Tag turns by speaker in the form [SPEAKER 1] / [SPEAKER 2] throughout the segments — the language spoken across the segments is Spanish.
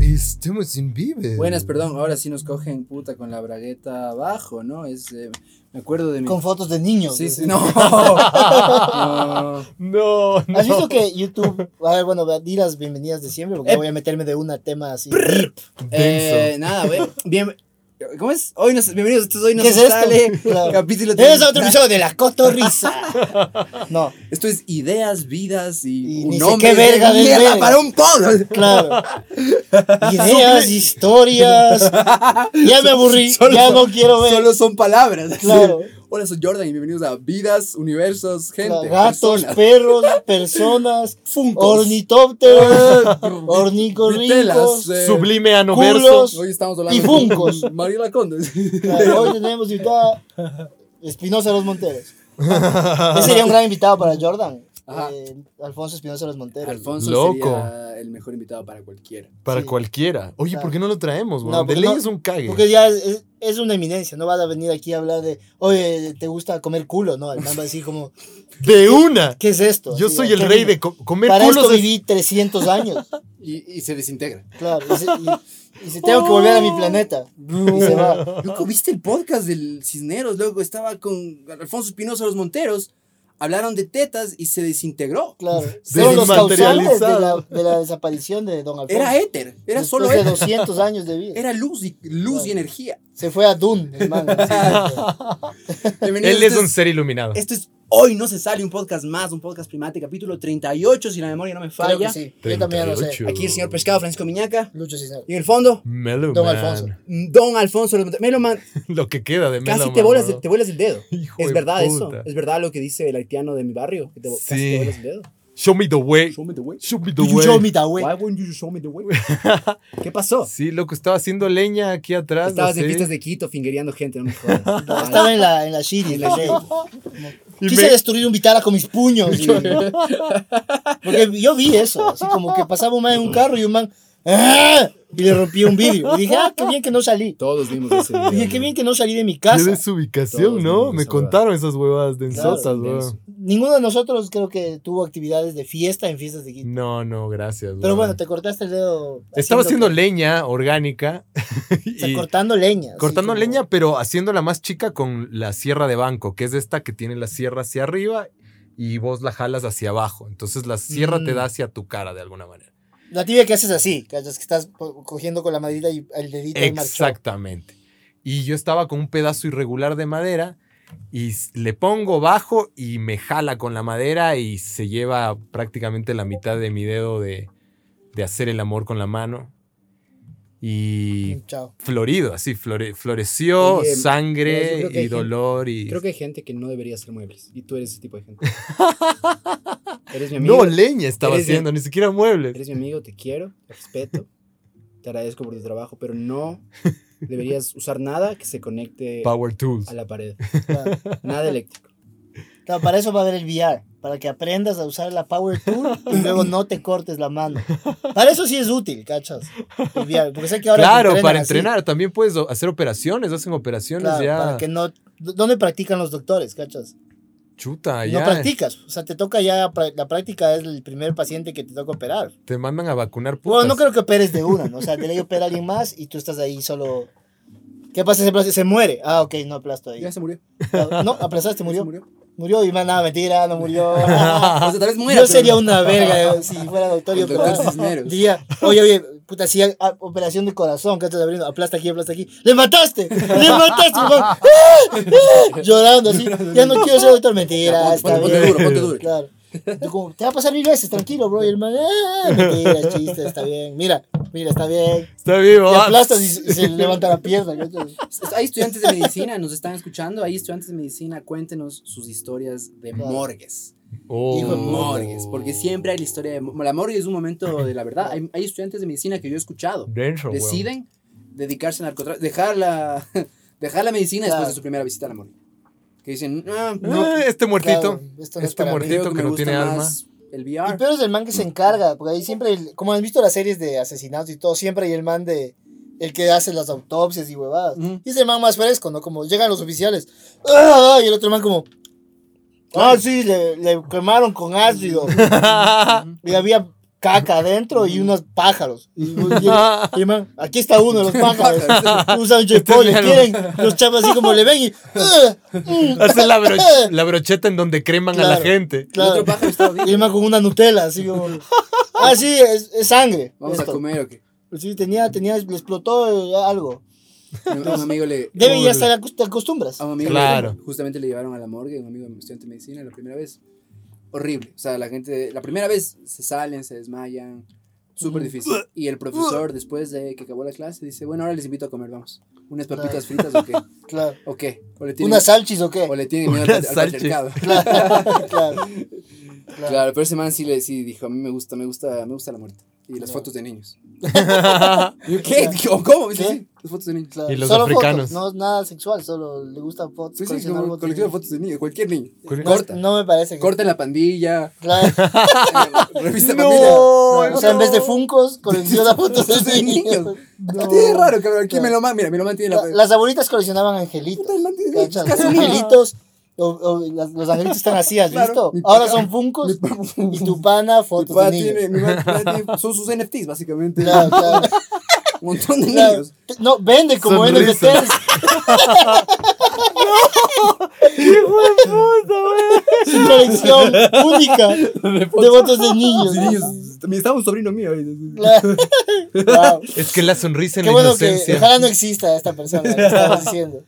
[SPEAKER 1] Estamos sin Bieber.
[SPEAKER 2] Eh,
[SPEAKER 3] Buenas, perdón, ahora sí nos cogen puta con la bragueta abajo, ¿no? Es, eh, me acuerdo de mi...
[SPEAKER 2] Con fotos de niños.
[SPEAKER 3] Sí, sí, no. no.
[SPEAKER 1] No, no.
[SPEAKER 2] ¿Has visto que YouTube, a ver, bueno, di las bienvenidas de siempre porque
[SPEAKER 3] Eh.
[SPEAKER 2] voy a meterme de una tema así.
[SPEAKER 3] Eh, nada, güey. Bien, ¿Cómo es? Hoy nos, bienvenidos, esto es hoy nos
[SPEAKER 2] ¿Qué es esto?
[SPEAKER 3] sale
[SPEAKER 2] Claro.
[SPEAKER 3] capítulo
[SPEAKER 2] Es otro
[SPEAKER 3] 30.
[SPEAKER 2] episodio de la cotorrisa. No,
[SPEAKER 3] Esto es ideas, vidas y,
[SPEAKER 2] Y
[SPEAKER 3] un
[SPEAKER 2] ni sé
[SPEAKER 3] nombre
[SPEAKER 2] qué
[SPEAKER 3] de
[SPEAKER 2] verga de
[SPEAKER 3] mierda
[SPEAKER 2] verga.
[SPEAKER 3] para un pod.
[SPEAKER 2] claro. Ideas, historias. Ya me aburrí,
[SPEAKER 3] Solo-
[SPEAKER 2] ya no quiero ver.
[SPEAKER 3] Solo son palabras.
[SPEAKER 2] Claro.
[SPEAKER 3] Hola, soy Jordan y bienvenidos a Vidas, Universos, Gente,
[SPEAKER 2] Gatos,
[SPEAKER 3] Personas,
[SPEAKER 2] perros, personas,
[SPEAKER 3] Funkos,
[SPEAKER 2] ornitópteros,
[SPEAKER 3] Ah, Vitelas,
[SPEAKER 2] ornicorrincos.
[SPEAKER 3] eh,
[SPEAKER 1] Sublime
[SPEAKER 2] culos.
[SPEAKER 1] anoverso.
[SPEAKER 3] Hoy estamos hablando
[SPEAKER 2] Y funcos.
[SPEAKER 3] con Mariela Conde.
[SPEAKER 2] Claro, hoy tenemos invitada Espinosa de los Monteros. Ese sería un gran invitado para Jordan.
[SPEAKER 3] Ajá.
[SPEAKER 2] Eh, Alfonso Espinosa de los Monteros.
[SPEAKER 3] Alfonso
[SPEAKER 1] Loco.
[SPEAKER 3] sería el mejor invitado para cualquiera.
[SPEAKER 1] Para
[SPEAKER 2] Sí.
[SPEAKER 1] cualquiera. Oye, ¿por qué no lo traemos,
[SPEAKER 2] No,
[SPEAKER 1] weón? de
[SPEAKER 2] porque
[SPEAKER 1] ley
[SPEAKER 2] no-
[SPEAKER 1] es un cague.
[SPEAKER 2] Porque ya es, es- es una eminencia, no vas a venir aquí a hablar de, oye, ¿te gusta comer culo? No, el man va a decir como,
[SPEAKER 1] De una.
[SPEAKER 2] ¿qué es esto?
[SPEAKER 1] Yo
[SPEAKER 2] Así,
[SPEAKER 1] soy
[SPEAKER 2] ¿a
[SPEAKER 1] el
[SPEAKER 2] qué
[SPEAKER 1] rey
[SPEAKER 2] vine?
[SPEAKER 1] de co- comer
[SPEAKER 2] Para
[SPEAKER 1] culos.
[SPEAKER 2] esto
[SPEAKER 1] de-
[SPEAKER 2] viví 300 años,
[SPEAKER 3] Y, y se desintegra.
[SPEAKER 2] claro. Y, se- y- y si tengo que volver a mi planeta, y se va.
[SPEAKER 3] Loco, ¿viste el podcast del Cisneros? Luego estaba con Alfonso Espinosa Los Monteros. Hablaron de tetas y se desintegró.
[SPEAKER 2] Claro. Son los causantes de la,
[SPEAKER 1] Desmaterializado.
[SPEAKER 2] de la desaparición de Don Alfonso.
[SPEAKER 3] Era éter, era
[SPEAKER 2] Después
[SPEAKER 3] solo
[SPEAKER 2] de
[SPEAKER 3] éter.
[SPEAKER 2] 200 años de vida.
[SPEAKER 3] Era luz y, luz y energía.
[SPEAKER 2] Se fue a Dune, el man. así.
[SPEAKER 3] Bienvenidos,
[SPEAKER 1] Él es
[SPEAKER 2] este
[SPEAKER 3] esto
[SPEAKER 1] un ser iluminado.
[SPEAKER 3] Esto es Hoy No Se Sale, un podcast más, un podcast primate, capítulo 38, si la memoria no me
[SPEAKER 2] Creo que
[SPEAKER 3] falla.
[SPEAKER 2] sí. este, Yo también lo sé.
[SPEAKER 1] 38.
[SPEAKER 3] Aquí el señor Pescado, Francisco Miñaca.
[SPEAKER 2] Lucho Cisneros.
[SPEAKER 3] Y en el fondo, mm,
[SPEAKER 1] Mellow
[SPEAKER 2] Don
[SPEAKER 1] Man.
[SPEAKER 2] Alfonso.
[SPEAKER 3] Don Alfonso. Los Monteros. Meloman,
[SPEAKER 1] Lo que queda de Mellow
[SPEAKER 3] casi te
[SPEAKER 1] Man,
[SPEAKER 3] vuelas,
[SPEAKER 1] weón.
[SPEAKER 3] te vuelas el dedo.
[SPEAKER 1] Hijo
[SPEAKER 3] es
[SPEAKER 1] de
[SPEAKER 3] verdad
[SPEAKER 1] puta.
[SPEAKER 3] eso. Es verdad lo que dice el haitiano de mi barrio. Que te, Casi
[SPEAKER 1] Sí.
[SPEAKER 3] te vuelas el dedo.
[SPEAKER 1] Show me the way.
[SPEAKER 3] Show me the way.
[SPEAKER 1] Show me the
[SPEAKER 2] Do you
[SPEAKER 1] way.
[SPEAKER 2] show me the way?
[SPEAKER 3] Why won't you show me the way? ¿Qué pasó?
[SPEAKER 1] Sí, loco, estaba haciendo leña aquí atrás.
[SPEAKER 3] Estabas en
[SPEAKER 1] así.
[SPEAKER 3] pistas de Quito fingereando gente, no me jodas.
[SPEAKER 2] Estaba en la, en la shiri, en la shiri.
[SPEAKER 1] Y
[SPEAKER 2] Quise
[SPEAKER 1] me-
[SPEAKER 2] destruir un Vitara con mis puños. y- porque yo vi eso, así como que pasaba un man en un carro y un man... ¡ah! Y le rompí un vidrio. Y dije, ah, qué bien que no salí.
[SPEAKER 3] Todos vimos ese video.
[SPEAKER 2] Dije, qué bien que no salí de mi
[SPEAKER 1] Qué
[SPEAKER 2] casa.
[SPEAKER 1] desubicación,
[SPEAKER 3] Todos
[SPEAKER 1] ¿no?
[SPEAKER 3] vivimos
[SPEAKER 1] Me
[SPEAKER 3] esa
[SPEAKER 1] contaron esas huevadas densotas,
[SPEAKER 3] Claro,
[SPEAKER 1] weón.
[SPEAKER 3] denso.
[SPEAKER 2] Ninguno de nosotros creo que tuvo actividades de fiesta en fiestas de Quito.
[SPEAKER 1] No, no, gracias.
[SPEAKER 2] Pero
[SPEAKER 1] weón.
[SPEAKER 2] bueno, te cortaste el dedo.
[SPEAKER 1] Estaba haciendo
[SPEAKER 2] leña.
[SPEAKER 1] leña orgánica. y
[SPEAKER 2] cortando leña. así
[SPEAKER 1] cortando
[SPEAKER 2] como-
[SPEAKER 1] leña, pero haciéndola más chica con la sierra de banco, que es esta que tiene la sierra hacia arriba y vos la jalas hacia abajo. Entonces la sierra te
[SPEAKER 3] Mm.
[SPEAKER 1] da hacia tu cara de alguna manera.
[SPEAKER 2] La tibia que haces así, cachas, que estás po- cogiendo con la madrita y el dedito ahí marchó.
[SPEAKER 1] Exactamente. Y yo estaba con un pedazo irregular de madera y s- le pongo bajo y me jala con la madera y se lleva prácticamente la mitad de mi dedo de, de hacer el amor con la mano. Y
[SPEAKER 2] Mm, Chao.
[SPEAKER 1] florido, así, flore- floreció
[SPEAKER 3] Oye, yo
[SPEAKER 1] sangre
[SPEAKER 3] creo que hay
[SPEAKER 1] y dolor y...
[SPEAKER 3] Creo que hay gente que no debería hacer muebles. Y tú eres ese tipo de gente. eres mi amigo.
[SPEAKER 1] No, leña estaba
[SPEAKER 3] Eres de-
[SPEAKER 1] haciendo, ni siquiera muebles.
[SPEAKER 3] Eres mi amigo, te quiero, te respeto. Te agradezco por tu trabajo, pero no deberías usar nada que se conecte
[SPEAKER 1] Power Tools.
[SPEAKER 3] a la pared.
[SPEAKER 2] Claro.
[SPEAKER 3] Nada eléctrico.
[SPEAKER 2] Claro, para eso va a haber el VR, para que aprendas a usar la Power Tool y luego no te cortes la mano. Para eso sí es útil, cachas. El VR, porque sé que ahora
[SPEAKER 1] Claro,
[SPEAKER 2] entrenan
[SPEAKER 1] para
[SPEAKER 2] así.
[SPEAKER 1] entrenar. También puedes o- hacer operaciones, hacen operaciones
[SPEAKER 2] Claro,
[SPEAKER 1] ya.
[SPEAKER 2] para que no ¿Dónde practican los doctores, cachas?
[SPEAKER 1] Chuta,
[SPEAKER 2] No
[SPEAKER 1] Ah, ya.
[SPEAKER 2] practicas, o sea, te toca ya, pra- la práctica es el primer paciente que te toca operar.
[SPEAKER 1] Te mandan a vacunar putas.
[SPEAKER 2] Bueno, no creo que operes de una, ¿no? O sea, te le opera a alguien más y tú estás ahí solo... ¿Qué pasa? si aplasta? Se muere. Ah, ok, no aplasto ahí.
[SPEAKER 3] Ya se murió.
[SPEAKER 2] No, aplastaste,
[SPEAKER 3] ya
[SPEAKER 2] murió.
[SPEAKER 3] Se murió.
[SPEAKER 2] Murió y más nada, mentira, no murió.
[SPEAKER 3] O sea, tal vez muera. pero-
[SPEAKER 2] Yo sería una verga eh, si fuera doctor y
[SPEAKER 3] El doctor
[SPEAKER 2] operara.
[SPEAKER 3] Cisneros.
[SPEAKER 2] Diría, oye, oye, puta, si hay ah, operación de corazón, ¿qué estás abriendo? Aplasta aquí, aplasta aquí. ¡Le mataste! ¡Le mataste! Juan! ¡Ah! ¡Ah! Llorando así. Ya no quiero ser doctor, mentira.
[SPEAKER 3] Ya, ponte-
[SPEAKER 2] está
[SPEAKER 3] ponte
[SPEAKER 2] bien.
[SPEAKER 3] duro, ponte duro.
[SPEAKER 2] Claro. Yo como, te va a pasar mil veces, tranquilo, bro. Y el man, "Ah, mentira, es chiste, está bien. Mira, mira, está bien.
[SPEAKER 1] Está vivo.
[SPEAKER 2] Y
[SPEAKER 1] ah.
[SPEAKER 2] aplastas y se- y se levanta la pierna. ¿cachai?
[SPEAKER 3] pues, Hay estudiantes de medicina, nos están escuchando. Hay estudiantes de medicina, cuéntenos sus historias de
[SPEAKER 2] Claro.
[SPEAKER 3] morgues.
[SPEAKER 1] Oh.
[SPEAKER 3] Digo morgues, porque siempre hay la historia de. La morgue es un momento de la verdad. Hay, hay estudiantes de medicina que yo he escuchado.
[SPEAKER 1] Denso, weón.
[SPEAKER 3] Deciden dedicarse al narcotráfico, dejar la, dejar la medicina
[SPEAKER 2] Claro.
[SPEAKER 3] después de su primera visita a la morgue. Que dicen, "Ah,
[SPEAKER 1] Ah,
[SPEAKER 3] no,
[SPEAKER 1] este muertito.
[SPEAKER 2] Claro, esto no es
[SPEAKER 1] este
[SPEAKER 2] para mí.
[SPEAKER 1] muertito
[SPEAKER 3] creo
[SPEAKER 1] que,
[SPEAKER 3] que, me
[SPEAKER 1] no
[SPEAKER 3] gusta
[SPEAKER 1] tiene alma.
[SPEAKER 3] más el
[SPEAKER 2] Y
[SPEAKER 3] VR.
[SPEAKER 2] peor es el man que se encarga, porque ahí siempre, el- como han visto las series de asesinatos y todo, siempre hay el man de el que hace las autopsias y huevadas.
[SPEAKER 3] Ujú.
[SPEAKER 2] Y es el man más fresco, ¿no? Como llegan los oficiales, ¡ah! y el otro man como, ah, sí, le, le quemaron con ácido. y había caca adentro y unos pájaros. Y, llega- y, man, aquí está uno de los pájaros. Un sándwich de pollo. Quieren los chavos así como le ven y. "Ah, mm".
[SPEAKER 1] Hacen la, bro- la brocheta en donde creman a la
[SPEAKER 2] Claro.
[SPEAKER 1] gente.
[SPEAKER 2] Claro.
[SPEAKER 3] El otro pájaro está vivo.
[SPEAKER 2] Y el man con una Nutella, así como. Ah, sí, es, es sangre.
[SPEAKER 3] Vamos
[SPEAKER 2] Esto.
[SPEAKER 3] a comer o qué.
[SPEAKER 2] Sí, tenía, tenía, le explotó eh, algo.
[SPEAKER 3] A un amigo le.
[SPEAKER 2] Debe
[SPEAKER 1] Pobre.
[SPEAKER 2] ya estar, acost- te acostumbras.
[SPEAKER 3] A un amigo
[SPEAKER 1] Claro.
[SPEAKER 3] le, justamente le llevaron a la morgue, un amigo estudiante de medicina, la primera vez. Horrible. O sea, la gente, la primera vez se salen, se desmayan. Súper difícil. Y el profesor, después de que acabó la clase, dice, bueno, ahora les invito a comer, vamos. Unas papitas fritas o qué.
[SPEAKER 2] Claro.
[SPEAKER 3] O qué. O le tienen,
[SPEAKER 2] ¿Una salchis o qué?
[SPEAKER 3] o le tienen miedo al
[SPEAKER 1] Unas
[SPEAKER 3] pat- al
[SPEAKER 1] salchis.
[SPEAKER 3] patriarcado.
[SPEAKER 2] Claro, claro.
[SPEAKER 3] Claro, pero ese man sí le sí dijo, a mí me gusta, me gusta, me gusta la muerte. Y las fotos de niños. Y yo, ¿Qué? Dijo, ¿Cómo? Dice,
[SPEAKER 2] ¿Qué?
[SPEAKER 3] sí, las fotos de niños.
[SPEAKER 2] claro.
[SPEAKER 1] Y los
[SPEAKER 2] Solo
[SPEAKER 1] africanos.
[SPEAKER 2] fotos, no es nada sexual, solo le gusta fotos.
[SPEAKER 3] Sí, sí,
[SPEAKER 2] coleccionar
[SPEAKER 3] como
[SPEAKER 2] fotos.
[SPEAKER 3] colectivo de fotos de niños, cualquier niño.
[SPEAKER 1] Cualquier-
[SPEAKER 2] No,
[SPEAKER 3] Corta.
[SPEAKER 2] No me parece que.
[SPEAKER 3] Corta en la pandilla.
[SPEAKER 2] Claro.
[SPEAKER 3] eh, Revista
[SPEAKER 1] No.
[SPEAKER 3] familia.
[SPEAKER 2] o sea, en vez de Funcos, colecciona fotos de niños.
[SPEAKER 3] ¿Qué tiene raro, cabrón? Aquí
[SPEAKER 2] Claro.
[SPEAKER 3] me lo man, mira, me lo mantiene
[SPEAKER 2] La-
[SPEAKER 3] la.
[SPEAKER 2] las abuelitas coleccionaban angelitos.
[SPEAKER 3] Puta, la-
[SPEAKER 2] ¿cachas? Los
[SPEAKER 3] casi
[SPEAKER 2] angelitos. o- o las- los angelitos están así, ¿has
[SPEAKER 3] Claro.
[SPEAKER 2] visto?
[SPEAKER 3] Mi
[SPEAKER 2] Ahora
[SPEAKER 3] papá-
[SPEAKER 2] son Funcos
[SPEAKER 3] mi papá-
[SPEAKER 2] y tu pana
[SPEAKER 3] Mi
[SPEAKER 2] fotos
[SPEAKER 3] papá
[SPEAKER 2] de
[SPEAKER 3] tiene,
[SPEAKER 2] niños.
[SPEAKER 3] mi papá tiene- son sus NFTs, básicamente.
[SPEAKER 2] Claro, claro,
[SPEAKER 3] Un montón de
[SPEAKER 2] claro.
[SPEAKER 3] niños.
[SPEAKER 2] No, vende como
[SPEAKER 1] Sonrisas.
[SPEAKER 2] NFTs. Su colección única de fotos de niños.
[SPEAKER 3] Sí, niños. También estaba un sobrino mío.
[SPEAKER 2] Claro. Wow.
[SPEAKER 1] Es que la sonrisa en
[SPEAKER 2] Qué
[SPEAKER 1] la
[SPEAKER 2] bueno que
[SPEAKER 1] inocencia.
[SPEAKER 2] ojalá no exista esta persona que estabas diciendo.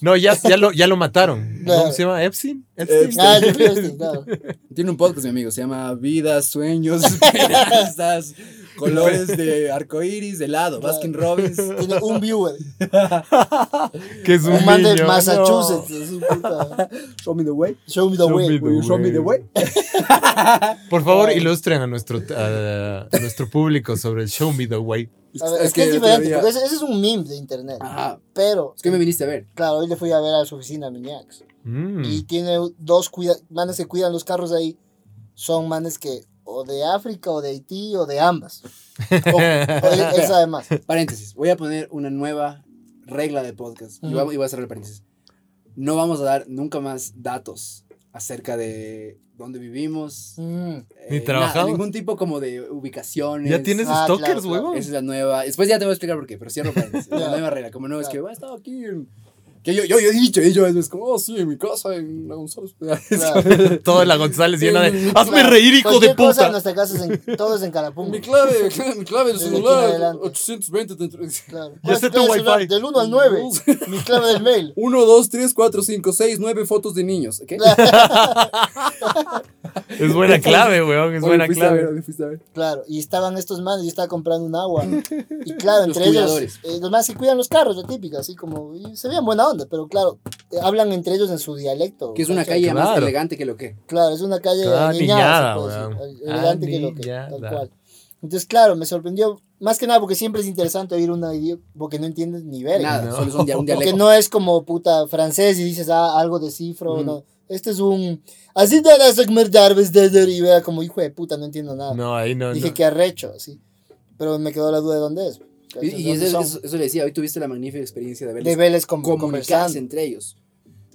[SPEAKER 1] No, ya, ya, lo, ya lo mataron.
[SPEAKER 2] Claro.
[SPEAKER 1] ¿Cómo se llama? ¿Epstein? ¿Epstein?
[SPEAKER 3] Epstein.
[SPEAKER 2] Ah, Jeffrey Epstein, claro.
[SPEAKER 3] Tiene un podcast, mi amigo. Se llama Vidas, Sueños, Esperanzas, Colores de Arcoiris, Helado, Baskin Robbins.
[SPEAKER 2] Tiene un viewer.
[SPEAKER 1] Que es un,
[SPEAKER 2] Ah, Un man de
[SPEAKER 1] niño.
[SPEAKER 2] Massachusetts. así, puta.
[SPEAKER 3] Show me the way.
[SPEAKER 2] Show me the
[SPEAKER 1] Show me
[SPEAKER 2] way.
[SPEAKER 1] the
[SPEAKER 3] Will you show me the way?
[SPEAKER 1] No. Por favor,
[SPEAKER 2] Ay.
[SPEAKER 1] ilustren a nuestro, a, a nuestro público sobre el Show Me The Way.
[SPEAKER 2] A ver, es que es
[SPEAKER 3] yo
[SPEAKER 2] diferente,
[SPEAKER 3] todavía-
[SPEAKER 2] porque ese, ese es un meme de internet.
[SPEAKER 1] Ah.
[SPEAKER 3] Ajá.
[SPEAKER 2] Pero,
[SPEAKER 3] Es que me viniste a ver.
[SPEAKER 2] claro, hoy le fui a ver a su oficina a Miñax.
[SPEAKER 1] Mm.
[SPEAKER 2] Y tiene dos cuida manes que cuidan los carros ahí. Son manes que o de África, o de Haití, o de ambas.
[SPEAKER 3] Ojo.
[SPEAKER 2] Él, él sabe más.
[SPEAKER 3] Paréntesis, voy a poner una nueva regla de podcast y,
[SPEAKER 2] Ujú.
[SPEAKER 3] vamos- y voy a cerrar el paréntesis. No vamos a dar nunca más datos acerca de dónde vivimos. eh,
[SPEAKER 2] Mm.
[SPEAKER 1] Ni
[SPEAKER 3] nada,
[SPEAKER 1] trabajamos.
[SPEAKER 3] ningún tipo como de ubicaciones.
[SPEAKER 1] ¿Ya tienes
[SPEAKER 2] Ah,
[SPEAKER 1] stalkers,
[SPEAKER 2] claro,
[SPEAKER 1] huevón?
[SPEAKER 3] Esa es la nueva. Después ya te voy a explicar por qué, pero cierro paréntesis. la
[SPEAKER 2] Ya.
[SPEAKER 3] nueva regla. Como no es
[SPEAKER 2] Ya.
[SPEAKER 3] que, "Ah, he estado aquí en-". Que yo, yo, yo he dicho, y yo es como, oh, sí, en mi casa, en la González.
[SPEAKER 2] Claro.
[SPEAKER 1] Toda la González llena de.
[SPEAKER 3] Claro.
[SPEAKER 1] ¡Hazme reír, hijo de
[SPEAKER 2] Cualquier cosa en
[SPEAKER 1] puta!
[SPEAKER 2] nuestra casa es en, todo es en Carapungo.
[SPEAKER 3] mi clave, mi clave de
[SPEAKER 2] Desde aquí en
[SPEAKER 3] celular,
[SPEAKER 2] adelante.
[SPEAKER 3] 820. 33.
[SPEAKER 2] Claro.
[SPEAKER 1] Ya sé tu
[SPEAKER 2] Claro,
[SPEAKER 1] wifi.
[SPEAKER 2] celular, Del 1 al 9. Mi clave del mail.
[SPEAKER 3] 1, 2, 3, 4, 5, 6, 9 fotos de niños. ¿Qué?
[SPEAKER 1] Es buena clave, huevón, es
[SPEAKER 3] Oye,
[SPEAKER 1] buena
[SPEAKER 3] fuiste a ver,
[SPEAKER 1] clave.
[SPEAKER 3] oye, fuiste a ver.
[SPEAKER 2] Claro, y estaban estos manes, yo estaba comprando un agua. Y claro,
[SPEAKER 3] Los
[SPEAKER 2] entre ellos,
[SPEAKER 3] cuidadores.
[SPEAKER 2] eh, los manes que cuidan los carros, la típica, así como, y se veían buena onda, pero claro, eh, hablan entre ellos en su dialecto.
[SPEAKER 3] Que es una
[SPEAKER 2] ¿cachai?
[SPEAKER 3] calle más
[SPEAKER 1] Claro.
[SPEAKER 3] elegante que lo que.
[SPEAKER 2] Claro, es una calle
[SPEAKER 1] Claro, aniñada,
[SPEAKER 2] aniñada, se puede
[SPEAKER 1] weón.
[SPEAKER 2] decir, elegante que lo que, tal
[SPEAKER 1] Aniñada.
[SPEAKER 2] cual. Entonces, claro, me sorprendió, más que nada porque siempre es interesante oír una idioma, porque Eh, no entiendes ni verga.
[SPEAKER 3] Nada,
[SPEAKER 1] No.
[SPEAKER 3] solo es un, dia- un
[SPEAKER 2] Porque
[SPEAKER 3] dialecto.
[SPEAKER 2] no es como puta francés y dices ah, algo de cifro.
[SPEAKER 3] Ujú.
[SPEAKER 2] no. Este es un. Así te das a comer Jarvis desde y era como hijo de puta, no entiendo nada.
[SPEAKER 1] No, ahí no.
[SPEAKER 2] Dije
[SPEAKER 1] no.
[SPEAKER 2] que arrecho, así. Pero me quedó la duda de dónde es.
[SPEAKER 3] Y,
[SPEAKER 2] ¿cachas?
[SPEAKER 3] y
[SPEAKER 2] ¿Dónde
[SPEAKER 3] eso,
[SPEAKER 2] son?
[SPEAKER 3] eso- eso le decía, hoy tuviste la magnífica experiencia de
[SPEAKER 2] de
[SPEAKER 3] verlos
[SPEAKER 2] Vélez como
[SPEAKER 3] comunicarse
[SPEAKER 2] conversando.
[SPEAKER 3] entre ellos.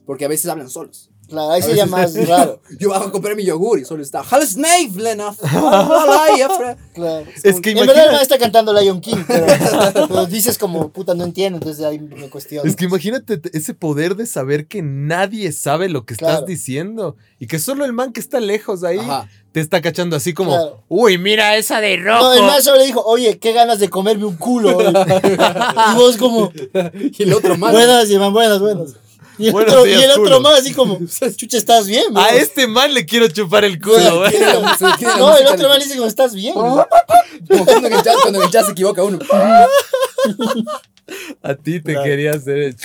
[SPEAKER 3] Porque a veces hablan solos.
[SPEAKER 2] Claro, ahí
[SPEAKER 3] A
[SPEAKER 2] sería más
[SPEAKER 3] veces-
[SPEAKER 2] raro.
[SPEAKER 3] Yo bajo a comprar mi yogur y solo está. "Hal Snape, Lena". Hola, Efra.
[SPEAKER 2] Claro.
[SPEAKER 1] Es que
[SPEAKER 2] en verdad no
[SPEAKER 1] imagina-
[SPEAKER 2] está cantando Lion King, pero, pero dices como puta, no entiendo, entonces ahí me cuestiono.
[SPEAKER 1] Es que imagínate t- ese poder de saber que nadie sabe lo que
[SPEAKER 2] Claro.
[SPEAKER 1] estás diciendo y que solo el man que está lejos ahí
[SPEAKER 3] Ajá.
[SPEAKER 1] te está cachando así como,
[SPEAKER 2] Claro.
[SPEAKER 1] uy, mira esa de rojo.
[SPEAKER 2] No, el man solo le dijo, oye, qué ganas de comerme un culo. hoy". y vos como,
[SPEAKER 3] Y el otro más.
[SPEAKER 2] Buenas, Iván, buenas, buenas. Y el,
[SPEAKER 1] Buenos
[SPEAKER 2] otro,
[SPEAKER 1] días,
[SPEAKER 2] y el otro
[SPEAKER 1] culo.
[SPEAKER 2] más así como, chucha, ¿estás bien?
[SPEAKER 1] A
[SPEAKER 2] bro?"
[SPEAKER 1] este man le quiero chupar el culo, güey.
[SPEAKER 3] Tiene la- se- tiene la
[SPEAKER 2] No, el
[SPEAKER 3] música
[SPEAKER 2] otro
[SPEAKER 3] de-
[SPEAKER 2] más dice como, ¿estás bien?
[SPEAKER 3] Como cuando en el chat, cuando en el chat se equivoca uno.
[SPEAKER 1] A ti te quería hacer.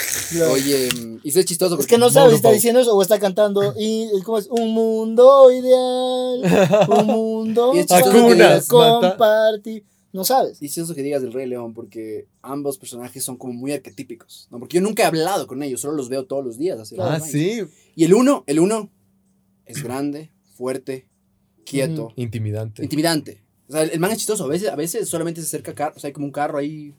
[SPEAKER 3] Oye, y eso es chistoso.
[SPEAKER 2] Es que no
[SPEAKER 3] porque-
[SPEAKER 2] sabe si está
[SPEAKER 1] Monopau.
[SPEAKER 2] diciendo eso o está cantando. Y, ¿Cómo es? Un mundo ideal, un mundo
[SPEAKER 3] Y es
[SPEAKER 2] para
[SPEAKER 3] chistoso que digas,
[SPEAKER 1] mata.
[SPEAKER 2] compartir. No sabes.
[SPEAKER 3] Y es eso que digas del Rey León, porque ambos personajes son como muy arquetípicos. ¿no? Porque yo nunca he hablado con ellos, solo los veo todos los días. así,
[SPEAKER 1] Ah,
[SPEAKER 3] las vainas.
[SPEAKER 1] sí.
[SPEAKER 3] Y el uno, el uno es grande, fuerte, quieto,
[SPEAKER 1] Intimidante.
[SPEAKER 3] intimidante. O sea, el, el man es chistoso. A veces, a veces solamente se acerca a carros. O sea, hay como un carro ahí,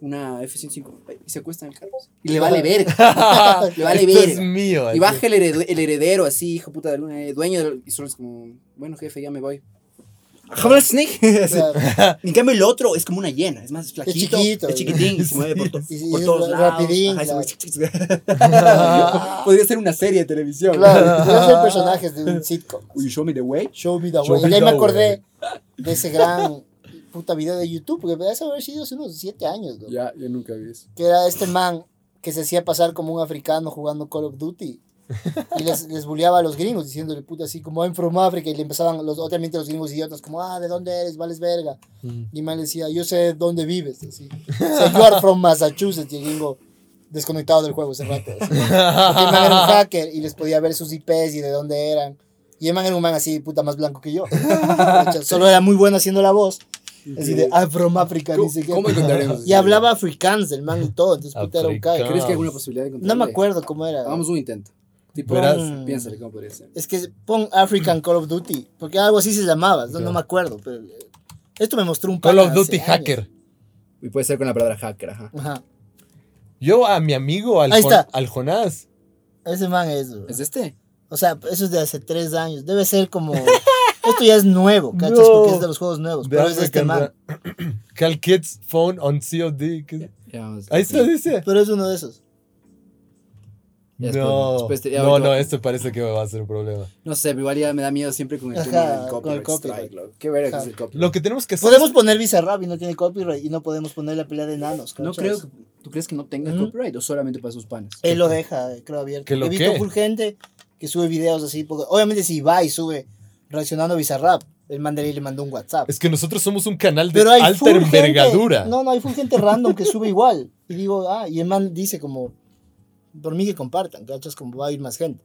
[SPEAKER 3] una F-105, y se acuesta en el carro. Y le vale verga. le vale
[SPEAKER 1] Esto es
[SPEAKER 3] verga.
[SPEAKER 1] mío. así.
[SPEAKER 3] Y baja el, hered- el heredero así, hijo puta de luna, eh, dueño del. Y solo es como, bueno, jefe, ya me voy.
[SPEAKER 4] Hammer Snake. Así.
[SPEAKER 2] Claro.
[SPEAKER 4] En cambio, el otro es como una hiena, es más flaquito, es,
[SPEAKER 2] chiquito, güey.
[SPEAKER 4] chiquitín, se mueve por, to-
[SPEAKER 2] Sí, sí,
[SPEAKER 4] por
[SPEAKER 2] es
[SPEAKER 4] todos
[SPEAKER 2] ra-
[SPEAKER 4] lados.
[SPEAKER 2] rapidín,
[SPEAKER 4] Ajá, es-
[SPEAKER 3] Podría ser una serie de televisión.
[SPEAKER 2] Claro, yo soy personajes de un sitcom.
[SPEAKER 3] Will you show me the way?
[SPEAKER 2] Show me the
[SPEAKER 1] Show
[SPEAKER 2] way.
[SPEAKER 1] me
[SPEAKER 2] Y ahí me
[SPEAKER 1] the
[SPEAKER 2] acordé de ese gran puta video de YouTube, porque debe haber sido hace unos 7 años, güey.
[SPEAKER 3] Ya, yo nunca vi eso.
[SPEAKER 2] que era este man que se hacía pasar como un africano jugando Call of Duty. Y les, les buleaba a los gringos diciéndole puta así como I'm from Africa y le empezaban los, obviamente los gringos idiotas como ah de dónde eres vales verga
[SPEAKER 1] Mm.
[SPEAKER 2] y man le decía yo sé dónde vives así "So you are from Massachusetts y el gringo desconectado del juego ese rato así. Porque el man era un hacker y les podía ver sus IPs y de dónde eran y el man era un man así puta más blanco que yo solo era muy bueno haciendo la voz así de ah, I'm from Africa
[SPEAKER 3] ¿Cómo,
[SPEAKER 2] dice que
[SPEAKER 3] cómo encontraremos?
[SPEAKER 2] y hablaba africans el man y todo, entonces puta era un
[SPEAKER 1] Afrikaans.
[SPEAKER 2] cague.
[SPEAKER 3] ¿Crees que hay alguna posibilidad de encontrarlo?
[SPEAKER 2] No me acuerdo cómo era.
[SPEAKER 3] Hagamos un intento. Tipo,
[SPEAKER 1] Verás.
[SPEAKER 3] piénsale cómo podría ser.
[SPEAKER 2] Es que pon African Call of Duty, porque algo así se llamaba, no, no
[SPEAKER 1] Ya.
[SPEAKER 2] me acuerdo. Pero eh, esto me mostró un
[SPEAKER 1] Call
[SPEAKER 2] pana
[SPEAKER 1] of
[SPEAKER 2] hace
[SPEAKER 1] Duty
[SPEAKER 2] años.
[SPEAKER 1] Hacker.
[SPEAKER 3] Y puede ser con la palabra hacker, ajá.
[SPEAKER 2] Ajá.
[SPEAKER 1] Yo a mi amigo, al,
[SPEAKER 2] Ahí
[SPEAKER 1] Jon-
[SPEAKER 2] está.
[SPEAKER 1] al Jonás.
[SPEAKER 2] Ese man es. bro.
[SPEAKER 3] ¿Es este?
[SPEAKER 2] O sea, eso es de hace tres años. Debe ser como. esto ya es nuevo, ¿cachas?
[SPEAKER 1] No.
[SPEAKER 2] Porque es de los juegos nuevos.
[SPEAKER 1] de
[SPEAKER 2] Pero es de este
[SPEAKER 1] African
[SPEAKER 2] man.
[SPEAKER 1] Ra- Call Kids Phone on COD. ¿qué?
[SPEAKER 3] Ya vamos.
[SPEAKER 1] Ahí se dice.
[SPEAKER 2] Pero es uno de esos.
[SPEAKER 3] Ya después-
[SPEAKER 1] No,
[SPEAKER 3] después te- ya
[SPEAKER 1] no,
[SPEAKER 3] ahorita-
[SPEAKER 1] no, esto parece que va a ser un problema.
[SPEAKER 3] No sé, pero igual ya me da miedo siempre con el
[SPEAKER 2] Ajá,
[SPEAKER 3] tema del
[SPEAKER 2] con
[SPEAKER 3] copyright.
[SPEAKER 2] el copyright.
[SPEAKER 3] strike, loco. Qué verga que
[SPEAKER 2] Ajá.
[SPEAKER 3] es el copyright.
[SPEAKER 1] Lo que tenemos que hacer.
[SPEAKER 2] Podemos poner Bizarrap y no tiene copyright. Y no podemos poner la pelea de enanos.
[SPEAKER 3] No
[SPEAKER 2] ¿cachas?
[SPEAKER 3] creo que. ¿Tú crees que no tenga
[SPEAKER 2] Ujú.
[SPEAKER 3] copyright o solamente para sus panes?
[SPEAKER 2] Él lo deja, eh, creo, abierto.
[SPEAKER 1] ¿Que lo
[SPEAKER 2] He visto
[SPEAKER 1] qué?
[SPEAKER 2] full gente que sube videos así. Porque, obviamente, si va y sube reaccionando a Bizarrap, el man de ahí le mandó un WhatsApp.
[SPEAKER 1] Es que nosotros somos un canal de
[SPEAKER 2] Pero hay
[SPEAKER 1] alta
[SPEAKER 2] full gente-
[SPEAKER 1] envergadura.
[SPEAKER 2] no, no, hay full gente random que sube igual. Y digo, ah, y el man dice como, por mí que compartan, ¿cachas? Como va a ir más gente.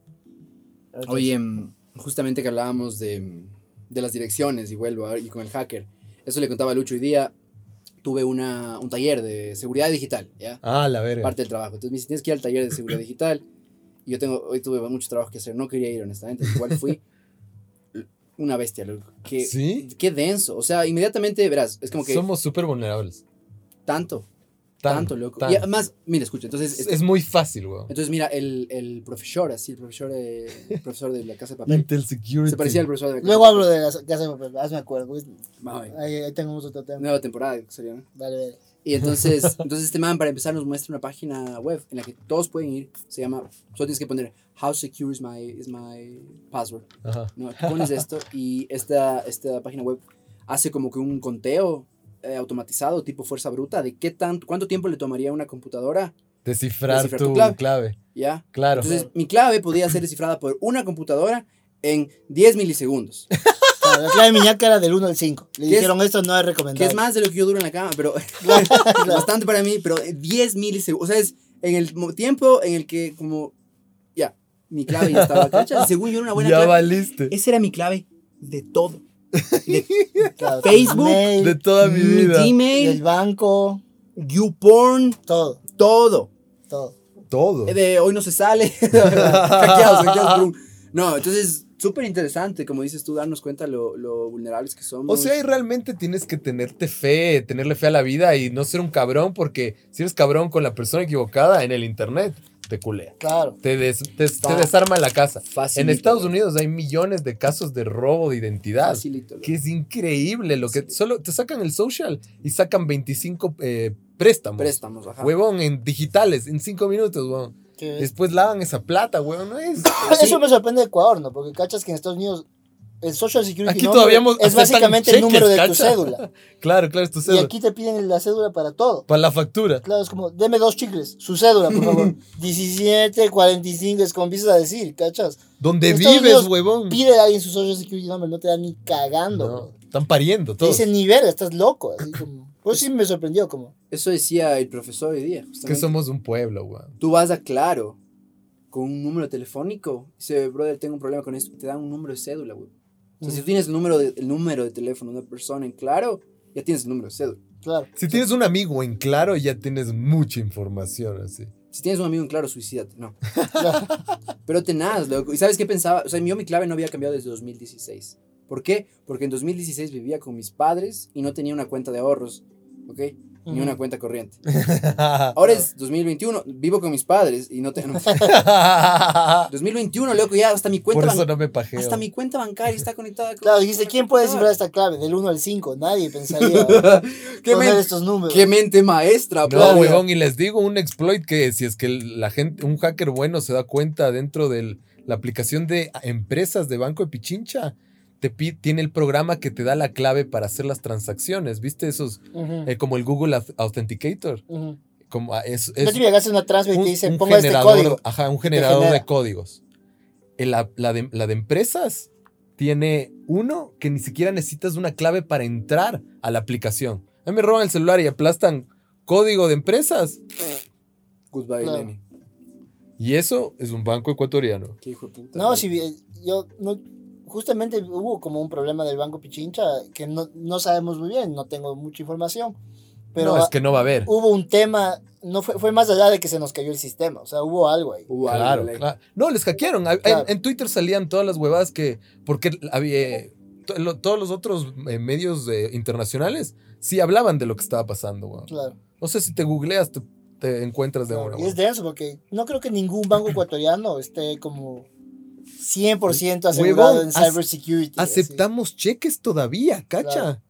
[SPEAKER 3] Oye, em, justamente que hablábamos de, em, de las direcciones y vuelvo a- y con el hacker. Eso le contaba a Lucho hoy día. Tuve una, un taller de seguridad digital, ¿ya?
[SPEAKER 1] Ah, la verga.
[SPEAKER 3] parte del trabajo. Entonces me dice, tienes que ir al taller de seguridad digital. Y yo tengo, hoy tuve mucho trabajo que hacer, no quería ir honestamente, igual fui una bestia, loco. Qué,
[SPEAKER 1] ¿Sí?
[SPEAKER 3] qué denso, o sea, inmediatamente verás, es como que
[SPEAKER 1] Somos súper vulnerables.
[SPEAKER 3] tanto,
[SPEAKER 1] Tan,
[SPEAKER 3] tanto, loco.
[SPEAKER 1] tan.
[SPEAKER 3] Y además, mira, escucha, entonces,
[SPEAKER 1] Es, es muy fácil, weón.
[SPEAKER 3] entonces mira, el, el profesor, así, el profesor de, el profesor de la casa de papel,
[SPEAKER 1] Intel Security.
[SPEAKER 3] se parecía al profesor de la casa
[SPEAKER 2] Luego
[SPEAKER 3] de
[SPEAKER 2] hablo de las casas de papel, hazme acuerdo. porque
[SPEAKER 3] papel. Ma, oye,
[SPEAKER 2] Ahí, ahí tengo otro tema.
[SPEAKER 3] Nueva temporada, que salió, ¿no?
[SPEAKER 2] Dale, dale.
[SPEAKER 3] Y entonces, entonces este man, para empezar, nos muestra una página web en la que todos pueden ir. Se llama, solo tienes que poner, how secure is my, is my password.
[SPEAKER 1] Ajá.
[SPEAKER 3] No, tú pones esto y esta, esta página web hace como que un conteo eh, automatizado, tipo fuerza bruta, de qué tanto, cuánto tiempo le tomaría a una computadora,
[SPEAKER 1] Descifrar,
[SPEAKER 3] Descifrar
[SPEAKER 1] tu,
[SPEAKER 3] tu clave.
[SPEAKER 1] clave.
[SPEAKER 3] ¿ya?
[SPEAKER 1] Claro.
[SPEAKER 3] Entonces, mi clave podía ser descifrada por una computadora en 10 milisegundos,
[SPEAKER 2] Claro, la clave de Miñaca era del 1 al 5. Le
[SPEAKER 3] ¿Qué es-
[SPEAKER 2] dijeron esto no es
[SPEAKER 3] que
[SPEAKER 2] recomendable.
[SPEAKER 3] es más de lo que yo duro en la cama, pero es
[SPEAKER 2] Claro.
[SPEAKER 3] bastante para mí, pero 10 milisegundos, o sea, es en el mo- tiempo en el que como, ya, mi clave ya estaba, ¿cachas? Según yo era una buena
[SPEAKER 1] ya
[SPEAKER 3] clave.
[SPEAKER 1] valiste.
[SPEAKER 4] Esa era mi clave de todo. De
[SPEAKER 2] Claro,
[SPEAKER 4] Facebook,
[SPEAKER 2] mail,
[SPEAKER 1] De toda mi
[SPEAKER 4] mi
[SPEAKER 1] vida.
[SPEAKER 2] del
[SPEAKER 4] Gmail,
[SPEAKER 2] banco,
[SPEAKER 4] YouPorn,
[SPEAKER 2] todo,
[SPEAKER 4] todo.
[SPEAKER 2] todo.
[SPEAKER 1] Todo.
[SPEAKER 3] Eh, de hoy no se sale. Hackeados, hackeados por un- No, entonces, súper interesante, como dices tú, darnos cuenta lo, lo vulnerables que somos.
[SPEAKER 1] O sea, y realmente tienes que tenerte fe, tenerle fe a la vida y no ser un cabrón, porque si eres cabrón con la persona equivocada en el internet, te culea.
[SPEAKER 2] Claro.
[SPEAKER 1] Te, des- te- te
[SPEAKER 3] Va.
[SPEAKER 1] desarma la casa.
[SPEAKER 3] Facilito,
[SPEAKER 1] En Estados
[SPEAKER 3] loco.
[SPEAKER 1] Unidos hay millones de casos de robo de identidad.
[SPEAKER 3] Facilito, loco.
[SPEAKER 1] Que es increíble lo que.
[SPEAKER 3] Sí.
[SPEAKER 1] Solo te sacan el social y sacan 25 eh, préstamos.
[SPEAKER 3] Préstamos, ajá.
[SPEAKER 1] Huevón, en digitales, en 5 minutos, huevón.
[SPEAKER 2] Que-
[SPEAKER 1] Después lavan esa plata, huevón, no es.
[SPEAKER 2] Eso me sorprende de Ecuador, ¿no? Porque cachas que en Estados Unidos el Social Security
[SPEAKER 1] Aquí
[SPEAKER 2] number
[SPEAKER 1] todavía hemos-
[SPEAKER 2] es
[SPEAKER 1] aceptan
[SPEAKER 2] básicamente el
[SPEAKER 1] cheques,
[SPEAKER 2] número de tu
[SPEAKER 1] ¿cachas?
[SPEAKER 2] cédula.
[SPEAKER 1] Claro, claro, es tu
[SPEAKER 2] Y
[SPEAKER 1] cédula.
[SPEAKER 2] aquí te piden la cédula para todo.
[SPEAKER 1] Para la factura.
[SPEAKER 2] Claro, es como, deme dos chicles, su cédula, por favor. 17, 45, es como empiezas a decir, ¿cachachas?
[SPEAKER 1] Donde
[SPEAKER 2] Estados
[SPEAKER 1] vives,
[SPEAKER 2] Unidos
[SPEAKER 1] huevón.
[SPEAKER 2] Pide a alguien su Social Security number, no te dan ni cagando.
[SPEAKER 1] No,
[SPEAKER 2] bro.
[SPEAKER 1] están pariendo
[SPEAKER 2] Te
[SPEAKER 1] todos.
[SPEAKER 2] dicen ni verga, estás loco. Así como. Pues sí me sorprendió, como.
[SPEAKER 3] Eso decía el profesor hoy día. justamente.
[SPEAKER 1] que somos un pueblo, weón.
[SPEAKER 3] Tú vas a Claro con un número telefónico. Dice, brother, tengo un problema con esto. Te dan un número de cédula, güey. O sea,
[SPEAKER 1] Mm.
[SPEAKER 3] si tú tienes el número, de, el número de teléfono de una persona en Claro, ya tienes el número de cédula.
[SPEAKER 2] Claro.
[SPEAKER 1] Si tienes un amigo en claro, ya tienes mucha información así.
[SPEAKER 3] Si tienes un amigo en claro, suicídate. No. Pero tenaz, loco. ¿Y sabes qué pensaba? O sea, yo mi clave no había cambiado desde 2016. ¿Por qué? Porque en 2016 vivía con mis padres y no tenía una cuenta de ahorros. ¿Ok? ni una cuenta corriente. Ahora es 2021, vivo con mis padres y no tengo. 2021, loco, ya hasta mi cuenta,
[SPEAKER 1] Por
[SPEAKER 3] ban-
[SPEAKER 1] eso no me pajeo.
[SPEAKER 3] hasta mi cuenta bancaria está conectada. con-
[SPEAKER 2] Claro, dijiste, ¿quién puede descifrar esta clave? Del 1 al 5, nadie pensaría
[SPEAKER 3] ¿Qué,
[SPEAKER 2] poner
[SPEAKER 3] men-
[SPEAKER 2] estos números.
[SPEAKER 3] qué mente maestra, pues?
[SPEAKER 1] No,
[SPEAKER 3] bro.
[SPEAKER 1] huevón, y les digo un exploit que si es que la gente, un hacker bueno se da cuenta dentro de la aplicación de empresas de Banco de Pichincha, te pi- tiene el programa que te da la clave para hacer las transacciones, ¿viste? Esos,
[SPEAKER 2] Ujú,
[SPEAKER 1] eh, como el Google Auth- Authenticator,
[SPEAKER 2] ujú.
[SPEAKER 1] como ah, es,
[SPEAKER 2] no
[SPEAKER 1] es
[SPEAKER 2] te llegas a una transfer y
[SPEAKER 1] un,
[SPEAKER 2] te dice,
[SPEAKER 1] un
[SPEAKER 2] ponga este
[SPEAKER 1] generador,
[SPEAKER 2] código.
[SPEAKER 1] ajá, un generador
[SPEAKER 2] genera.
[SPEAKER 1] de códigos. Eh, La, la de, la de empresas tiene uno que ni siquiera necesitas una clave para entrar a la aplicación. A mí me roban el celular y aplastan código de empresas.
[SPEAKER 3] Goodbye,
[SPEAKER 2] Claro.
[SPEAKER 3] Lenny.
[SPEAKER 1] Y eso es un banco ecuatoriano.
[SPEAKER 3] Qué hijo de puta.
[SPEAKER 2] No, si bien- yo no, justamente hubo como un problema del Banco Pichincha que no, no sabemos muy bien, no tengo mucha información, pero
[SPEAKER 1] no,
[SPEAKER 2] ah,
[SPEAKER 1] es que no va a haber.
[SPEAKER 2] hubo un tema, no fue, fue más allá de que se nos cayó el sistema, o sea, hubo algo ahí.
[SPEAKER 3] Wow,
[SPEAKER 1] claro,
[SPEAKER 3] Lenny.
[SPEAKER 1] claro. No, les hackearon. Hab-
[SPEAKER 2] Claro.
[SPEAKER 1] En, en Twitter salían todas las huevadas que. Porque había. to- lo- todos los otros eh, medios eh, internacionales sí hablaban de lo que estaba pasando, weón.
[SPEAKER 2] Claro,
[SPEAKER 1] No sé si te googleas, te, te encuentras de una,
[SPEAKER 2] claro. Y es
[SPEAKER 1] weón.
[SPEAKER 2] denso porque no creo que ningún banco ecuatoriano esté como 100% asegurado
[SPEAKER 1] Huevón,
[SPEAKER 2] en
[SPEAKER 1] ac-
[SPEAKER 2] cybersecurity. así.
[SPEAKER 1] Aceptamos cheques todavía, cacha.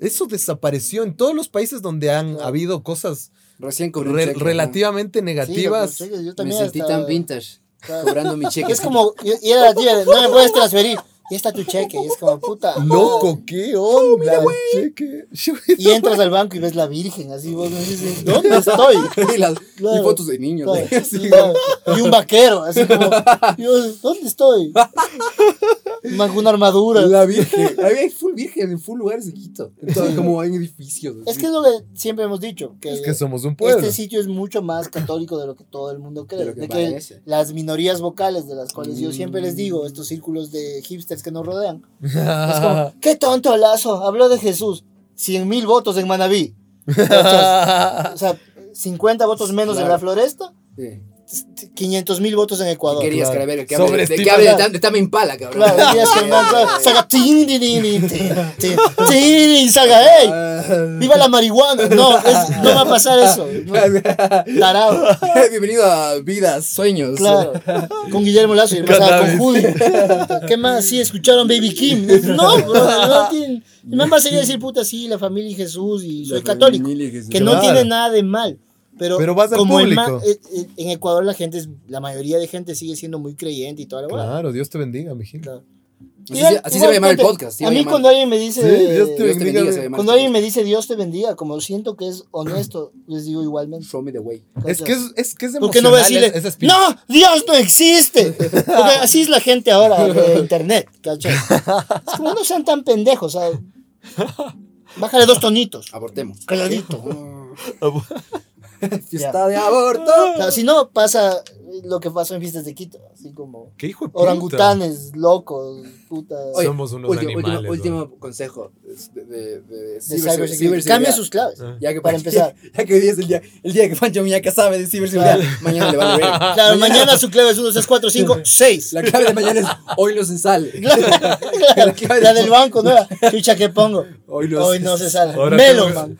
[SPEAKER 1] Eso desapareció en todos los países donde han
[SPEAKER 2] Claro.
[SPEAKER 1] habido cosas
[SPEAKER 3] Recién cobré un
[SPEAKER 1] re-
[SPEAKER 3] cheque,
[SPEAKER 1] relativamente
[SPEAKER 2] Sí,
[SPEAKER 1] negativas.
[SPEAKER 2] lo- lo- yo
[SPEAKER 3] ¿no? Me
[SPEAKER 2] también
[SPEAKER 3] sentí
[SPEAKER 2] hasta-
[SPEAKER 3] tan vintage
[SPEAKER 2] claro.
[SPEAKER 3] cobrando mi cheque.
[SPEAKER 2] Es como, y y era la tía de, no me puedes transferir, y está tu cheque, y es como, puta. Oh,
[SPEAKER 1] Loco, qué onda. cheque.
[SPEAKER 2] Y entras al banco y ves la Virgen, así vos me dices, ¿dónde estoy?
[SPEAKER 3] y, las, y
[SPEAKER 2] Claro.
[SPEAKER 3] fotos de niños.
[SPEAKER 2] Claro,
[SPEAKER 3] güey.
[SPEAKER 2] claro. Y un vaquero, así como, yo, ¿dónde estoy? Una, una armadura.
[SPEAKER 3] La virgen. Había hay full virgen en full lugares de Quito. Entonces, como hay edificios.
[SPEAKER 2] Es que es lo que siempre hemos dicho, que,
[SPEAKER 1] Es que somos un pueblo.
[SPEAKER 2] este sitio es mucho más católico de lo que todo el mundo cree.
[SPEAKER 3] De
[SPEAKER 2] De
[SPEAKER 3] lo
[SPEAKER 2] que,
[SPEAKER 3] que parece.
[SPEAKER 2] las minorías vocales de las cuales yo siempre les
[SPEAKER 3] Mm.
[SPEAKER 2] digo, estos círculos de hipsters que nos rodean, es como, qué tonto Lazo, habló de Jesús, 100 mil votos en Manaví. O sea, 50 votos menos en
[SPEAKER 3] Claro.
[SPEAKER 2] la floresta.
[SPEAKER 3] Sí.
[SPEAKER 2] 500 mil votos en Ecuador.
[SPEAKER 3] ¿Qué querías
[SPEAKER 1] claro.
[SPEAKER 3] que la verga? Que hable, de,
[SPEAKER 1] Sobreestima-
[SPEAKER 3] que hable de, tan- de Tame Impala, cabrón.
[SPEAKER 2] Claro, querías que no, claro. Saca tin, tin, tin, tin, tin, tin, saca, ¡ey! ¡Viva la marihuana! No, es- no va a pasar eso. No, tarado.
[SPEAKER 3] Ah, Bienvenido a Vidas, Sueños.
[SPEAKER 2] Claro. Con Guillermo Lazo y el pasado con Julio. ¿Qué más? Sí, escucharon Baby Kim. No, bro, no tiene- Mi mamá sería decir, puta, sí, la familia y Jesús y soy
[SPEAKER 3] La
[SPEAKER 2] católico.
[SPEAKER 3] familia Jesús.
[SPEAKER 2] Que no
[SPEAKER 1] Claro.
[SPEAKER 2] tiene nada de mal. Pero,
[SPEAKER 1] Pero vas al
[SPEAKER 2] en, ma-
[SPEAKER 1] público.
[SPEAKER 2] eh, eh, en Ecuador la gente, es- la mayoría de gente sigue siendo muy creyente y toda la hueá.
[SPEAKER 1] Claro, Dios te bendiga, mijito.
[SPEAKER 2] Claro.
[SPEAKER 3] Así, se- así se va a llamar el
[SPEAKER 2] Igualmente,
[SPEAKER 3] podcast.
[SPEAKER 2] A mí cuando alguien me dice,
[SPEAKER 1] Sí, Dios te
[SPEAKER 3] Dios te bendiga,
[SPEAKER 1] bendiga.
[SPEAKER 3] se va a llamar
[SPEAKER 2] cuando
[SPEAKER 3] este
[SPEAKER 2] alguien me dice Dios te bendiga, como siento que es honesto, les digo
[SPEAKER 3] podcast.
[SPEAKER 2] igualmente.
[SPEAKER 3] Show me the way.
[SPEAKER 1] Es que es, es que es
[SPEAKER 2] ¿Por qué no voy a
[SPEAKER 1] emocional,
[SPEAKER 2] decirle,
[SPEAKER 1] es- es espiritual.
[SPEAKER 2] no, Dios no existe? Porque así es la gente ahora de internet, ¿cachai? Es como no sean tan pendejos, o sea, bájale dos tonitos,
[SPEAKER 3] Abortemos.
[SPEAKER 2] calladito.
[SPEAKER 3] Fiesta de aborto.
[SPEAKER 2] Claro, si no, pasa lo que pasó en Fiestas de Quito, así como
[SPEAKER 1] ¿Qué hijo de puta?
[SPEAKER 2] orangutanes, locos, puta.
[SPEAKER 1] Oye, Somos unos
[SPEAKER 3] último,
[SPEAKER 1] animales,
[SPEAKER 3] Último, último consejo de, de, de,
[SPEAKER 2] de
[SPEAKER 3] ciber-
[SPEAKER 2] cybersecurity.
[SPEAKER 3] ciberseguridad.
[SPEAKER 2] Cambia sus claves.
[SPEAKER 1] Ah.
[SPEAKER 3] Ya que
[SPEAKER 2] para
[SPEAKER 3] Pancho-
[SPEAKER 2] empezar.
[SPEAKER 3] Ya que hoy día es el día, el día que Pancho Miñaca sabe de ciberseguridad. Mañana le va a ver.
[SPEAKER 2] Claro, mañana su clave es 1, 2, 3, 4, 5, 6.
[SPEAKER 3] La clave de mañana es hoy no se sale.
[SPEAKER 2] La, del banco, ¿no? Chucha, ¿qué pongo?
[SPEAKER 3] Hoy no,
[SPEAKER 2] Hoy no se sale.
[SPEAKER 1] Ahora
[SPEAKER 2] Melo,
[SPEAKER 1] tengo-
[SPEAKER 2] man.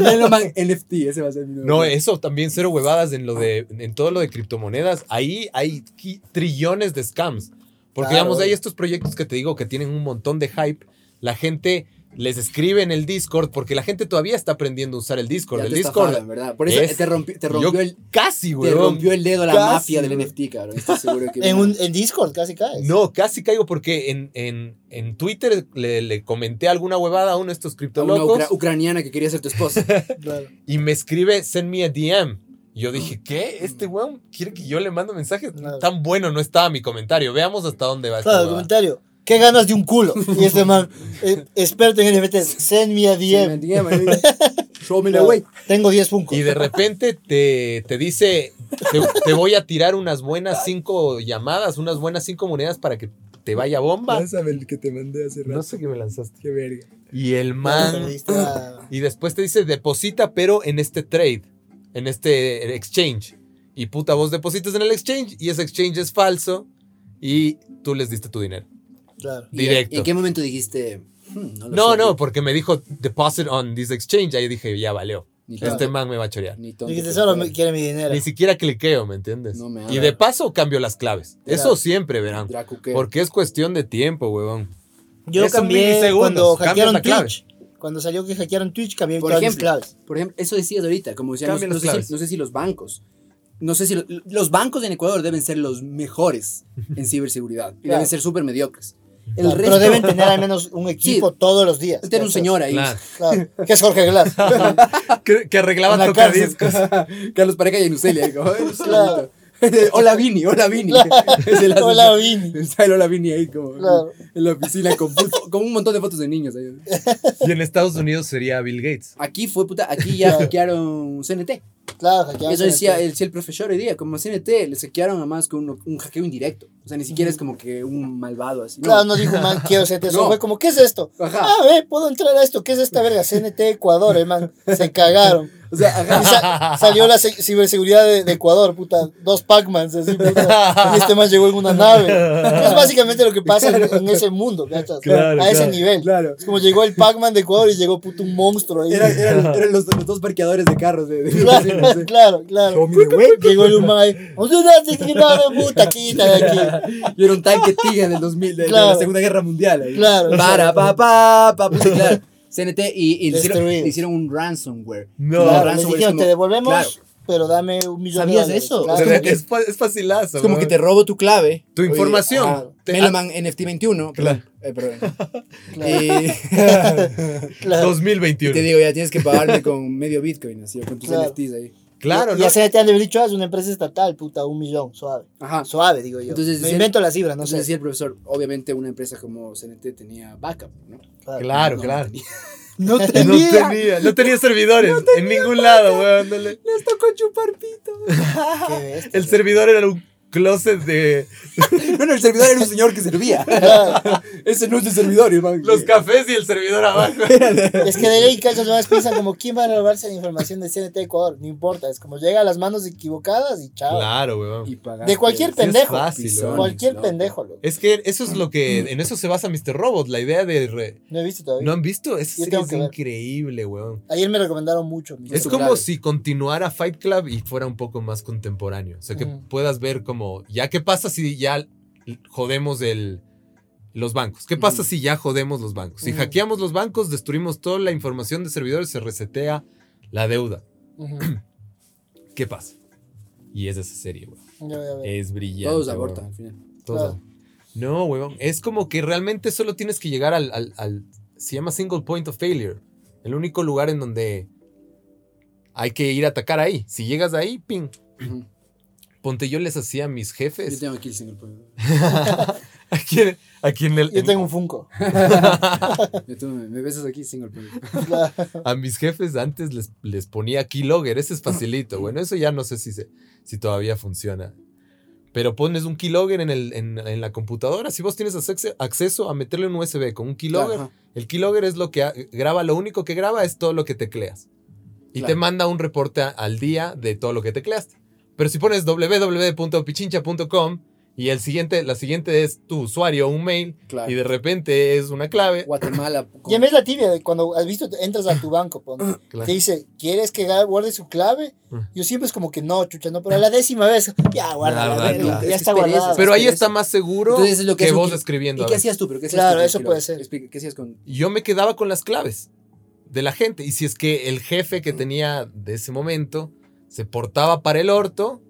[SPEAKER 3] Meloman NFT, ese va a ser mi nuevo.
[SPEAKER 1] No, eso también cero huevadas en lo de en todo lo de criptomonedas. Ahí hay qui- trillones de scams. Porque
[SPEAKER 2] Claro,
[SPEAKER 1] digamos,
[SPEAKER 2] obvio.
[SPEAKER 1] hay estos proyectos que te digo que tienen un montón de hype. La gente les escribe en el Discord porque la gente todavía está aprendiendo a usar el
[SPEAKER 3] Ya
[SPEAKER 1] Discord.
[SPEAKER 3] te
[SPEAKER 1] El Discord
[SPEAKER 3] estafaron, ¿verdad? Por eso
[SPEAKER 1] es-
[SPEAKER 3] te rompió, te
[SPEAKER 1] yo
[SPEAKER 3] rompió el,
[SPEAKER 1] casi,
[SPEAKER 3] te
[SPEAKER 1] huevón.
[SPEAKER 3] rompió el dedo la
[SPEAKER 1] Casi,
[SPEAKER 3] mafia del
[SPEAKER 1] güey.
[SPEAKER 3] NFT, cabrón. Estoy seguro que.
[SPEAKER 2] En, un, en Discord casi caes.
[SPEAKER 1] No, casi caigo porque en, en, en Twitter le, le comenté alguna huevada a uno de estos
[SPEAKER 3] A una
[SPEAKER 1] criptolocos
[SPEAKER 3] ucra- ucraniana que quería ser tu esposa.
[SPEAKER 2] Claro.
[SPEAKER 1] y me escribe, send me a DM. Yo dije, ¿qué? ¿Este weón quiere que yo le mando mensajes?
[SPEAKER 2] Claro.
[SPEAKER 1] Tan bueno no estaba mi comentario. Veamos hasta dónde va esta
[SPEAKER 2] Claro,
[SPEAKER 1] huevada.
[SPEAKER 2] comentario. ¿Qué ganas de un culo? Y este man, eh, experto en NFTs, send me a
[SPEAKER 3] Sí, me
[SPEAKER 2] DM.
[SPEAKER 3] entiendes, marica. Show me the
[SPEAKER 2] Claro,
[SPEAKER 3] way.
[SPEAKER 2] Tengo 10 funcos.
[SPEAKER 1] Y de repente te, te dice, te, te voy a tirar unas buenas cinco llamadas, unas buenas cinco monedas para que te vaya bomba.
[SPEAKER 3] Lánzame el que te mandé hace rato.
[SPEAKER 1] No sé qué me lanzaste.
[SPEAKER 3] Qué verga.
[SPEAKER 1] Y el man...
[SPEAKER 2] Perdiste la-
[SPEAKER 1] Y después te dice, deposita, pero en este trade, en este exchange. Y puta, vos depositas en el exchange y ese exchange es falso y tú les diste tu dinero.
[SPEAKER 2] Claro.
[SPEAKER 3] ¿Y
[SPEAKER 1] Directo.
[SPEAKER 3] ¿En qué momento dijiste, Hmm, lo
[SPEAKER 1] No,
[SPEAKER 3] sé,
[SPEAKER 1] no, porque me dijo deposit on this exchange. Ahí dije, ya valió.
[SPEAKER 3] Ni tonto.
[SPEAKER 1] Este man me va a chorear.
[SPEAKER 3] Ni tonto
[SPEAKER 2] Dijiste,
[SPEAKER 3] que
[SPEAKER 2] solo
[SPEAKER 3] fuera.
[SPEAKER 2] me- quiere mi dinero.
[SPEAKER 1] Ni siquiera cliqueo, ¿me entiendes?
[SPEAKER 3] No me
[SPEAKER 1] y
[SPEAKER 3] hagas.
[SPEAKER 1] de paso cambio las claves.
[SPEAKER 3] Era-
[SPEAKER 1] Eso siempre verán.
[SPEAKER 3] Dracuqueo.
[SPEAKER 1] Porque es cuestión de tiempo, huevón.
[SPEAKER 2] Yo
[SPEAKER 1] Es un
[SPEAKER 2] cambié
[SPEAKER 1] milisegundos,
[SPEAKER 2] cuando
[SPEAKER 1] cambias
[SPEAKER 2] hackearon
[SPEAKER 1] la clave.
[SPEAKER 2] Twitch. Cuando salió que hackearon Twitch, cambié
[SPEAKER 3] Por
[SPEAKER 2] todas mis
[SPEAKER 3] ejemplo.
[SPEAKER 2] claves.
[SPEAKER 3] Por ejemplo, eso decías ahorita, como decíamos,
[SPEAKER 1] Cambian
[SPEAKER 3] no,
[SPEAKER 1] las
[SPEAKER 3] sé
[SPEAKER 1] claves.
[SPEAKER 3] si, no sé si los bancos, no sé si lo- los bancos en Ecuador deben ser los mejores en ciberseguridad y
[SPEAKER 2] Claro.
[SPEAKER 3] deben ser súper mediocres. El
[SPEAKER 2] Claro,
[SPEAKER 3] resto
[SPEAKER 2] Pero deben tener al menos un equipo todos los días.
[SPEAKER 3] tener un señor ahí.
[SPEAKER 1] Claro.
[SPEAKER 2] Claro, que es Jorge Glass.
[SPEAKER 1] Que, que arreglaba
[SPEAKER 2] En la
[SPEAKER 1] tocadiscos.
[SPEAKER 3] Carlos Pareja y Enucelia. digo, "Ay,
[SPEAKER 2] Claro.
[SPEAKER 3] señorito". hola Vini, hola Vini. Es el asesor.
[SPEAKER 2] Hola, Vini.
[SPEAKER 3] Está el hola Vini ahí como
[SPEAKER 2] Claro.
[SPEAKER 3] en la oficina con, full- con un montón de fotos de niños. ahí.
[SPEAKER 1] Y en Estados Unidos sería Bill Gates.
[SPEAKER 3] Aquí fue puta, aquí ya
[SPEAKER 2] Claro.
[SPEAKER 3] hackearon CNT.
[SPEAKER 2] Claro, hackearon.
[SPEAKER 3] Eso decía
[SPEAKER 2] CNT.
[SPEAKER 3] el, decía el profesor hoy día, como CNT, les hackearon a más que un, un hackeo indirecto. O sea, ni siquiera es como que un malvado así. no.
[SPEAKER 2] Claro, no dijo, man, quiero CNT. Solo
[SPEAKER 3] No.
[SPEAKER 2] fue como, ¿qué es esto?
[SPEAKER 3] Ajá.
[SPEAKER 2] Ah, ve, puedo entrar a esto. ¿Qué es esta verga? CNT Ecuador, eh, man. Se cagaron.
[SPEAKER 3] O sea,
[SPEAKER 2] Y
[SPEAKER 3] ajá.
[SPEAKER 2] sa- salió la se- ciberseguridad de, de Ecuador, puta. Dos Pac-Mans, así, puta. Y este man llegó en una nave. Es básicamente lo que pasa en, en ese mundo, ¿cachas?
[SPEAKER 1] Claro,
[SPEAKER 2] a ese
[SPEAKER 1] claro.
[SPEAKER 2] nivel.
[SPEAKER 3] Claro.
[SPEAKER 2] Es como llegó el Pac-Man de Ecuador y llegó, puta, un monstruo ahí.
[SPEAKER 3] Era- eran eran los, los dos parqueadores de carros. De, de-
[SPEAKER 2] Claro, claro, claro. Llegó el humano ahí. "Ayúdate, que no, no, puta, quita de aquí.
[SPEAKER 3] Y era un tanque Tiga del 2000, de, de
[SPEAKER 2] Claro.
[SPEAKER 3] la Segunda Guerra Mundial. ahí.
[SPEAKER 2] Claro.
[SPEAKER 3] Para, pa, pa, pa, pues, claro. CNT y, y le, hicieron,
[SPEAKER 2] Destruidos.
[SPEAKER 3] le hicieron un ransomware.
[SPEAKER 1] No.
[SPEAKER 3] Y
[SPEAKER 2] Claro,
[SPEAKER 3] el
[SPEAKER 2] les
[SPEAKER 3] ransomware es
[SPEAKER 2] dijeron,
[SPEAKER 3] como-
[SPEAKER 2] te devolvemos,
[SPEAKER 3] claro.
[SPEAKER 2] pero dame un millón
[SPEAKER 3] ¿Sabías
[SPEAKER 2] de dólares".
[SPEAKER 3] eso?
[SPEAKER 2] Claro.
[SPEAKER 1] Es,
[SPEAKER 3] como que-
[SPEAKER 1] es fa- es facilazo.
[SPEAKER 3] Es como que
[SPEAKER 1] huevón.
[SPEAKER 3] te robo tu clave. ah,
[SPEAKER 1] Tu información.
[SPEAKER 3] Ajá.
[SPEAKER 1] Te- ah.
[SPEAKER 3] Meloman NFT21.
[SPEAKER 1] Claro.
[SPEAKER 3] Eh, perdón.
[SPEAKER 2] Claro.
[SPEAKER 3] Y-
[SPEAKER 2] Claro.
[SPEAKER 1] 2021.
[SPEAKER 3] te digo, ya tienes que pagarme con medio Bitcoin, así, o con tus
[SPEAKER 2] Claro.
[SPEAKER 3] NFTs ahí.
[SPEAKER 1] claro,
[SPEAKER 2] y,
[SPEAKER 1] ¿no?
[SPEAKER 2] ya se te han de haber dicho, ah, es una empresa estatal, puta, un millón, suave.
[SPEAKER 3] Ajá.
[SPEAKER 2] Suave, digo yo.
[SPEAKER 3] Ah. Entonces,
[SPEAKER 2] Me
[SPEAKER 3] si-
[SPEAKER 2] invento la cifra, no
[SPEAKER 3] Entonces
[SPEAKER 2] sé.
[SPEAKER 3] decía el profesor, obviamente una empresa como CNT tenía backup, ¿no?
[SPEAKER 1] Claro,
[SPEAKER 3] No,
[SPEAKER 1] claro.
[SPEAKER 2] No
[SPEAKER 1] No tenía, no tenía servidores en ningún lado, weón. no le-
[SPEAKER 3] Les tocó chupar pito.
[SPEAKER 2] Qué bestia.
[SPEAKER 1] El servidor era un closet de
[SPEAKER 3] bueno, el servidor era un señor que servía. Ese no es el servidor, hermano.
[SPEAKER 1] los cafés y el servidor abajo.
[SPEAKER 2] Es que de ley, cachas, más piensan como, ¿quién va a robarse la información de CNT Ecuador? No importa, es como llega a las manos equivocadas y chao.
[SPEAKER 1] Claro, weón.
[SPEAKER 3] Y pagaste
[SPEAKER 2] De cualquier
[SPEAKER 3] los
[SPEAKER 2] pendejo.
[SPEAKER 1] fácil,
[SPEAKER 3] pisones,
[SPEAKER 1] weón.
[SPEAKER 2] Cualquier
[SPEAKER 3] loco.
[SPEAKER 2] pendejo, loco.
[SPEAKER 1] Es que eso es lo que. En eso se basa Mr. Robot, la idea de. re-
[SPEAKER 2] No he visto todavía.
[SPEAKER 1] ¿No han visto? Esa
[SPEAKER 2] Yo
[SPEAKER 1] serie
[SPEAKER 2] tengo
[SPEAKER 1] es
[SPEAKER 2] que ver.
[SPEAKER 1] increíble, weón.
[SPEAKER 2] Ayer me recomendaron mucho. mis
[SPEAKER 1] Es
[SPEAKER 3] Eso,
[SPEAKER 2] amigos.
[SPEAKER 1] como
[SPEAKER 3] claro.
[SPEAKER 1] si continuara Fight Club y fuera un poco más contemporáneo. O sea, que
[SPEAKER 2] Ujú.
[SPEAKER 1] puedas ver como. Ya, ¿qué pasa si ya l- jodemos el. Los bancos. ¿Qué pasa
[SPEAKER 3] Ujú.
[SPEAKER 1] si ya jodemos los bancos? Si
[SPEAKER 2] Ujú.
[SPEAKER 1] hackeamos los bancos, destruimos toda la información de servidores, se resetea la deuda.
[SPEAKER 2] Ujú.
[SPEAKER 1] ¿Qué pasa? Y es esa serie, weón.
[SPEAKER 2] Ya voy a ver.
[SPEAKER 1] Es brillante.
[SPEAKER 3] Todos
[SPEAKER 1] weón.
[SPEAKER 3] abortan al final.
[SPEAKER 1] Todo. No, huevón. Es como que realmente solo tienes que llegar al, al- al- Se llama single point of failure. El único lugar en donde hay que ir a atacar ahí. Si llegas ahí, ping.
[SPEAKER 3] Ujú.
[SPEAKER 1] Ponte, yo les hacía a mis
[SPEAKER 3] Yo
[SPEAKER 1] jefes.
[SPEAKER 3] tengo aquí el single pues. point.
[SPEAKER 1] ¿A quién? ¿A quién le-
[SPEAKER 2] Yo tengo un Funko.
[SPEAKER 3] Yo tengo- me besas aquí single pues. point.
[SPEAKER 1] A mis jefes antes les, les ponía keylogger. Ese es facilito. Bueno, eso ya no sé si, se- si todavía funciona. Pero pones un keylogger en, el, en, en la computadora. Si vos tienes acce- acceso a meterle un USB con un keylogger,
[SPEAKER 3] Ajá.
[SPEAKER 1] El keylogger es lo que ha- graba, lo único que graba es todo lo que tecleas. Y
[SPEAKER 3] Claro.
[SPEAKER 1] te manda un reporte a- al día de todo lo que tecleaste. Pero si pones www.pichincha.com y el siguiente, la siguiente es tu usuario, un mail,
[SPEAKER 3] Claro.
[SPEAKER 1] y de repente es una clave.
[SPEAKER 3] Guatemala. con-
[SPEAKER 2] Y a mí es la tibia de cuando has visto, entras a tu banco, pon,
[SPEAKER 1] Claro.
[SPEAKER 2] te dice, ¿quieres que ga- guarde su clave?
[SPEAKER 1] Ah.
[SPEAKER 2] Yo siempre es como que no, chucha, no, pero a la décima vez, ya guarda,
[SPEAKER 1] Guarda,
[SPEAKER 2] la verga,
[SPEAKER 1] claro.
[SPEAKER 2] ya
[SPEAKER 3] Es
[SPEAKER 2] está
[SPEAKER 3] que pereza,
[SPEAKER 2] guardada.
[SPEAKER 1] Pero ahí
[SPEAKER 3] Entonces,
[SPEAKER 1] está más seguro
[SPEAKER 3] Entonces es lo que,
[SPEAKER 1] que
[SPEAKER 3] es un
[SPEAKER 1] vos
[SPEAKER 3] kil-
[SPEAKER 1] escribiendo.
[SPEAKER 3] ¿Y
[SPEAKER 1] a
[SPEAKER 3] qué
[SPEAKER 1] ver.
[SPEAKER 3] hacías tú? Pero qué hacías
[SPEAKER 2] Claro,
[SPEAKER 3] tú con
[SPEAKER 2] eso
[SPEAKER 3] el
[SPEAKER 2] puede
[SPEAKER 3] kilo?
[SPEAKER 2] ser.
[SPEAKER 3] Explica, ¿Qué hacías con...?
[SPEAKER 1] Yo me quedaba con las claves de la gente. Y si es que el jefe que tenía de ese momento se portaba para el orto,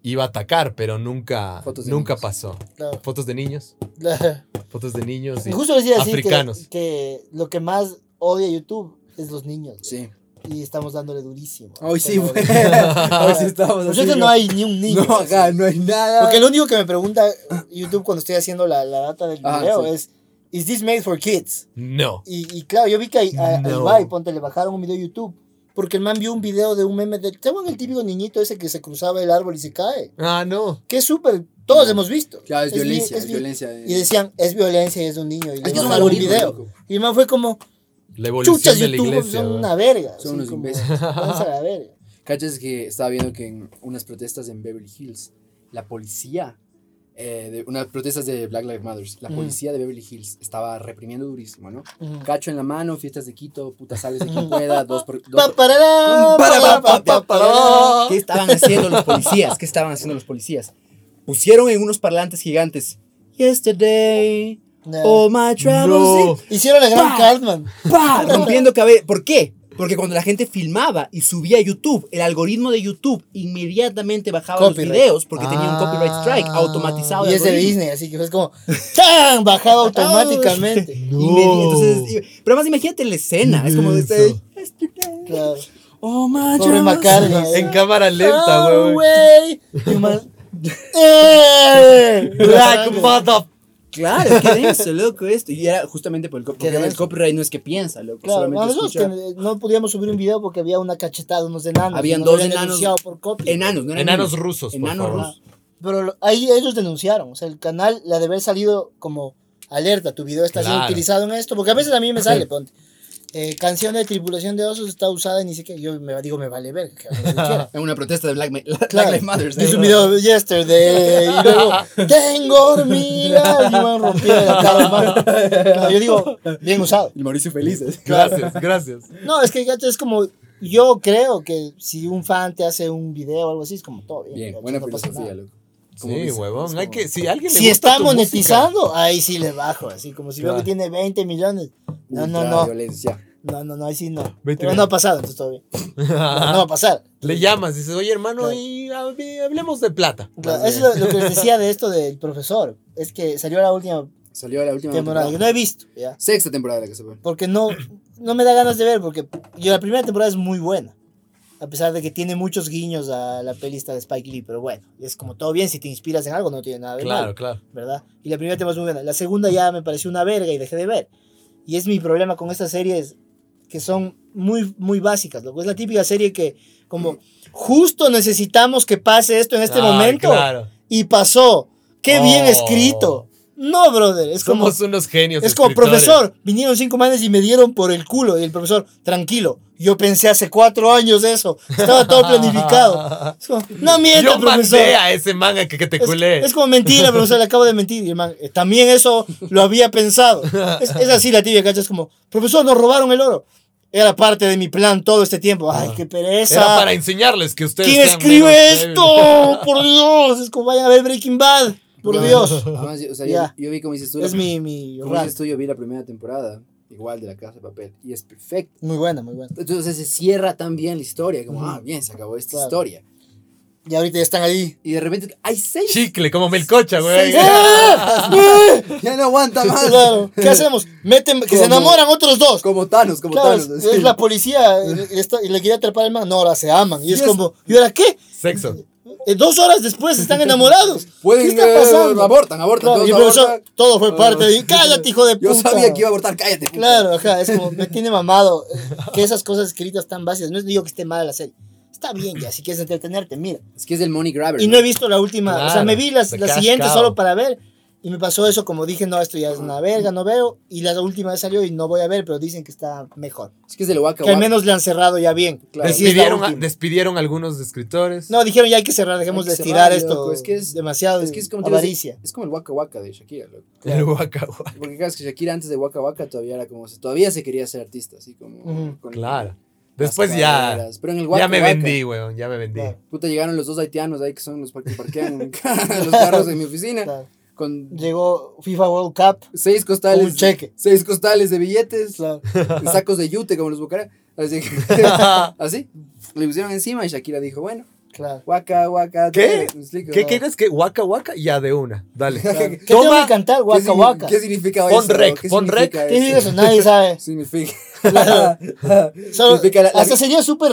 [SPEAKER 1] iba a atacar, pero nunca,
[SPEAKER 3] Fotos de
[SPEAKER 1] nunca
[SPEAKER 3] niños.
[SPEAKER 1] pasó.
[SPEAKER 2] Claro,
[SPEAKER 1] Fotos de niños.
[SPEAKER 2] claro.
[SPEAKER 1] Fotos de niños. y-
[SPEAKER 2] Justo decía así
[SPEAKER 1] Africanos.
[SPEAKER 2] que, que lo que más odia YouTube es los niños.
[SPEAKER 3] Sí.
[SPEAKER 2] Y estamos dándole durísimo.
[SPEAKER 3] Hoy sí,
[SPEAKER 2] Pero-
[SPEAKER 3] güey. Hoy sí estábamos
[SPEAKER 2] Por
[SPEAKER 3] así,
[SPEAKER 2] suerte
[SPEAKER 3] yo-
[SPEAKER 2] Pues no hay ni un niño.
[SPEAKER 3] No, acá no hay nada.
[SPEAKER 2] Porque lo único que me pregunta YouTube cuando estoy haciendo la, la data del
[SPEAKER 3] Ah,
[SPEAKER 2] video
[SPEAKER 3] sí.
[SPEAKER 2] es, ¿Is this made for kids?
[SPEAKER 1] No.
[SPEAKER 2] Y, y claro, yo vi que a, a- a
[SPEAKER 1] No.
[SPEAKER 2] Ibai, ponte, le bajaron un video de YouTube. Porque el man vio un video de un meme del. ¿Saben el típico niñito ese que se cruzaba el árbol y se cae?
[SPEAKER 1] Ah, no.
[SPEAKER 2] Que es súper. Todos hemos visto.
[SPEAKER 3] Claro, es,
[SPEAKER 2] vi-
[SPEAKER 3] violencia, es,
[SPEAKER 2] vi-
[SPEAKER 3] violencia. eh.
[SPEAKER 2] Y decían, es violencia y es un niño. Y
[SPEAKER 3] es
[SPEAKER 2] le
[SPEAKER 3] que es un
[SPEAKER 2] bajaron un
[SPEAKER 3] algoritmo.
[SPEAKER 2] video.
[SPEAKER 3] loco.
[SPEAKER 2] Y el man fue como,
[SPEAKER 1] La evolución
[SPEAKER 2] chuchas,
[SPEAKER 1] de la
[SPEAKER 2] YouTube
[SPEAKER 1] iglesia.
[SPEAKER 2] son
[SPEAKER 1] ¿verdad?
[SPEAKER 2] una verga.
[SPEAKER 3] Son
[SPEAKER 2] así
[SPEAKER 3] unos
[SPEAKER 2] como,
[SPEAKER 3] imbéciles.
[SPEAKER 2] "Váyanse a la verga.
[SPEAKER 3] Cachas que estaba viendo que en unas protestas en Beverly Hills, la policía eh, de unas protestas de Black Lives Matter. La
[SPEAKER 4] Mm.
[SPEAKER 2] Ujú.
[SPEAKER 3] policía de Beverly Hills estaba reprimiendo durísimo, ¿no?
[SPEAKER 2] Ujú.
[SPEAKER 3] Cacho en la mano, fiestas de Quito, putas sales de quien pueda, dos por... dos
[SPEAKER 2] Pa,
[SPEAKER 3] por-
[SPEAKER 2] parará,
[SPEAKER 4] Para, pa,
[SPEAKER 2] parará, pa,
[SPEAKER 4] pa,
[SPEAKER 2] pa,
[SPEAKER 4] para.
[SPEAKER 2] parará.
[SPEAKER 4] ¿Qué estaban haciendo los policías? ¿Qué estaban haciendo los policías? Pusieron en unos parlantes gigantes. Yesterday,
[SPEAKER 2] Nah.
[SPEAKER 3] Oh.
[SPEAKER 4] all my troubles.
[SPEAKER 2] Hicieron la gran
[SPEAKER 4] Pa.
[SPEAKER 2] Cartman.
[SPEAKER 4] in-" ¡Pah! Rompiendo cabeza. ¿Por qué? Porque cuando la gente filmaba y subía a YouTube, el algoritmo de YouTube inmediatamente bajaba
[SPEAKER 2] Copyright.
[SPEAKER 4] los videos porque tenía un
[SPEAKER 1] Ah.
[SPEAKER 4] copyright strike
[SPEAKER 3] Ah,
[SPEAKER 4] automatizado.
[SPEAKER 2] Y
[SPEAKER 4] el
[SPEAKER 2] es de
[SPEAKER 4] algoritmo.
[SPEAKER 2] Disney, así que es como ¡Tan! Bajado automáticamente.
[SPEAKER 1] No.
[SPEAKER 4] Inmedi- entonces, y- pero además imagínate la escena. Es como...
[SPEAKER 1] Eso.
[SPEAKER 4] este,
[SPEAKER 2] Claro.
[SPEAKER 4] Oh my
[SPEAKER 2] Pobre
[SPEAKER 4] God.
[SPEAKER 2] Macarena.
[SPEAKER 1] En cámara lenta,
[SPEAKER 2] Oh,
[SPEAKER 1] güey.
[SPEAKER 2] ¿eh? güey. Y un man- ¡Eh!
[SPEAKER 1] Black mother.
[SPEAKER 4] Claro, qué denso, loco, esto. Y era justamente por el copyright. Porque el
[SPEAKER 2] denso.
[SPEAKER 4] copyright no es que piensa, loco.
[SPEAKER 2] Claro,
[SPEAKER 4] solamente
[SPEAKER 2] nosotros
[SPEAKER 4] escucha.
[SPEAKER 2] que no podíamos subir un video porque había una cachetada de unos enanos.
[SPEAKER 4] Habían
[SPEAKER 2] y nos
[SPEAKER 4] dos
[SPEAKER 2] habían
[SPEAKER 4] enanos-
[SPEAKER 2] denunciado por copia.
[SPEAKER 4] Enanos, no eran
[SPEAKER 1] Enanos
[SPEAKER 4] niños.
[SPEAKER 1] rusos, por
[SPEAKER 4] Enanos
[SPEAKER 1] favor.
[SPEAKER 4] rusos.
[SPEAKER 2] Pero lo- ahí ellos denunciaron. O sea, el canal, la de haber salido como alerta, tu video está siendo
[SPEAKER 1] Claro.
[SPEAKER 2] utilizado en esto. Porque a veces a mí me sale, ponte. eh, canción de tripulación de osos está usada y ni siquiera. Yo me digo, me vale ver.
[SPEAKER 4] En una protesta de Black, Ma- Black
[SPEAKER 2] Claro.
[SPEAKER 4] Lives Matter.
[SPEAKER 3] Pues
[SPEAKER 2] Hizo un video de yesterday y luego tengo hormigas y van rompiendo la cara hermano. Claro, yo digo, bien usado.
[SPEAKER 4] El Mauricio Felices.
[SPEAKER 1] Gracias, gracias.
[SPEAKER 2] No, es que gato, es como, yo creo que si un fan te hace un video o algo así, es como todo bien.
[SPEAKER 3] Bien,
[SPEAKER 2] gato,
[SPEAKER 3] buena
[SPEAKER 2] no
[SPEAKER 4] pues,
[SPEAKER 2] pasa
[SPEAKER 3] filosofía,
[SPEAKER 2] nada.
[SPEAKER 3] loco. Como
[SPEAKER 1] Sí,
[SPEAKER 3] dice,
[SPEAKER 1] huevón.
[SPEAKER 3] es
[SPEAKER 1] Hay
[SPEAKER 3] como-
[SPEAKER 1] que, si alguien le
[SPEAKER 2] Si
[SPEAKER 1] gusta
[SPEAKER 2] está
[SPEAKER 1] tu música-
[SPEAKER 2] monetizando, ahí sí le bajo, así como si veo
[SPEAKER 1] Claro.
[SPEAKER 2] que tiene 20 millones. No, no,
[SPEAKER 3] Ultra
[SPEAKER 2] no,
[SPEAKER 3] Violencia.
[SPEAKER 2] no, no, no, ahí sí no.
[SPEAKER 1] 20
[SPEAKER 2] Pero no ha pasado, entonces todo bien. No, no va a pasar.
[SPEAKER 1] Le llamas, dices, oye hermano,
[SPEAKER 2] Claro.
[SPEAKER 1] y hab- hablemos de plata.
[SPEAKER 2] Claro, eso es lo, lo que les decía de esto del profesor. Es que salió la última
[SPEAKER 3] Salió la última
[SPEAKER 2] temporada, que no he visto, ¿ya?
[SPEAKER 3] Sexta temporada de la que se fue.
[SPEAKER 2] porque no, no me da ganas de ver, porque yo, la primera temporada es muy buena, a pesar de que tiene muchos guiños a la pelista de Spike Lee, pero bueno, es como todo bien, si te inspiras en algo no tiene nada de
[SPEAKER 1] Claro,
[SPEAKER 2] malo,
[SPEAKER 1] claro.
[SPEAKER 2] ¿verdad? Y la primera temporada es muy buena, la segunda ya me pareció una verga y dejé de ver, y es mi problema con estas series que son muy, muy básicas, lo que es la típica serie que como justo necesitamos que pase esto en este
[SPEAKER 1] Ah,
[SPEAKER 2] momento,
[SPEAKER 1] Claro.
[SPEAKER 2] y pasó, qué bien
[SPEAKER 1] Oh.
[SPEAKER 2] escrito. No, brother, es como...
[SPEAKER 1] Somos unos genios.
[SPEAKER 2] Es como,
[SPEAKER 1] escritores.
[SPEAKER 2] profesor, vinieron cinco manes y me dieron por el culo. Y el profesor, tranquilo, yo pensé hace cuatro años eso. Estaba todo planificado. Es como, no mienta,
[SPEAKER 1] Yo
[SPEAKER 2] profesor.
[SPEAKER 1] mandé a ese manga que, que te
[SPEAKER 2] Es,
[SPEAKER 1] culé.
[SPEAKER 2] es como mentira, profesor, le acabo de mentir. Y el man, "Eh, también eso lo había pensado. Es, es así la tibia, ¿cachas? Como, profesor, nos robaron el oro. Era parte de mi plan todo este tiempo. Ay, qué pereza.
[SPEAKER 1] Era para enseñarles que ustedes.
[SPEAKER 2] ¿Quién
[SPEAKER 1] sean
[SPEAKER 2] escribe
[SPEAKER 1] menos débiles.
[SPEAKER 2] esto? Por Dios. Es como, vayan a ver Breaking Bad. Por
[SPEAKER 3] No,
[SPEAKER 2] Dios.
[SPEAKER 3] además, yo- o sea, yo-
[SPEAKER 2] Ya.
[SPEAKER 3] yo, vi como dices tú. la
[SPEAKER 2] Es mi, mi
[SPEAKER 3] Como
[SPEAKER 2] rant.
[SPEAKER 3] dices tú, yo vi la primera temporada, igual de La Casa de Papel, y es perfecto.
[SPEAKER 2] Muy buena, muy buena.
[SPEAKER 3] Entonces se cierra tan bien la historia, como, ah, bien, se acabó esta
[SPEAKER 2] Claro.
[SPEAKER 3] historia.
[SPEAKER 2] Y ahorita ya están ahí.
[SPEAKER 3] Y de repente hay seis.
[SPEAKER 1] Chicle, como melcocha, güey.
[SPEAKER 3] Ya no aguanta más.
[SPEAKER 2] Claro. ¿Qué hacemos? Meten, que se
[SPEAKER 3] Como-
[SPEAKER 2] enamoran otros dos.
[SPEAKER 3] Como Thanos, como
[SPEAKER 2] Claro, es,
[SPEAKER 3] Thanos.
[SPEAKER 2] es
[SPEAKER 3] así.
[SPEAKER 2] la policía eh, está- y le quería atrapar el man. No, ahora se aman. Y es
[SPEAKER 3] Sí, es-
[SPEAKER 2] como, ¿y ahora qué?
[SPEAKER 1] Sexo.
[SPEAKER 2] Eh, dos horas después están enamorados.
[SPEAKER 3] Pueden,
[SPEAKER 2] ¿Qué
[SPEAKER 3] eh,
[SPEAKER 2] está pasando?
[SPEAKER 3] abortan, abortan,
[SPEAKER 2] Claro,
[SPEAKER 3] todos
[SPEAKER 2] y el profesor,
[SPEAKER 3] abortan. Ah.
[SPEAKER 2] todo fue parte de. Cállate, hijo de puta.
[SPEAKER 3] Yo sabía que iba a abortar, cállate. puta.
[SPEAKER 2] Claro, ajá, es como, me tiene mamado eh, que esas cosas escritas tan básicas. No digo que esté mal la serie. Está bien ya, si quieres entretenerte, mira.
[SPEAKER 3] Es que es del Money Grabber.
[SPEAKER 2] Y no he visto la última, o sea,
[SPEAKER 1] Claro,
[SPEAKER 2] me vi las,
[SPEAKER 1] The
[SPEAKER 2] las
[SPEAKER 1] Cash
[SPEAKER 2] siguientes
[SPEAKER 1] Cow.
[SPEAKER 2] solo para ver. Y me pasó eso, como dije, no, esto ya es una verga, no veo. Y la última vez salió y no voy a ver, pero dicen que está mejor.
[SPEAKER 3] Es que es del Waka
[SPEAKER 2] Que al
[SPEAKER 3] Waka.
[SPEAKER 2] menos le han cerrado ya bien.
[SPEAKER 3] Claro.
[SPEAKER 2] Que sí es la
[SPEAKER 1] Despidieron, a,
[SPEAKER 2] última.
[SPEAKER 1] despidieron algunos escritores.
[SPEAKER 2] No, dijeron ya hay que cerrar, dejemos
[SPEAKER 3] Hay
[SPEAKER 2] de
[SPEAKER 3] que
[SPEAKER 2] estirar
[SPEAKER 3] cerrar,
[SPEAKER 2] esto.
[SPEAKER 3] loco, es que es-
[SPEAKER 2] demasiado
[SPEAKER 3] es que es como te iba a decir,
[SPEAKER 2] avaricia.
[SPEAKER 3] Es como el Waka Waka de Shakira, loco.
[SPEAKER 1] El Waka Waka.
[SPEAKER 3] Porque claro, es que Shakira antes de Waka Waka todavía era como, todavía se quería ser artista, así como.
[SPEAKER 2] Ujú.
[SPEAKER 3] con
[SPEAKER 1] Claro.
[SPEAKER 3] las
[SPEAKER 1] Después ya.
[SPEAKER 3] carreras. Pero en el Waka
[SPEAKER 1] Ya me
[SPEAKER 3] Waka,
[SPEAKER 1] vendí, weón. Ya me vendí.
[SPEAKER 2] Claro.
[SPEAKER 3] Puta, llegaron los dos haitianos ahí que son los par- que parquean los carros en mi oficina
[SPEAKER 2] Claro.
[SPEAKER 3] con
[SPEAKER 2] Llegó FIFA World Cup.
[SPEAKER 3] seis costales.
[SPEAKER 2] Con un cheque.
[SPEAKER 3] Seis costales de billetes,
[SPEAKER 2] claro.
[SPEAKER 3] sacos de yute como los bucará. Así, así. Le pusieron encima y Shakira dijo, bueno,
[SPEAKER 2] claro.
[SPEAKER 3] Waka, waka.
[SPEAKER 1] ¿Qué?
[SPEAKER 3] te- me explico,
[SPEAKER 1] ¿Qué
[SPEAKER 3] ¿no?
[SPEAKER 1] quieres que Waka Waka? Ya de una. Dale.
[SPEAKER 2] ¿Qué te voy a cantar,
[SPEAKER 3] ¿Qué
[SPEAKER 2] Waka
[SPEAKER 3] signi-
[SPEAKER 2] Waka?
[SPEAKER 3] ¿Qué significa
[SPEAKER 1] Pon
[SPEAKER 3] eso?
[SPEAKER 1] rec,
[SPEAKER 3] ¿Qué
[SPEAKER 1] pon
[SPEAKER 3] significa
[SPEAKER 2] ¿Qué digo
[SPEAKER 3] eso?
[SPEAKER 2] eso? Nadie sabe.
[SPEAKER 3] Significa,
[SPEAKER 2] Solo-
[SPEAKER 3] Significa la- la-
[SPEAKER 2] hasta sería súper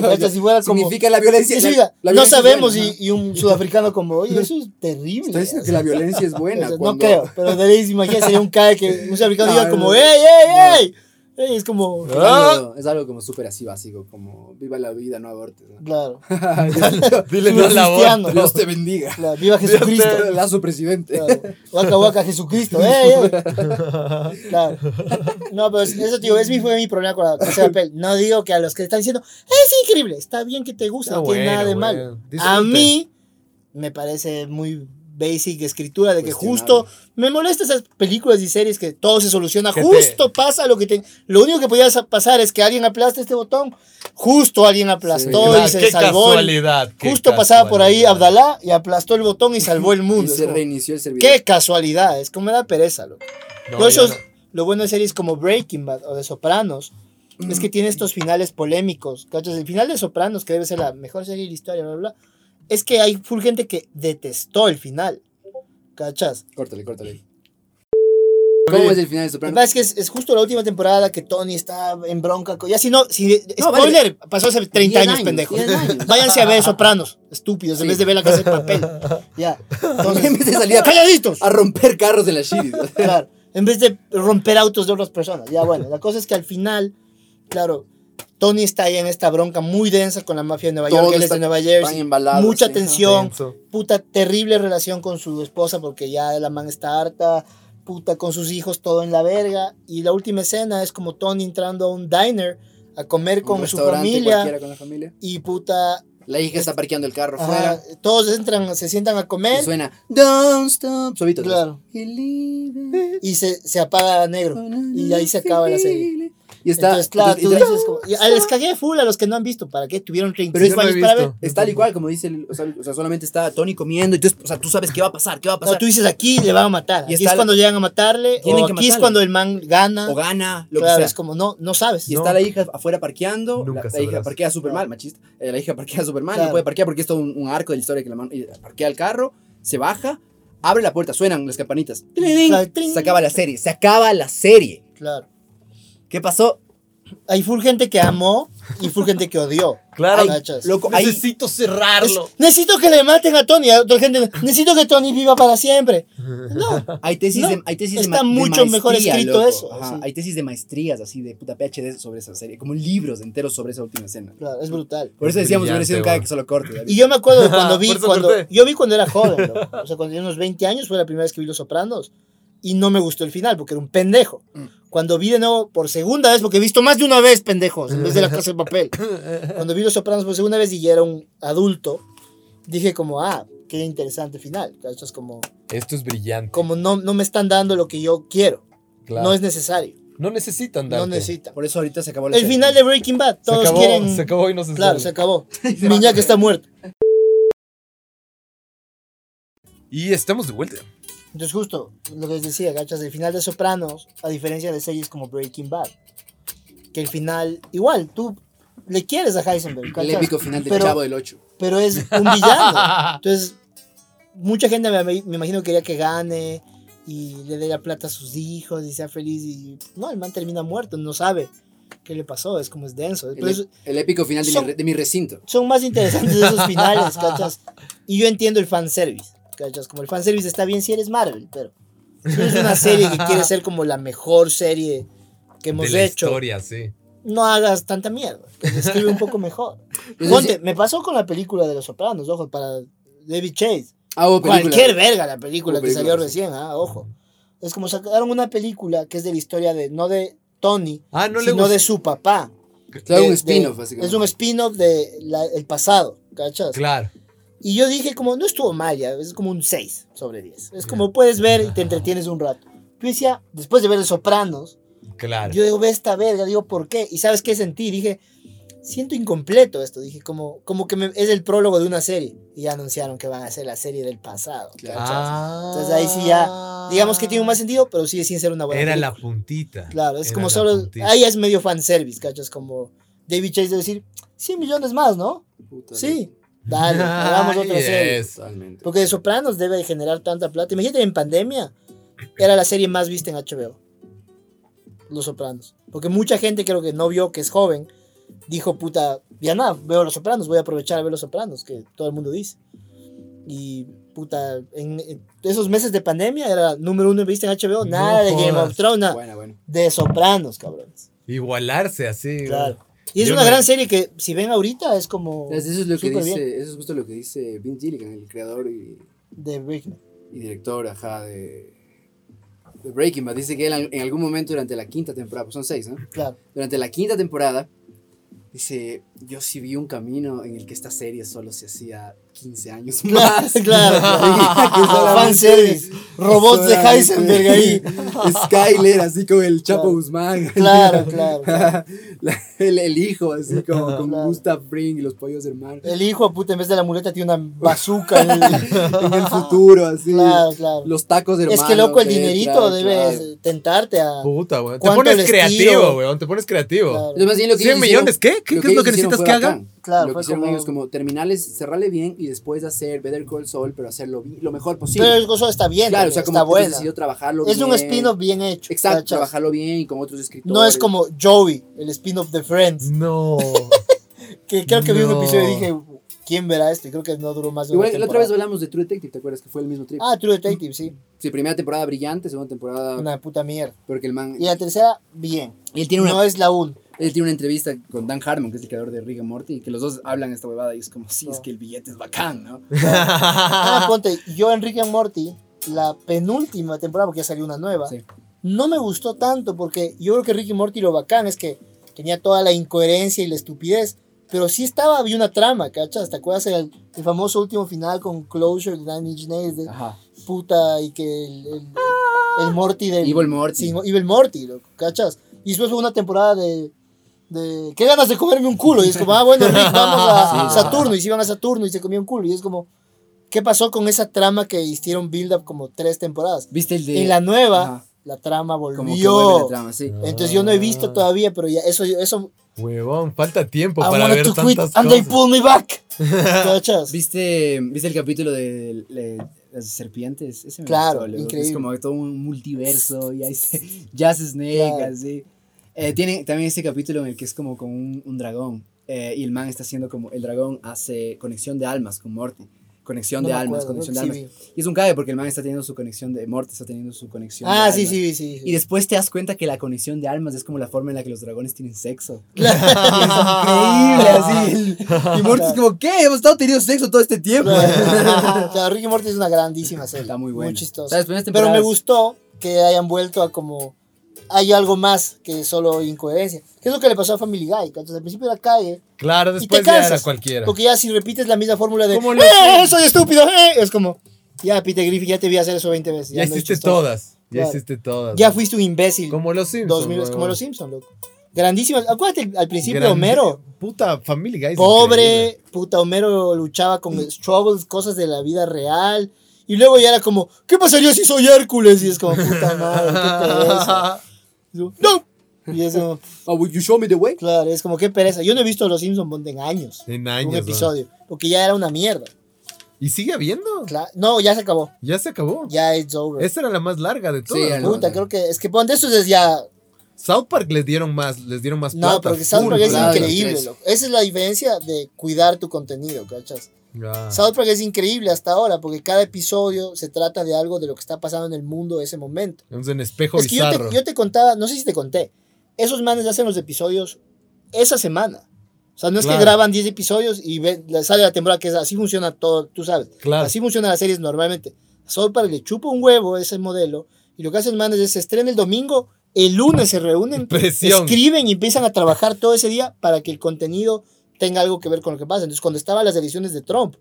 [SPEAKER 2] ¿cachai? Si fuera como.
[SPEAKER 3] significa la violencia.
[SPEAKER 2] Sí,
[SPEAKER 3] la-
[SPEAKER 2] sí, diga,
[SPEAKER 3] la
[SPEAKER 2] no
[SPEAKER 3] violencia es
[SPEAKER 2] sabemos
[SPEAKER 3] buena,
[SPEAKER 2] y, y un sudafricano como, oye, eso es
[SPEAKER 3] ¿no?
[SPEAKER 2] terrible.
[SPEAKER 3] Estoy diciendo que la violencia es buena.
[SPEAKER 2] O sea, No
[SPEAKER 3] cuando-
[SPEAKER 2] creo, pero de ahí se imagina, sería un cae que un sudafricano
[SPEAKER 3] No,
[SPEAKER 2] diga como,
[SPEAKER 3] no.
[SPEAKER 2] ¡ey, ey, ey! Ey, Es como,
[SPEAKER 3] Es
[SPEAKER 2] ¿Ah?
[SPEAKER 3] algo, es algo como súper así básico, como viva la vida, no abortes. ¿no?
[SPEAKER 2] claro,
[SPEAKER 1] Dile no al
[SPEAKER 2] Cristiano.
[SPEAKER 1] aborto.
[SPEAKER 3] Dios te bendiga.
[SPEAKER 2] claro, viva Jesucristo.
[SPEAKER 3] Pero Lazo presidente.
[SPEAKER 2] Claro. Waka waka Jesucristo, ¡ey, ey! Claro. No, pero es- eso, tío, es mi, fue mi problema con la casa de papel. No digo que a los que están diciendo, ¡es increíble! Está bien que te gusta,
[SPEAKER 1] Está
[SPEAKER 2] no tiene nada
[SPEAKER 1] bueno,
[SPEAKER 2] de
[SPEAKER 1] güey.
[SPEAKER 2] malo.
[SPEAKER 1] Disfruten.
[SPEAKER 2] A mí me parece muy basic escritura de que justo me molesta esas películas y series que todo se soluciona
[SPEAKER 1] Que te-
[SPEAKER 2] justo pasa lo que te lo único que podía sa- pasar es que alguien aplasta este botón justo alguien aplastó
[SPEAKER 1] Claro,
[SPEAKER 2] y se
[SPEAKER 1] qué
[SPEAKER 2] salvó el-
[SPEAKER 1] casualidad. qué
[SPEAKER 2] justo pasaba por ahí
[SPEAKER 1] casualidad.
[SPEAKER 2] Abdalá y aplastó el botón y salvó el
[SPEAKER 3] Y
[SPEAKER 2] mundo Es
[SPEAKER 3] se
[SPEAKER 2] como,
[SPEAKER 3] reinició el servidor.
[SPEAKER 2] qué casualidad es como me da pereza loco.
[SPEAKER 1] No,
[SPEAKER 2] Por
[SPEAKER 1] ya
[SPEAKER 2] eso
[SPEAKER 1] no.
[SPEAKER 2] lo bueno de series como Breaking Bad o de Sopranos
[SPEAKER 3] Mm.
[SPEAKER 2] es que tiene estos finales polémicos. ¿cachas? El final de Sopranos, que debe ser la mejor serie de la historia, bla, bla, bla, es que hay full gente que detestó el final. ¿Cachas?
[SPEAKER 3] Córtale, córtale. ¿Cómo es el final de
[SPEAKER 2] Lo que
[SPEAKER 3] Soprano?
[SPEAKER 2] pasa es que es, es justo la última temporada que Tony está en bronca. con- Ya si no, si, eh,
[SPEAKER 4] No, vale.
[SPEAKER 2] spoiler, pasó hace 30
[SPEAKER 3] 10
[SPEAKER 2] años,
[SPEAKER 3] años,
[SPEAKER 2] pendejos.
[SPEAKER 3] 10 años.
[SPEAKER 2] Váyanse a ver Sopranos, estúpidos, en
[SPEAKER 3] Sí.
[SPEAKER 2] vez de ver la casa de papel. Ya. Entonces,
[SPEAKER 3] En vez de salir a-
[SPEAKER 2] calladitos.
[SPEAKER 3] A romper carros en la shiri.
[SPEAKER 2] Claro, en vez de romper autos de otras personas. Ya bueno, la cosa es que al final, claro, Tony está ahí en esta bronca muy densa con la mafia de Nueva
[SPEAKER 3] Todo
[SPEAKER 2] York, él es
[SPEAKER 3] está
[SPEAKER 2] de Nueva
[SPEAKER 3] Están
[SPEAKER 2] Jersey.
[SPEAKER 3] embalados.
[SPEAKER 2] Mucha
[SPEAKER 3] sí.
[SPEAKER 2] tensión,
[SPEAKER 1] Tenso.
[SPEAKER 2] puta terrible relación con su esposa porque ya la man está harta, puta con sus hijos, todo en la verga. Y la última escena es como Tony entrando a un diner a comer
[SPEAKER 3] Un
[SPEAKER 2] con su
[SPEAKER 3] restaurante
[SPEAKER 2] familia
[SPEAKER 3] cualquiera con la familia.
[SPEAKER 2] y puta,
[SPEAKER 3] La hija está parqueando el carro
[SPEAKER 2] ajá,
[SPEAKER 3] afuera.
[SPEAKER 2] todos entran, se sientan a
[SPEAKER 3] Y
[SPEAKER 2] comer
[SPEAKER 3] suena. Don't stop. Suavito. pues.
[SPEAKER 2] Claro.
[SPEAKER 3] Believe it.
[SPEAKER 2] y se, se apaga negro. Y ahí se acaba la serie.
[SPEAKER 3] Y está.
[SPEAKER 2] Entonces, claro,
[SPEAKER 3] entonces,
[SPEAKER 2] tú
[SPEAKER 3] y-
[SPEAKER 2] dices como- y- ah, les cagué full a los que no han visto. ¿Para qué? Tuvieron 35
[SPEAKER 1] Yo no he
[SPEAKER 2] años para ver.
[SPEAKER 1] visto.
[SPEAKER 3] Está tal y cual, como dice. el- o, sea, o sea, solamente está Tony comiendo. Entonces, o sea, tú sabes qué va a pasar, qué va a
[SPEAKER 2] No,
[SPEAKER 3] pasar.
[SPEAKER 2] tú dices aquí le van a matar.
[SPEAKER 4] Y
[SPEAKER 2] Aquí
[SPEAKER 4] está
[SPEAKER 2] es
[SPEAKER 4] la-
[SPEAKER 2] cuando llegan a matarle. O
[SPEAKER 4] Tienen
[SPEAKER 2] aquí
[SPEAKER 4] que
[SPEAKER 2] es
[SPEAKER 4] matarle.
[SPEAKER 2] cuando el man gana.
[SPEAKER 4] O gana, lo
[SPEAKER 2] Claro,
[SPEAKER 4] que
[SPEAKER 2] es
[SPEAKER 4] sea.
[SPEAKER 2] como no, no sabes.
[SPEAKER 3] Y
[SPEAKER 1] No.
[SPEAKER 3] está la hija afuera parqueando. la-
[SPEAKER 1] Nunca
[SPEAKER 3] la, hija
[SPEAKER 1] sabrás.
[SPEAKER 3] parquea súper
[SPEAKER 2] No.
[SPEAKER 3] mal, machista. Eh, la hija parquea súper mal,
[SPEAKER 2] Claro.
[SPEAKER 3] no puede parquear porque es todo un, un arco de la historia que la mano. y Parquea el carro, se baja, abre la puerta, suenan las campanitas.
[SPEAKER 4] Tling,
[SPEAKER 2] Claro, tling.
[SPEAKER 4] Se acaba la serie, se acaba la serie.
[SPEAKER 2] Claro.
[SPEAKER 4] ¿Qué pasó?
[SPEAKER 2] Hay full gente que amó y full gente que odió.
[SPEAKER 1] Claro.
[SPEAKER 2] ¿Cachas?
[SPEAKER 4] Loco, ahí
[SPEAKER 1] Necesito cerrarlo.
[SPEAKER 2] Es- necesito que le maten a Tony. A otra gente, necesito que Tony viva para siempre. No,
[SPEAKER 4] Hay tesis,
[SPEAKER 2] No,
[SPEAKER 4] de, hay tesis
[SPEAKER 2] está
[SPEAKER 4] de ma- de
[SPEAKER 2] mucho mejor
[SPEAKER 4] maestría,
[SPEAKER 2] escrito
[SPEAKER 4] loco.
[SPEAKER 2] eso,
[SPEAKER 4] Ajá,
[SPEAKER 2] sí.
[SPEAKER 4] Hay tesis de maestrías, así de puta PhD sobre esa serie, como libros enteros sobre esa última escena.
[SPEAKER 2] claro, es brutal.
[SPEAKER 4] Por eso decíamos, hubiera sido un
[SPEAKER 1] Brillante,
[SPEAKER 4] cada que solo corte.
[SPEAKER 2] Y yo me acuerdo de cuando vi,
[SPEAKER 1] Por eso
[SPEAKER 2] cuando,
[SPEAKER 1] corté.
[SPEAKER 2] yo vi cuando era joven, loco. o sea, cuando tenía unos 20 años fue la primera vez que vi Los Sopranos y no me gustó el final porque era un pendejo. Cuando vi de nuevo por segunda vez, porque he visto más de una vez pendejos en vez de la casa de papel, cuando vi Los Sopranos por segunda vez y ya era un adulto, dije como, ah, qué interesante final. Esto es como,
[SPEAKER 1] Esto es brillante.
[SPEAKER 2] como no, no me están dando lo que yo quiero,
[SPEAKER 1] claro.
[SPEAKER 2] no
[SPEAKER 1] No,
[SPEAKER 2] es necesario,
[SPEAKER 1] necesitan darte.
[SPEAKER 2] no necesitan.
[SPEAKER 4] Por eso ahorita se acabó la
[SPEAKER 2] El
[SPEAKER 4] serie.
[SPEAKER 2] final de Breaking Bad,
[SPEAKER 1] Se
[SPEAKER 2] todos
[SPEAKER 1] acabó,
[SPEAKER 2] quieren...
[SPEAKER 1] se acabó y no se
[SPEAKER 2] Claro, se
[SPEAKER 1] sabe.
[SPEAKER 2] acabó. Miñac está muerto.
[SPEAKER 1] Y estamos de vuelta.
[SPEAKER 2] Entonces justo, lo que les decía, gachas, el final de Sopranos, a diferencia de series como Breaking Bad, que el final, igual, tú le quieres a Heisenberg,
[SPEAKER 3] El
[SPEAKER 2] ¿cachas?
[SPEAKER 3] épico final del
[SPEAKER 2] Pero-
[SPEAKER 3] Chavo del 8.
[SPEAKER 2] pero es un villano. Entonces, mucha gente me, me imagino que quería que gane y le dé la plata a sus hijos y sea feliz y no, el man termina muerto, no sabe qué le pasó, es como es denso. Por eso-
[SPEAKER 3] El, el épico final de,
[SPEAKER 2] son-
[SPEAKER 3] mi, re- de mi recinto.
[SPEAKER 2] son más interesantes esos finales, ¿cachas? Y yo entiendo el fanservice, ¿cachas? Como el fanservice está bien si eres Marvel, pero si es una serie que quiere ser como la mejor serie que hemos
[SPEAKER 1] de la
[SPEAKER 2] hecho,
[SPEAKER 1] historia, sí.
[SPEAKER 2] no hagas tanta mierda, que se escribe un poco mejor.
[SPEAKER 3] Yo
[SPEAKER 2] Ponte,
[SPEAKER 3] sé si-
[SPEAKER 2] me pasó con la película de Los Sopranos, ojo, para David Chase.
[SPEAKER 3] Ah, hubo película.
[SPEAKER 2] Cualquier verga la película
[SPEAKER 3] Hubo
[SPEAKER 2] que salió
[SPEAKER 3] película, sí.
[SPEAKER 2] recién, ah, ojo. Es como sacaron una película que es de la historia de, no de Tony,
[SPEAKER 1] Ah, no le
[SPEAKER 2] sino
[SPEAKER 1] gustó.
[SPEAKER 2] de su papá.
[SPEAKER 3] O sea,
[SPEAKER 2] De-
[SPEAKER 3] un
[SPEAKER 2] de-
[SPEAKER 3] spin-off, básicamente.
[SPEAKER 2] Es un spin-off del pasado, ¿cachas?
[SPEAKER 1] Claro.
[SPEAKER 2] Y yo dije, como, no estuvo mal, ya, es como un 6 sobre 10. Es como puedes ver y te entretienes un rato. Yo decía, después de ver El Sopranos,
[SPEAKER 1] Claro.
[SPEAKER 2] yo digo, ve esta verga, digo, ¿por qué? Y ¿sabes qué sentí? Dije, siento incompleto esto. Dije, como, como que me- es el prólogo de una serie. Y ya anunciaron que van a hacer la serie del pasado.
[SPEAKER 3] Claro.
[SPEAKER 1] Ah.
[SPEAKER 2] Entonces ahí sí ya, digamos que tiene más sentido, pero sigue sin ser una buena
[SPEAKER 1] Ah, Era
[SPEAKER 2] película.
[SPEAKER 1] la puntita.
[SPEAKER 2] Claro, es
[SPEAKER 1] Era
[SPEAKER 2] como
[SPEAKER 1] la
[SPEAKER 2] solo.
[SPEAKER 1] puntita.
[SPEAKER 2] Ahí es medio fanservice, ¿cachas? Como David Chase debe decir, 100 millones más, ¿no?
[SPEAKER 3] Puta,
[SPEAKER 2] Sí, dale, hagamos otra
[SPEAKER 1] Ay,
[SPEAKER 2] serie.
[SPEAKER 1] es.
[SPEAKER 3] Totalmente.
[SPEAKER 2] Porque de Sopranos debe de generar tanta plata. Imagínate en pandemia, era la serie más vista en HBO. Los Sopranos. Porque mucha gente creo que no vio que es joven. Dijo, puta, ya nada, veo Los Sopranos, voy a aprovechar a ver Los Sopranos, que todo el mundo dice. Y, puta, en, en esos meses de pandemia era número uno en vista en HBO,
[SPEAKER 1] No
[SPEAKER 2] nada de Game
[SPEAKER 1] jodas.
[SPEAKER 2] of Thrones, nada.
[SPEAKER 3] Bueno, bueno.
[SPEAKER 2] de Sopranos, cabrones.
[SPEAKER 1] Igualarse así.
[SPEAKER 2] Claro. Y es
[SPEAKER 1] Yo
[SPEAKER 2] una
[SPEAKER 1] no-
[SPEAKER 2] gran serie que, si ven ahorita, es como
[SPEAKER 3] Entonces, Eso es lo que
[SPEAKER 2] Súper
[SPEAKER 3] dice, eso es justo lo que dice Vince Gilligan, el creador y,
[SPEAKER 2] de Breaking.
[SPEAKER 3] y director, ajá, de, de Breaking Bad. Dice que él al- en algún momento durante la quinta temporada, pues son seis, ¿no?
[SPEAKER 2] Claro.
[SPEAKER 3] Durante la quinta temporada, dice, yo sí vi un camino en el que esta serie solo se hacía 15 años
[SPEAKER 2] Claro,
[SPEAKER 3] más.
[SPEAKER 2] claro. claro.
[SPEAKER 3] Fan
[SPEAKER 2] Fanservice. Robots de
[SPEAKER 3] Solamente
[SPEAKER 2] Heisenberg ahí.
[SPEAKER 3] Skyler, así con el Chapo
[SPEAKER 2] Claro.
[SPEAKER 3] Guzmán.
[SPEAKER 2] Claro, claro,
[SPEAKER 3] La- el, el hijo, así como con
[SPEAKER 2] Claro.
[SPEAKER 3] Gustav Fring y los pollos del mar.
[SPEAKER 2] El hijo, puta, en vez de la muleta tiene una bazooka. en el-
[SPEAKER 3] En el futuro, así.
[SPEAKER 2] Claro, claro.
[SPEAKER 3] Los tacos hermanos.
[SPEAKER 2] Es que loco, el
[SPEAKER 3] eh,
[SPEAKER 2] dinerito
[SPEAKER 3] claro,
[SPEAKER 2] debe
[SPEAKER 3] claro.
[SPEAKER 2] tentarte a.
[SPEAKER 1] Puta, weón. Te
[SPEAKER 2] ¿Cuánto
[SPEAKER 1] pones
[SPEAKER 2] les
[SPEAKER 1] creativo,
[SPEAKER 2] tiro?
[SPEAKER 1] weón. Te pones creativo.
[SPEAKER 2] Claro.
[SPEAKER 3] Entonces, más bien lo que
[SPEAKER 1] 100
[SPEAKER 3] ellos
[SPEAKER 1] millones, ¿qué? ¿Qué- qué es lo
[SPEAKER 3] ellos
[SPEAKER 1] que
[SPEAKER 3] hicieron
[SPEAKER 1] necesitas
[SPEAKER 3] fue
[SPEAKER 1] que haga?
[SPEAKER 3] bacán.
[SPEAKER 2] Claro,
[SPEAKER 3] lo que
[SPEAKER 2] fue
[SPEAKER 3] hicieron
[SPEAKER 2] como-
[SPEAKER 3] ellos como terminales, cerrarle bien y después hacer Better Call Saul, pero hacerlo bi- lo mejor posible.
[SPEAKER 2] Pero el gozo está bien,
[SPEAKER 3] claro, o sea, como
[SPEAKER 2] está
[SPEAKER 3] que
[SPEAKER 2] bueno.
[SPEAKER 3] decidió trabajarlo
[SPEAKER 2] Es
[SPEAKER 3] bien.
[SPEAKER 2] un spin-off bien hecho.
[SPEAKER 3] Exacto,
[SPEAKER 2] ¿cachas?
[SPEAKER 3] trabajarlo bien y con otros escritores.
[SPEAKER 2] No es como Joey, el spin-off de Friends.
[SPEAKER 1] No.
[SPEAKER 2] Que creo que vi un
[SPEAKER 1] No.
[SPEAKER 2] episodio y dije, ¿quién verá esto? Y creo que no duró más de una
[SPEAKER 3] Igual, la otra vez
[SPEAKER 2] temporada.
[SPEAKER 3] hablamos de True Detective, ¿te acuerdas? Que fue el mismo trip.
[SPEAKER 2] Ah, True Detective, sí.
[SPEAKER 3] Sí, primera temporada brillante, segunda temporada
[SPEAKER 2] Una puta mierda.
[SPEAKER 3] porque el man
[SPEAKER 2] Y la tercera, bien.
[SPEAKER 4] Y él tiene una.
[SPEAKER 2] No es la un.
[SPEAKER 3] él tiene una entrevista con Dan Harmon, que es el creador de Rick and Morty, y que los dos hablan esta huevada y es como, sí, es
[SPEAKER 2] No.
[SPEAKER 3] que el billete es bacán, ¿no?
[SPEAKER 2] Ahora ponte, yo Enrique Morty, la penúltima temporada, porque ya salió una nueva,
[SPEAKER 3] Sí.
[SPEAKER 2] no me gustó tanto porque yo creo que Ricky Morty lo bacán es que tenía toda la incoherencia y la estupidez, pero sí estaba, había una trama, ¿cachas? ¿Te acuerdas el, el famoso último final con Closure de Nine Inch Nails de
[SPEAKER 3] Ajá.
[SPEAKER 2] puta y que el, el, el Morty del...
[SPEAKER 3] Evil Morty.
[SPEAKER 2] Sí, Evil Morty, loco, ¿cachas? Y después fue una temporada de... De, qué ganas de comerme un culo y es como ah bueno Rick vamos a
[SPEAKER 3] Sí.
[SPEAKER 2] Saturno y se iban a Saturno y se comió un culo y es como qué pasó con esa trama que hicieron build up como tres temporadas
[SPEAKER 3] ¿Viste el de
[SPEAKER 2] en la nueva
[SPEAKER 3] Ajá.
[SPEAKER 2] la trama volvió
[SPEAKER 3] como que vuelve la trama, Ah. sí.
[SPEAKER 2] entonces yo no he visto todavía, pero ya eso, eso,
[SPEAKER 1] Huevón, falta tiempo
[SPEAKER 3] Pues
[SPEAKER 2] I
[SPEAKER 1] para
[SPEAKER 2] wanted
[SPEAKER 1] ver
[SPEAKER 2] to Ah, quit
[SPEAKER 1] tantas
[SPEAKER 2] and they
[SPEAKER 1] cosas.
[SPEAKER 2] pulled me back. ¿Cachas?
[SPEAKER 3] ¿Viste, ¿Viste el capítulo de, de las serpientes? Ese me
[SPEAKER 2] Claro,
[SPEAKER 3] gustó, loco, que
[SPEAKER 2] increíble.
[SPEAKER 3] Es como todo un multiverso y ahí se, Jazz Snake,
[SPEAKER 2] Claro.
[SPEAKER 3] así. Eh, tiene también este capítulo en el que es como con un, un dragón eh, y el man está haciendo como el dragón hace conexión de almas con Morty. Conexión
[SPEAKER 2] No
[SPEAKER 3] de
[SPEAKER 2] me
[SPEAKER 3] almas,
[SPEAKER 2] acuerdo,
[SPEAKER 3] conexión de
[SPEAKER 2] creo que
[SPEAKER 3] almas.
[SPEAKER 2] sí
[SPEAKER 3] Y es un cague porque el man está teniendo su conexión de Morty, está teniendo su
[SPEAKER 2] vi.
[SPEAKER 3] conexión. de
[SPEAKER 2] Ah, sí,
[SPEAKER 3] almas.
[SPEAKER 2] sí, vi, sí. sí.
[SPEAKER 3] Y después te das cuenta que la conexión de almas es como la forma en la que los dragones tienen sexo. Increíble, así. Y Morty es como, ¿qué? Hemos estado teniendo sexo todo este tiempo.
[SPEAKER 2] Claro. Claro, Rick y Morty es una grandísima serie.
[SPEAKER 3] Está muy bueno.
[SPEAKER 2] Muy chistosa.
[SPEAKER 3] ¿Sabes? Primeras
[SPEAKER 2] Pero me
[SPEAKER 3] temporadas-
[SPEAKER 2] gustó que hayan vuelto a como. Hay algo más que solo incoherencia. ¿Qué es lo que le pasó a Family Guy? Entonces, al principio era calle,
[SPEAKER 1] Claro,
[SPEAKER 2] te
[SPEAKER 1] después ya era
[SPEAKER 2] cansas.
[SPEAKER 1] cualquiera.
[SPEAKER 2] porque ya si repites la misma fórmula de.
[SPEAKER 1] Como lo-
[SPEAKER 2] ¡Eh, soy estúpido! eh", Es como. Ya, Peter Griffin, ya te vi hacer eso 20 veces.
[SPEAKER 1] Ya
[SPEAKER 2] lo he
[SPEAKER 1] hiciste
[SPEAKER 2] hecho todo.
[SPEAKER 1] todas. Ya
[SPEAKER 2] Claro.
[SPEAKER 1] hiciste todas.
[SPEAKER 2] Ya fuiste un imbécil.
[SPEAKER 1] Como los Simpsons.
[SPEAKER 2] 2000 es como
[SPEAKER 1] huevón.
[SPEAKER 2] los Simpsons, loco. Grandísimas. Acuérdate al principio de
[SPEAKER 1] Gran-
[SPEAKER 2] Homero.
[SPEAKER 1] Puta Family Guy. es increíble.
[SPEAKER 2] Pobre, puta, Homero luchaba con struggles, cosas de la vida real. Y luego ya era como, ¿qué pasaría si soy Hércules? Y es como, puta madre, Ah, qué pereza. Y yo, ¡No! Y es como,
[SPEAKER 3] Oh, would you show me the way?
[SPEAKER 2] claro, es como, qué pereza. Yo no he visto Los Simpsons Bond en años.
[SPEAKER 1] En años,
[SPEAKER 2] Un
[SPEAKER 1] ¿no?
[SPEAKER 2] episodio. Porque ya era una mierda.
[SPEAKER 1] ¿Y sigue habiendo?
[SPEAKER 2] Cla- no, ya se acabó.
[SPEAKER 1] Ya se acabó.
[SPEAKER 2] Ya it's over.
[SPEAKER 1] Esa era la más larga de todas.
[SPEAKER 3] Sí,
[SPEAKER 1] ¿no?
[SPEAKER 3] la-
[SPEAKER 2] puta, creo que. Es que Bond, eso es ya.
[SPEAKER 1] South Park les dieron más, les dieron más
[SPEAKER 2] No,
[SPEAKER 1] plata.
[SPEAKER 2] porque South
[SPEAKER 1] full
[SPEAKER 2] Park es
[SPEAKER 1] plata.
[SPEAKER 2] increíble,
[SPEAKER 3] Tres.
[SPEAKER 2] loco. Esa es la diferencia de cuidar tu contenido, ¿cachas?
[SPEAKER 1] Ah.
[SPEAKER 2] South Park es increíble hasta ahora porque cada episodio se trata de algo de lo que está pasando en el mundo ese momento.
[SPEAKER 1] Es un espejo
[SPEAKER 2] Es que yo
[SPEAKER 1] bizarro.
[SPEAKER 2] te, yo te contaba, no sé si te conté, esos manes hacen los episodios esa semana. O sea, no es
[SPEAKER 1] Claro.
[SPEAKER 2] que graban 10 episodios y ve- le sale la temporada que es así funciona todo, tú sabes.
[SPEAKER 1] Claro.
[SPEAKER 2] Así funcionan las series normalmente. South Park le chupa un huevo a ese modelo y lo que hacen manes es se estrena el domingo, el lunes se reúnen,
[SPEAKER 1] Presión.
[SPEAKER 2] escriben y empiezan a trabajar todo ese día para que el contenido tenga algo que ver con lo que pasa. Entonces, cuando estaban las elecciones de Trump,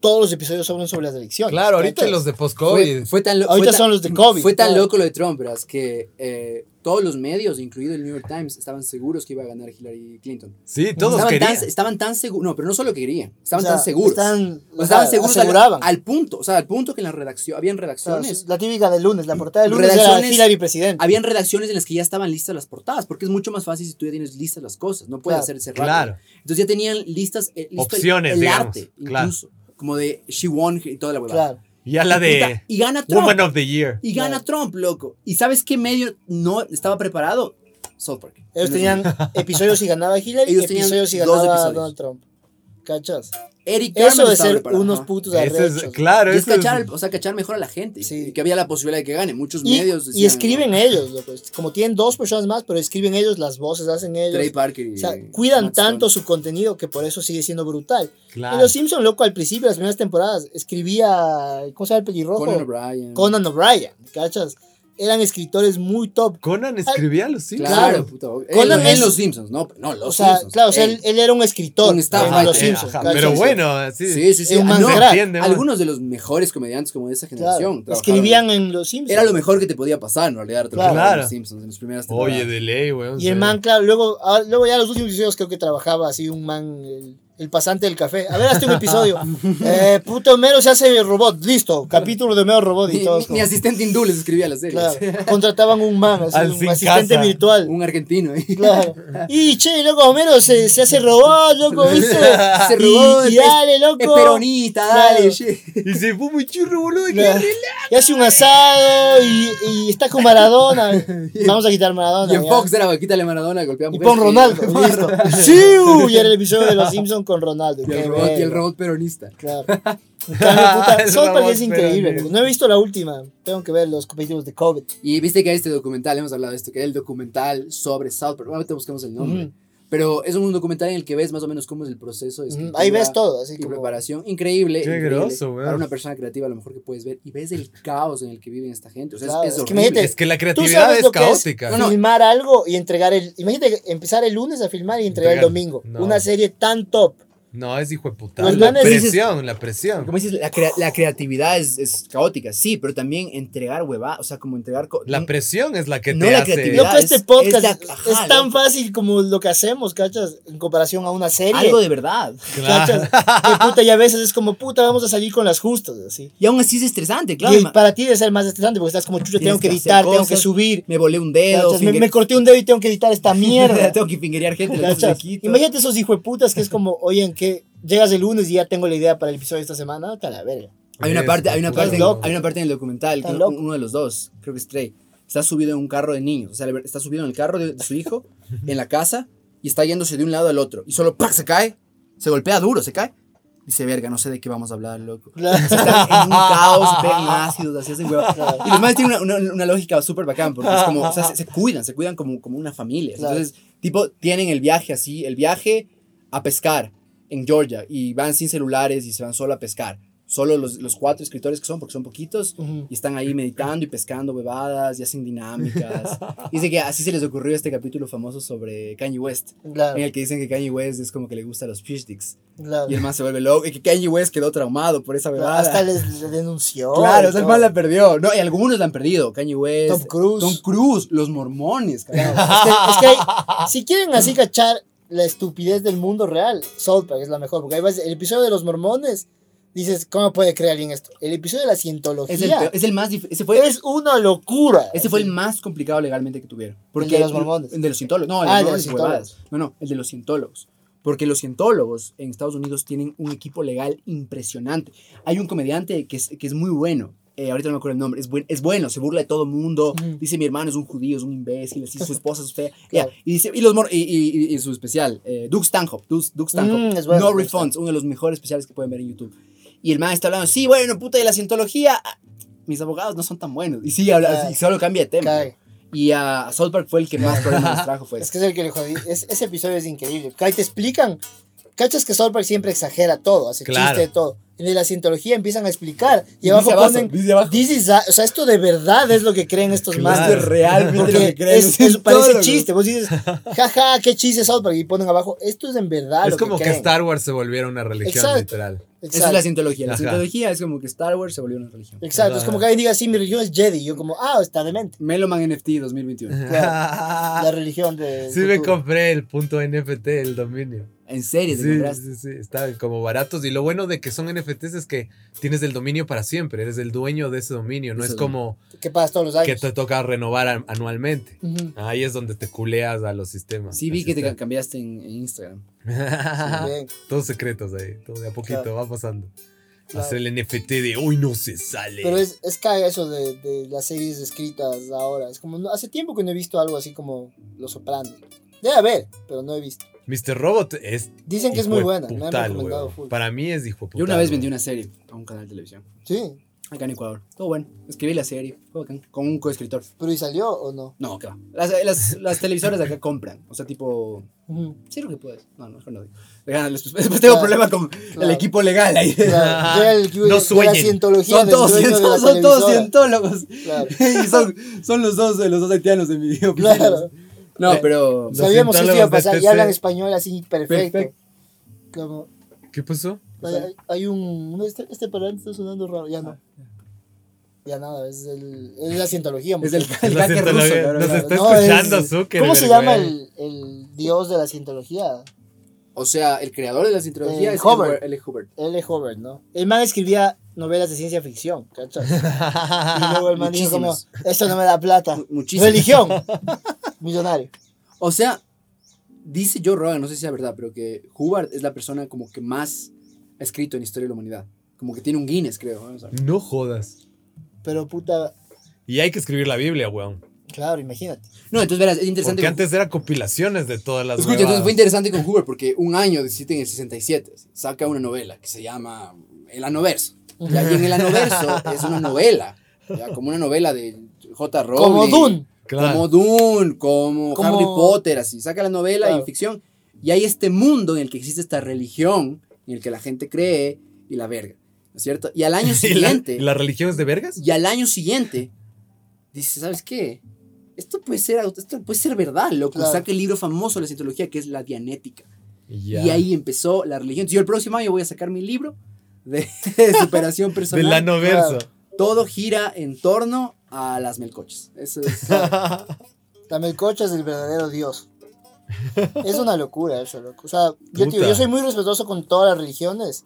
[SPEAKER 2] todos los episodios son sobre las elecciones.
[SPEAKER 1] Claro, ahorita
[SPEAKER 2] ¿cachas?
[SPEAKER 1] los de
[SPEAKER 3] Fue,
[SPEAKER 1] post-COVID.
[SPEAKER 3] fue tan lo-
[SPEAKER 2] Ahorita
[SPEAKER 3] fue tan-
[SPEAKER 2] son los de COVID,
[SPEAKER 3] Fue tan
[SPEAKER 2] claro.
[SPEAKER 3] loco lo de Trump, verás, que eh, todos los medios, incluido el New York Times, estaban seguros que iba a ganar Hillary Clinton.
[SPEAKER 1] Sí, todos
[SPEAKER 3] estaban
[SPEAKER 1] querían.
[SPEAKER 3] tan, estaban tan seguros, no, pero no solo que querían,
[SPEAKER 2] O
[SPEAKER 3] estaban
[SPEAKER 2] sea,
[SPEAKER 3] tan seguros.
[SPEAKER 2] Están,
[SPEAKER 3] O sea, estaban seguros al-
[SPEAKER 2] aseguraban.
[SPEAKER 3] al punto, o sea, al punto que en la redacción, habían
[SPEAKER 2] Claro,
[SPEAKER 3] redacciones
[SPEAKER 2] la típica del lunes, la portada del lunes era
[SPEAKER 3] Redacciones-
[SPEAKER 2] Hillary presidente.
[SPEAKER 3] habían redacciones en las que ya estaban listas las portadas, porque es mucho más fácil si tú ya tienes listas las cosas, no puedes
[SPEAKER 2] Claro.
[SPEAKER 3] hacerse rápido.
[SPEAKER 1] Claro.
[SPEAKER 3] Entonces ya tenían listas eh, listo el-
[SPEAKER 1] Opciones,
[SPEAKER 3] el,
[SPEAKER 1] digamos,
[SPEAKER 3] arte,
[SPEAKER 1] claro.
[SPEAKER 3] incluso, como de She Won y toda la huevada.
[SPEAKER 2] Claro.
[SPEAKER 1] Ya la
[SPEAKER 3] Y puta,
[SPEAKER 1] de
[SPEAKER 3] y gana Trump.
[SPEAKER 1] Woman of the Year.
[SPEAKER 3] Y gana
[SPEAKER 2] Claro.
[SPEAKER 3] Trump, loco. ¿Y sabes qué medio no estaba preparado? South Park.
[SPEAKER 2] Ellos tenían episodios y ganaba Hillary
[SPEAKER 3] Ellos
[SPEAKER 2] y
[SPEAKER 3] tenían
[SPEAKER 2] episodios y
[SPEAKER 3] dos
[SPEAKER 2] ganaba
[SPEAKER 3] episodios.
[SPEAKER 2] Donald Trump. ¿Cachas?
[SPEAKER 3] Eric Carmen
[SPEAKER 2] Eso de
[SPEAKER 3] estaba
[SPEAKER 2] ser
[SPEAKER 3] preparado,
[SPEAKER 2] unos
[SPEAKER 3] ajá.
[SPEAKER 2] putos
[SPEAKER 1] Eso
[SPEAKER 2] arrechos.
[SPEAKER 1] es, claro,
[SPEAKER 3] Y es
[SPEAKER 1] eso es-
[SPEAKER 3] cachar, al- o sea, cachar mejor a la gente.
[SPEAKER 2] Sí.
[SPEAKER 3] Y que había la posibilidad de que gane. Muchos
[SPEAKER 2] Y,
[SPEAKER 3] medios.
[SPEAKER 2] y escriben ellos, loco. Como tienen dos personas más, pero escriben ellos, las voces hacen ellos.
[SPEAKER 3] Trey Parker y,
[SPEAKER 2] o sea, cuidan
[SPEAKER 3] Matt Stone.
[SPEAKER 2] tanto su contenido que por eso sigue siendo brutal.
[SPEAKER 1] Claro.
[SPEAKER 2] Y los Simpson loco, al principio, las primeras temporadas, escribía, ¿cómo se llama el pelirrojo?
[SPEAKER 3] Conan O'Brien.
[SPEAKER 2] Conan O'Brien, ¿cachas? eran escritores muy top.
[SPEAKER 1] Conan escribía los Simpsons.
[SPEAKER 5] Claro,
[SPEAKER 2] Claro.
[SPEAKER 5] puta. obvio.
[SPEAKER 2] Conan
[SPEAKER 5] en,
[SPEAKER 2] es-
[SPEAKER 5] en Los Simpsons, no, no, Los
[SPEAKER 2] o sea,
[SPEAKER 5] Simpsons.
[SPEAKER 2] claro, o sea,
[SPEAKER 5] Ey.
[SPEAKER 2] él, él era un escritor
[SPEAKER 5] Un
[SPEAKER 2] en
[SPEAKER 5] staff
[SPEAKER 2] Los
[SPEAKER 5] writer,
[SPEAKER 1] Eh,
[SPEAKER 2] Simpsons.
[SPEAKER 1] ajá,
[SPEAKER 2] ¿cachai?
[SPEAKER 1] pero
[SPEAKER 5] sí, sí.
[SPEAKER 1] bueno, así.
[SPEAKER 5] Sí, sí, sí.
[SPEAKER 2] Es un
[SPEAKER 5] Ah,
[SPEAKER 2] man
[SPEAKER 5] no,
[SPEAKER 2] crack.
[SPEAKER 1] Entiende, man.
[SPEAKER 5] algunos de los mejores comediantes como de esa
[SPEAKER 2] Claro,
[SPEAKER 5] generación. trabajaron.
[SPEAKER 2] escribían en Los Simpsons.
[SPEAKER 5] Era lo mejor que te podía pasar, en realidad, trabajar
[SPEAKER 1] Claro.
[SPEAKER 5] en Los Simpsons en las primeras temporadas.
[SPEAKER 1] Oye, de ley, weón.
[SPEAKER 2] Y el
[SPEAKER 1] sí.
[SPEAKER 2] man, claro, luego, ah, luego ya los últimos episodios creo que trabajaba así un man, el, el pasante del café. A ver, hazte un episodio. Eh, puto Homero se hace robot, listo. Capítulo de Homero robot
[SPEAKER 5] mi,
[SPEAKER 2] y todos.
[SPEAKER 5] mi- mi asistente hindú les escribía las series.
[SPEAKER 2] claro, contrataban un man, así,
[SPEAKER 1] Al sin
[SPEAKER 2] un asistente
[SPEAKER 1] casa.
[SPEAKER 2] virtual.
[SPEAKER 5] Un argentino ahí.
[SPEAKER 2] Claro. Y che, loco, Homero se, se hace robot, loco, ¿viste?
[SPEAKER 5] Se robó
[SPEAKER 2] y,
[SPEAKER 5] el
[SPEAKER 2] y
[SPEAKER 5] pez-
[SPEAKER 2] dale, loco.
[SPEAKER 5] Es peronista,
[SPEAKER 2] Claro.
[SPEAKER 5] dale. che.
[SPEAKER 1] Y se fue muy churro, boludo.
[SPEAKER 2] Claro. Y hace un asado y, y está con Maradona. Vamos a quitar Maradona.
[SPEAKER 5] Y en
[SPEAKER 2] ya.
[SPEAKER 5] Fox pues, era quítale a Maradona, golpea a
[SPEAKER 2] Y
[SPEAKER 5] mujeres.
[SPEAKER 2] pon Ronaldo.
[SPEAKER 5] Y-
[SPEAKER 2] Listo. Sí, uh, y era el episodio de Los Simpsons con Ronaldo.
[SPEAKER 5] Y
[SPEAKER 2] qué
[SPEAKER 5] el, robot, y el
[SPEAKER 2] bello.
[SPEAKER 5] robot peronista.
[SPEAKER 2] Claro. En cambio, puta,
[SPEAKER 1] El
[SPEAKER 2] South Park
[SPEAKER 1] robot
[SPEAKER 2] es increíble.
[SPEAKER 1] peronista.
[SPEAKER 2] loco. No he visto la última. Tengo que ver los capítulos de COVID.
[SPEAKER 5] Y viste que hay este documental, hemos hablado de esto, que era el documental sobre South Park. Ahorita buscamos el nombre.
[SPEAKER 2] Ujú.
[SPEAKER 5] Pero es un documental en el que ves más o menos cómo es el proceso de escritura
[SPEAKER 2] Ahí ves todo. Así
[SPEAKER 5] y
[SPEAKER 2] como-
[SPEAKER 5] preparación. Increíble.
[SPEAKER 1] Qué
[SPEAKER 5] increíble
[SPEAKER 1] groso, weón.
[SPEAKER 5] Para una persona creativa, a lo mejor que puedes ver. Y ves el caos en el que viven esta gente. O sea, es-
[SPEAKER 2] Claro,
[SPEAKER 5] es,
[SPEAKER 2] es que
[SPEAKER 5] horrible.
[SPEAKER 2] imagínate,
[SPEAKER 1] Es que la
[SPEAKER 2] ¿Tú
[SPEAKER 1] creatividad
[SPEAKER 2] sabes
[SPEAKER 1] es
[SPEAKER 2] lo que es?
[SPEAKER 1] caótica.
[SPEAKER 5] No, no.
[SPEAKER 2] Filmar algo y entregar el. Imagínate que empezar el lunes a filmar y entregar,
[SPEAKER 1] Entregar.
[SPEAKER 2] el domingo.
[SPEAKER 1] No.
[SPEAKER 2] Una serie tan top.
[SPEAKER 1] No, es hijo de puta.
[SPEAKER 2] Los
[SPEAKER 1] La
[SPEAKER 2] manes
[SPEAKER 3] dices-
[SPEAKER 1] presión, la presión.
[SPEAKER 3] Como dices, la, crea- la creatividad es, es caótica, sí, pero también entregar hueva, o sea, como entregar... co-
[SPEAKER 1] La presión es la que
[SPEAKER 3] Mm. No
[SPEAKER 1] te
[SPEAKER 3] la
[SPEAKER 1] hace.
[SPEAKER 3] creatividad.
[SPEAKER 2] Loco,
[SPEAKER 3] es-
[SPEAKER 2] este podcast
[SPEAKER 3] es
[SPEAKER 2] es,
[SPEAKER 3] la- ajá,
[SPEAKER 2] tan
[SPEAKER 3] loco.
[SPEAKER 2] fácil como lo que hacemos, ¿cachas? En comparación a una serie.
[SPEAKER 3] algo de verdad.
[SPEAKER 1] Claro.
[SPEAKER 2] ¿Cachas? Que puta, y a veces es como, puta, vamos a salir con las justas, así.
[SPEAKER 3] Y aún así es estresante, claro.
[SPEAKER 2] y
[SPEAKER 3] ma-
[SPEAKER 2] para ti debe ser más estresante porque estás como, chucha,
[SPEAKER 3] Tienes
[SPEAKER 2] tengo que
[SPEAKER 3] que hacer
[SPEAKER 2] editar, tengo que
[SPEAKER 3] cosas,
[SPEAKER 2] subir.
[SPEAKER 3] Me volé un dedo.
[SPEAKER 2] ¿cachas? Me,
[SPEAKER 3] finger-
[SPEAKER 2] me corté un dedo y tengo que editar esta mierda.
[SPEAKER 3] tengo que fingerear gente, la cosa
[SPEAKER 2] ¿cachas?
[SPEAKER 3] se quita.
[SPEAKER 2] Imagínate esos hijueputas que es como, oye, en que llegas el lunes y ya tengo la idea para el episodio de esta semana, Vete a la verga.
[SPEAKER 3] Hay una
[SPEAKER 1] Es
[SPEAKER 3] parte, hay una
[SPEAKER 1] puta,
[SPEAKER 3] parte, en-
[SPEAKER 1] loco.
[SPEAKER 3] hay una parte en el documental,
[SPEAKER 2] Está
[SPEAKER 3] que
[SPEAKER 2] loco.
[SPEAKER 3] uno de los dos, creo que es Trey, está subido en un carro de niños, o sea, le- está subido en el carro de, de su hijo, en la casa, y está yéndose de un lado al otro, y solo ¡pac! se cae, se golpea duro, se cae, dice, verga, no sé de qué vamos a hablar, loco. Están en un caos, se pegan ácidos, así hacen hueva. Y los más tienen una, una- una lógica súper bacán, porque es como, o sea, se, se cuidan, se cuidan como, como una familia.
[SPEAKER 2] Claro.
[SPEAKER 3] Entonces, tipo, tienen el viaje así, el viaje a pescar en Georgia, y van sin celulares y se van solo a pescar. Solo los, los cuatro escritores que son, porque son poquitos,
[SPEAKER 2] Ujú.
[SPEAKER 3] y están ahí meditando y pescando bebadas y hacen dinámicas. Dice que así se les ocurrió este capítulo famoso sobre Kanye West,
[SPEAKER 2] Claro,
[SPEAKER 3] en el que dicen que Kanye West es como que le gusta los fish sticks.
[SPEAKER 2] claro.
[SPEAKER 3] Eh, Y el man se vuelve loco, y que Kanye West quedó traumado por esa bebada.
[SPEAKER 2] Hasta les, les denunció.
[SPEAKER 3] Claro,
[SPEAKER 2] y
[SPEAKER 3] o sea, el
[SPEAKER 2] todo.
[SPEAKER 3] man la perdió. No, y algunos la han perdido. Kanye West.
[SPEAKER 2] Tom Cruise.
[SPEAKER 3] Tom Cruise, los mormones, carajo.
[SPEAKER 2] Es que, es que hay- si quieren así cachar la estupidez del mundo real, South Park es la mejor. Porque hay veces- el episodio de los mormones, dices, ¿cómo puede creer alguien esto? El episodio de la cientología
[SPEAKER 3] Es
[SPEAKER 2] es,
[SPEAKER 3] el, peor- es el más dif- ese fue,
[SPEAKER 2] una locura.
[SPEAKER 3] ese fue el más complicado legalmente que tuvieron. Porque
[SPEAKER 2] de los mormones.
[SPEAKER 3] El de los cientólogos. No, el
[SPEAKER 2] Ah,
[SPEAKER 3] de
[SPEAKER 2] el de
[SPEAKER 3] los
[SPEAKER 2] los
[SPEAKER 3] mormones, huevadas. No, no, el de los cientólogos. Porque los cientólogos en Estados Unidos tienen un equipo legal impresionante. Hay un comediante que es, que es muy bueno. eh, ahorita no me acuerdo el nombre. Es, buen- es bueno, se burla de todo mundo.
[SPEAKER 2] Ujú.
[SPEAKER 3] Dice: Mi hermano es un judío, es un imbécil. Así, su esposa es fea. Ya,
[SPEAKER 2] Mm. Claro.
[SPEAKER 3] y, dice, y, los mor- y, y- y- y su especial, eh, Doug Stanhope. Doug, Doug Stanhope.
[SPEAKER 2] Mm, es bueno,
[SPEAKER 3] no
[SPEAKER 2] Doug
[SPEAKER 3] Refunds, uno de los mejores especiales que pueden ver en YouTube. Y el man está hablando: Sí, bueno, puta, de la cientología. ah, Mis abogados no son tan buenos. Y sí, habla-
[SPEAKER 2] Claro.
[SPEAKER 3] y solo cambia de tema.
[SPEAKER 2] Cae.
[SPEAKER 3] Y a South Park fue el que más problemas trajo,
[SPEAKER 2] Es
[SPEAKER 3] pues.
[SPEAKER 2] que es el que le jodí. Es- ese episodio es increíble. Ahí te explican. Cachas que South Park siempre exagera todo, hace
[SPEAKER 1] Claro.
[SPEAKER 2] chiste de todo. En la cientología empiezan a explicar. Y abajo
[SPEAKER 3] Dice abajo,
[SPEAKER 2] ponen.
[SPEAKER 3] dice abajo.
[SPEAKER 2] "This is a-" o sea, esto de verdad es lo que creen estos
[SPEAKER 1] Claro.
[SPEAKER 2] más
[SPEAKER 1] Esto es
[SPEAKER 3] realmente
[SPEAKER 2] Porque
[SPEAKER 3] lo que creen,
[SPEAKER 2] es-
[SPEAKER 3] los
[SPEAKER 2] es- parece
[SPEAKER 3] cientólogos.
[SPEAKER 2] chiste. Vos dices, jaja, qué chiste South Park. Y ponen abajo, esto es en verdad.
[SPEAKER 1] Es
[SPEAKER 2] lo
[SPEAKER 1] como que,
[SPEAKER 2] creen.
[SPEAKER 1] Star Wars se volviera una religión,
[SPEAKER 2] Exacto.
[SPEAKER 1] literal.
[SPEAKER 3] Eso es
[SPEAKER 2] Exacto.
[SPEAKER 3] la cientología. La
[SPEAKER 1] Ajá.
[SPEAKER 3] cientología es como que Star Wars se volvió una religión.
[SPEAKER 2] Exacto, es como que alguien diga, sí, mi religión es Jedi. Y yo como, ah, está demente.
[SPEAKER 3] Meloman NFT 2021.
[SPEAKER 2] La religión de...
[SPEAKER 1] Ah. sí me compré el punto NFT, el dominio.
[SPEAKER 3] En serie, te
[SPEAKER 1] Sí,
[SPEAKER 3] compraste.
[SPEAKER 1] sí, sí, está como baratos. Y lo bueno de que son NFTs es que tienes el dominio para siempre, eres el dueño de ese dominio, no
[SPEAKER 3] Eso
[SPEAKER 1] es
[SPEAKER 3] es.
[SPEAKER 1] como
[SPEAKER 2] Que pasas todos los
[SPEAKER 1] que
[SPEAKER 2] años.
[SPEAKER 1] te toca renovar an- anualmente.
[SPEAKER 2] Ujú.
[SPEAKER 1] Ahí es donde te culeas a los sistemas.
[SPEAKER 3] Sí, vi
[SPEAKER 1] Así
[SPEAKER 3] que te ca-
[SPEAKER 1] está.
[SPEAKER 3] cambiaste en, en Instagram.
[SPEAKER 2] Sí, bien.
[SPEAKER 1] Todos secretos ahí, todo de a poquito
[SPEAKER 2] Claro.
[SPEAKER 1] va pasando.
[SPEAKER 2] Claro.
[SPEAKER 1] Hacer el NFT de hoy no se sale.
[SPEAKER 2] Pero es, es caga eso de, de las series escritas ahora. Es como, no- hace tiempo que no he visto algo así como Los Sopranos. Debe haber, pero no he visto.
[SPEAKER 1] Mr. Robot es.
[SPEAKER 2] Dicen que es
[SPEAKER 1] hijo
[SPEAKER 2] muy
[SPEAKER 1] de
[SPEAKER 2] buena, me han
[SPEAKER 1] putal,
[SPEAKER 2] recomendado
[SPEAKER 1] weón.
[SPEAKER 2] full.
[SPEAKER 1] Para mí es hijo de
[SPEAKER 3] Yo una
[SPEAKER 1] putal,
[SPEAKER 3] vez vendí
[SPEAKER 1] weón.
[SPEAKER 3] una serie a un canal de televisión.
[SPEAKER 2] Sí,
[SPEAKER 4] acá en Ecuador. Todo bueno. Escribí la serie, fue bacán, con un coescritor.
[SPEAKER 2] Pero ¿y salió o no?
[SPEAKER 4] No, qué va. Las, eh, las, las televisoras de acá compran. O sea, tipo.
[SPEAKER 2] Ujú.
[SPEAKER 4] Sí, lo que puedes. No, no, mejor no digo. Dejan- Después, después tengo
[SPEAKER 2] Claro.
[SPEAKER 4] problemas con el
[SPEAKER 2] Claro.
[SPEAKER 4] equipo legal ahí.
[SPEAKER 2] Claro, era el-
[SPEAKER 1] No
[SPEAKER 2] era
[SPEAKER 1] sueñen.
[SPEAKER 2] la cientología
[SPEAKER 4] Son
[SPEAKER 2] del
[SPEAKER 4] todos,
[SPEAKER 2] dueño de la
[SPEAKER 4] cientólogos, son todos
[SPEAKER 2] televisora.
[SPEAKER 4] cientólogos.
[SPEAKER 2] Claro.
[SPEAKER 4] Y son, son los dos, eh, los dos haitianos de mi oficina.
[SPEAKER 2] Claro.
[SPEAKER 4] No,
[SPEAKER 3] Eh,
[SPEAKER 4] pero.
[SPEAKER 1] Los
[SPEAKER 2] Sabíamos que esto iba a
[SPEAKER 1] cientólogos de
[SPEAKER 2] pasar. Y
[SPEAKER 1] TC.
[SPEAKER 2] hablan español así perfecto.
[SPEAKER 4] Perfecto.
[SPEAKER 2] Como,
[SPEAKER 1] ¿Qué pasó?
[SPEAKER 2] hay- hay, hay un. no, Este, este parlante está sonando raro. Ya no. Ya nada, es, el, es la cientología.
[SPEAKER 4] Es el,
[SPEAKER 2] muchacho.
[SPEAKER 4] el
[SPEAKER 1] La
[SPEAKER 4] hacker
[SPEAKER 1] cientología.
[SPEAKER 4] ruso, cabrón.
[SPEAKER 1] Nos
[SPEAKER 4] claro.
[SPEAKER 1] está- escuchando,
[SPEAKER 2] es-
[SPEAKER 1] Zuckerberg,
[SPEAKER 2] ¿Cómo se llama
[SPEAKER 1] güey.
[SPEAKER 2] el, el dios de la cientología?
[SPEAKER 3] O sea, el creador de la cientología
[SPEAKER 2] Eh,
[SPEAKER 3] es
[SPEAKER 2] Hubbard.
[SPEAKER 3] L. Hubbard.
[SPEAKER 2] L. Hobart, ¿no? El man escribía novelas de ciencia ficción, ¿cachas? Y luego el man dijo como,
[SPEAKER 3] Muchísimas.
[SPEAKER 2] esto no me da plata.
[SPEAKER 4] Mu- muchísimas.
[SPEAKER 2] Religión. Millonario.
[SPEAKER 3] O sea, dice Joe Rogan, no sé si sea verdad, pero que Hubbard es la persona como que más ha escrito en historia de la humanidad. Como que tiene un Guinness, creo. Vamos a ver.
[SPEAKER 1] No jodas.
[SPEAKER 2] Pero puta,
[SPEAKER 1] Y hay que escribir la Biblia, weón.
[SPEAKER 2] claro, imagínate.
[SPEAKER 3] No, entonces verás, es interesante.
[SPEAKER 1] Porque
[SPEAKER 3] con-
[SPEAKER 1] antes era compilaciones de todas las
[SPEAKER 3] Escucha, entonces
[SPEAKER 1] huevadas.
[SPEAKER 3] fue interesante con Hubbard porque un año, deciste en el 67, saca una novela que se llama El Anoverso. Ya, Y en El Anoverso es una novela, ya, como una novela de J. Rowling.
[SPEAKER 2] Como Dune.
[SPEAKER 1] Claro.
[SPEAKER 3] Como Dune, como,
[SPEAKER 2] Como-
[SPEAKER 3] Harry Potter, así. Saca la novela
[SPEAKER 2] Claro.
[SPEAKER 3] en ficción. Y hay este mundo en el que existe esta religión, en el que la gente cree y la verga. ¿No es cierto? Y al año
[SPEAKER 1] ¿Y la,
[SPEAKER 3] siguiente,
[SPEAKER 1] y las religiones de vergas?
[SPEAKER 3] y al año siguiente, dice, ¿sabes qué? Esto puede ser, aut- esto puede ser verdad, loco.
[SPEAKER 2] Claro.
[SPEAKER 3] Saca el libro famoso de la cientología que es La Dianética.
[SPEAKER 1] Ya.
[SPEAKER 3] Y ahí empezó la religión. Entonces, yo el próximo año voy a sacar mi libro de, de superación
[SPEAKER 1] De
[SPEAKER 3] personal.
[SPEAKER 1] la noverso.
[SPEAKER 3] Todo gira en torno a las melcochas. Eso es.
[SPEAKER 2] La melcocha es el verdadero dios. Es una locura eso, loco. O sea, yo, te digo,
[SPEAKER 1] Puta.
[SPEAKER 2] yo soy muy respetuoso con todas las religiones.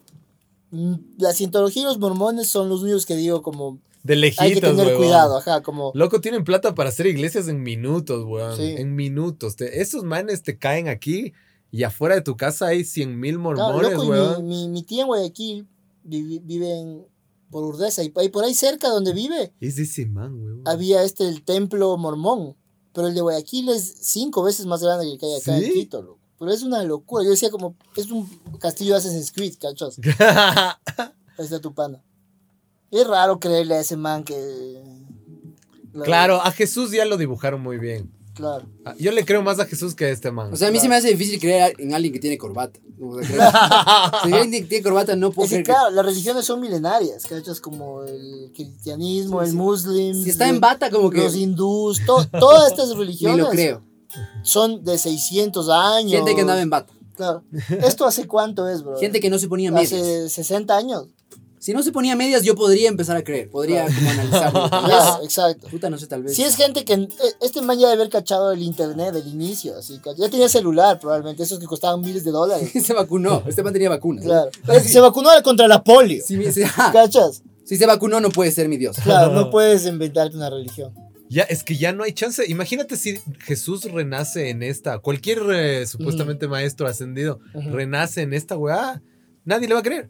[SPEAKER 2] Mm, La cientología y los mormones son los únicos que digo como
[SPEAKER 1] De lejitos,
[SPEAKER 2] hay que tener
[SPEAKER 1] huevón.
[SPEAKER 2] cuidado, ajá, como
[SPEAKER 1] Loco, tienen plata para hacer iglesias en minutos, weón.
[SPEAKER 2] Sí.
[SPEAKER 1] En minutos. Te- esos manes te caen aquí y afuera de tu casa hay 100 mil
[SPEAKER 2] Claro,
[SPEAKER 1] mormones,
[SPEAKER 2] loco, y
[SPEAKER 1] weón.
[SPEAKER 2] mi, mi, mi tía en Guayaquil vivi- vive en por Urdesa y, y por ahí cerca donde vive
[SPEAKER 1] Es de ese man, weón.
[SPEAKER 2] había este el templo mormón, pero el de Guayaquil es cinco veces más grande que el que hay acá
[SPEAKER 1] ¿Sí?
[SPEAKER 2] en Quito, loco. Pero es una locura. Yo decía como, es un castillo de Assassin's Creed, cachos. Ahí está tu pana. Es raro creerle a ese man que... la-
[SPEAKER 1] claro, a Jesús ya lo dibujaron muy bien.
[SPEAKER 2] Claro.
[SPEAKER 1] Ah, Yo le creo más a Jesús que a este man.
[SPEAKER 3] O sea, a mí se me hace difícil creer en alguien que tiene corbata. O sea, creo- si alguien que tiene corbata, no puedo
[SPEAKER 2] Es que,
[SPEAKER 3] creer. que-
[SPEAKER 2] claro, las religiones son milenarias, cachos, como el cristianismo,
[SPEAKER 3] Sí,
[SPEAKER 2] el
[SPEAKER 3] sí.
[SPEAKER 2] muslim.
[SPEAKER 3] Si está
[SPEAKER 2] el-
[SPEAKER 3] en bata, como que.
[SPEAKER 2] Los hindús, to- todas estas
[SPEAKER 3] Ni
[SPEAKER 2] religiones
[SPEAKER 3] lo creo.
[SPEAKER 2] son de 600 años.
[SPEAKER 3] Gente que andaba en bata.
[SPEAKER 2] Claro. ¿Esto hace cuánto es, bro?
[SPEAKER 3] Gente que no se ponía medias.
[SPEAKER 2] Hace 60 años.
[SPEAKER 3] Si no se ponía medias, yo podría empezar a creer. Podría como analizarlo. Tal vez-
[SPEAKER 2] Claro, exacto.
[SPEAKER 3] Puta, no sé, tal vez.
[SPEAKER 2] Si es gente que. eh, Este man ya debe haber cachado el internet del inicio, así que ya tenía celular probablemente, esos que costaban miles de dólares.
[SPEAKER 3] se vacunó. Este man tenía vacunas.
[SPEAKER 2] Claro. Es que se vacunó contra la polio.
[SPEAKER 3] Si, me- si- ah,
[SPEAKER 2] ¿Cachas?
[SPEAKER 3] si se vacunó, no puede ser mi Dios.
[SPEAKER 2] Claro, no puedes inventarte una religión.
[SPEAKER 1] Ya, es que ya no hay chance. Imagínate si Jesús renace en esta. Cualquier eh, supuestamente
[SPEAKER 2] Mm.
[SPEAKER 1] maestro ascendido
[SPEAKER 2] Ujú.
[SPEAKER 1] renace en esta weá. Nadie le va a creer.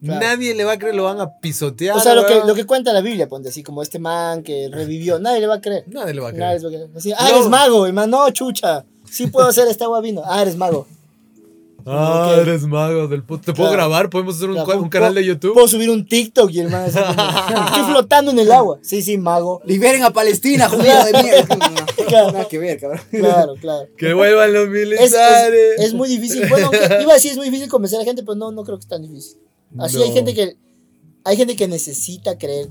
[SPEAKER 2] Claro.
[SPEAKER 1] Nadie le va a creer, lo van a pisotear.
[SPEAKER 2] O sea, lo que,
[SPEAKER 1] weón.
[SPEAKER 2] lo que cuenta la Biblia, ponte así, como este man que revivió, nadie le va a creer.
[SPEAKER 1] Nadie le va a creer.
[SPEAKER 2] Nadie les va a creer. Así, ah,
[SPEAKER 1] No.
[SPEAKER 2] eres mago, hermano, no, chucha. Sí puedo hacer este agua vino. Ah, eres mago.
[SPEAKER 1] Ah,
[SPEAKER 2] Ok.
[SPEAKER 1] eres mago del puto. ¿Te puedo
[SPEAKER 2] Claro.
[SPEAKER 1] grabar? ¿Podemos hacer un,
[SPEAKER 2] Claro, Pues,
[SPEAKER 1] cua- un canal de YouTube?
[SPEAKER 2] Puedo subir un TikTok y el man así como, Estoy flotando en el agua. Sí, sí, mago.
[SPEAKER 3] Liberen a Palestina, judío de mierda. No, Nada que ver, cabrón.
[SPEAKER 2] Claro, claro.
[SPEAKER 1] Que vuelvan los
[SPEAKER 2] Es, es-
[SPEAKER 1] militares.
[SPEAKER 2] es muy difícil. Bueno, aunque iba a decir es muy difícil convencer a la gente, pero no, no creo que es tan difícil. Así hay
[SPEAKER 1] No.
[SPEAKER 2] gente que hay gente que necesita creer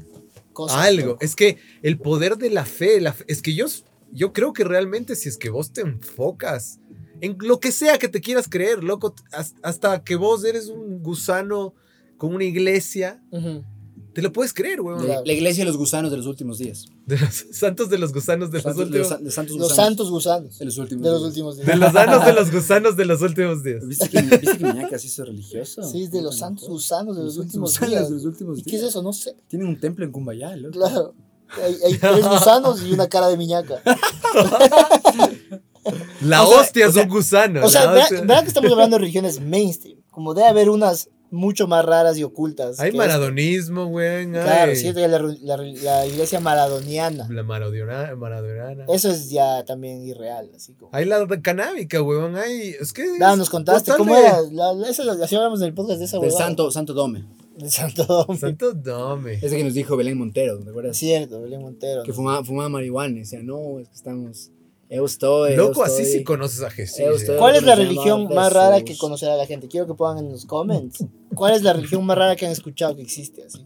[SPEAKER 2] cosas.
[SPEAKER 1] Algo.
[SPEAKER 2] loco.
[SPEAKER 1] Es que el poder de la fe. la fe- es que yo, yo creo que realmente si es que vos te enfocas en lo que sea que te quieras creer, loco, t- has- hasta que vos eres un gusano con una iglesia,
[SPEAKER 2] Ujú.
[SPEAKER 1] te lo puedes creer, weón.
[SPEAKER 2] Claro.
[SPEAKER 4] La iglesia de los gusanos de los últimos días.
[SPEAKER 1] De los santos de los gusanos de los
[SPEAKER 4] Santos- de
[SPEAKER 1] últimos.
[SPEAKER 4] los san- de santos
[SPEAKER 2] Los
[SPEAKER 4] gusanos.
[SPEAKER 2] santos gusanos
[SPEAKER 4] De los últimos
[SPEAKER 2] de los
[SPEAKER 4] días.
[SPEAKER 2] últimos días.
[SPEAKER 1] De los sanos de los gusanos de los últimos días.
[SPEAKER 4] ¿Viste que, ¿Viste que Miñaca se hizo religioso?
[SPEAKER 2] Sí, de los santos gusanos de los últimos
[SPEAKER 4] gusanos
[SPEAKER 2] días.
[SPEAKER 4] de los últimos
[SPEAKER 2] ¿Y qué es
[SPEAKER 4] días.
[SPEAKER 2] eso? No sé.
[SPEAKER 4] Tienen un templo en Cumbayá, loco.
[SPEAKER 2] Claro. Hay, hay tres gusanos y una cara de miñaca.
[SPEAKER 1] La
[SPEAKER 2] O sea,
[SPEAKER 1] hostia es un gusano.
[SPEAKER 2] O sea,
[SPEAKER 1] la
[SPEAKER 2] ¿verdad,
[SPEAKER 1] hostia-
[SPEAKER 2] verdad que estamos hablando de religiones mainstream? Como debe haber unas mucho más raras y ocultas.
[SPEAKER 1] Hay
[SPEAKER 2] que
[SPEAKER 1] maradonismo, güey.
[SPEAKER 2] esta. Claro,
[SPEAKER 1] hay
[SPEAKER 2] cierto, ya la, la- la iglesia maradoniana.
[SPEAKER 1] La maradona- maradoniana.
[SPEAKER 2] Eso es ya también irreal, así como.
[SPEAKER 1] Hay la canábica, weón. Hay. Es que. Ah,
[SPEAKER 2] Ah,
[SPEAKER 1] es
[SPEAKER 2] nos contaste
[SPEAKER 1] total
[SPEAKER 2] cómo
[SPEAKER 1] de-
[SPEAKER 2] era. La, la- esa, la- así hablamos en el podcast de esa
[SPEAKER 4] Del
[SPEAKER 2] huevada.
[SPEAKER 4] santo, santo Dome.
[SPEAKER 2] de Santo Domingo.
[SPEAKER 1] Santo Dome.
[SPEAKER 3] Ese que nos dijo Belén Montero, ¿te acuerdas?
[SPEAKER 2] Es cierto, Belén Montero.
[SPEAKER 3] Que fumaba, fumaba marihuana. Decía, no, es que estamos. Eu estoy. eu
[SPEAKER 1] Loco, así
[SPEAKER 3] estoy".
[SPEAKER 1] sí conoces a Jesús.
[SPEAKER 3] Eh,
[SPEAKER 1] eh.
[SPEAKER 3] usted-
[SPEAKER 2] ¿Cuál es la
[SPEAKER 3] Jesús.
[SPEAKER 2] religión más rara que conocerá la gente? Quiero que pongan en los comments. ¿Cuál es la religión más rara que han escuchado que existe? Así?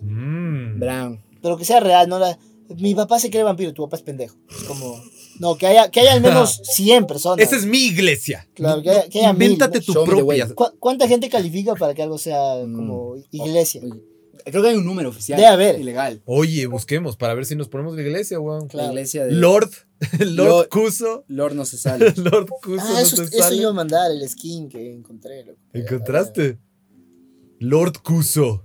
[SPEAKER 1] Mm.
[SPEAKER 3] Brown.
[SPEAKER 2] Pero que sea real, no la... Mi papá se cree vampiro, tu papá es pendejo. Es como... No, que haya, que haya al menos 100 personas.
[SPEAKER 1] Esa es mi iglesia.
[SPEAKER 2] Claro, que haya, que haya mil,
[SPEAKER 1] Invéntate
[SPEAKER 2] ¿no?
[SPEAKER 1] tu
[SPEAKER 3] Show me the
[SPEAKER 1] propia.
[SPEAKER 3] way.
[SPEAKER 2] ¿Cu- ¿Cuánta gente califica para que algo sea como iglesia?
[SPEAKER 3] Oye, Creo que hay un número oficial.
[SPEAKER 2] Debe haber.
[SPEAKER 3] Ilegal.
[SPEAKER 1] Oye, busquemos para ver si nos ponemos la iglesia, weón.
[SPEAKER 2] Claro.
[SPEAKER 3] La iglesia de.
[SPEAKER 1] Lord, Lord
[SPEAKER 3] Lord-
[SPEAKER 1] Cuso.
[SPEAKER 3] Lord no se sale.
[SPEAKER 1] Lord Cuso
[SPEAKER 2] Ah,
[SPEAKER 1] no
[SPEAKER 2] eso,
[SPEAKER 1] te
[SPEAKER 2] eso
[SPEAKER 1] sale.
[SPEAKER 2] iba a mandar, el skin que encontré. loco.
[SPEAKER 1] ¿Encontraste? Lord Cuso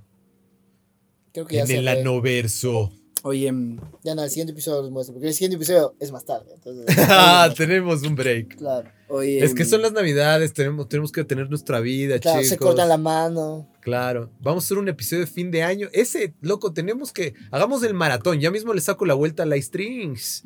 [SPEAKER 2] Creo que ya
[SPEAKER 1] en el
[SPEAKER 2] se
[SPEAKER 1] anoverso.
[SPEAKER 3] Oye, mm,
[SPEAKER 2] Ya en el siguiente episodio los muestro, porque el siguiente episodio es más tarde. Entonces,
[SPEAKER 1] Ah, tenemos un break.
[SPEAKER 2] claro,
[SPEAKER 3] oye.
[SPEAKER 1] Es que
[SPEAKER 3] mm,
[SPEAKER 1] son las navidades, tenemos, tenemos que tener nuestra vida,
[SPEAKER 2] claro
[SPEAKER 1] chicos.
[SPEAKER 2] se cortan la mano.
[SPEAKER 1] Claro. Vamos a hacer un episodio de fin de año. Ese, loco, tenemos que. Hagamos el maratón. Ya mismo le saco la vuelta a la strings.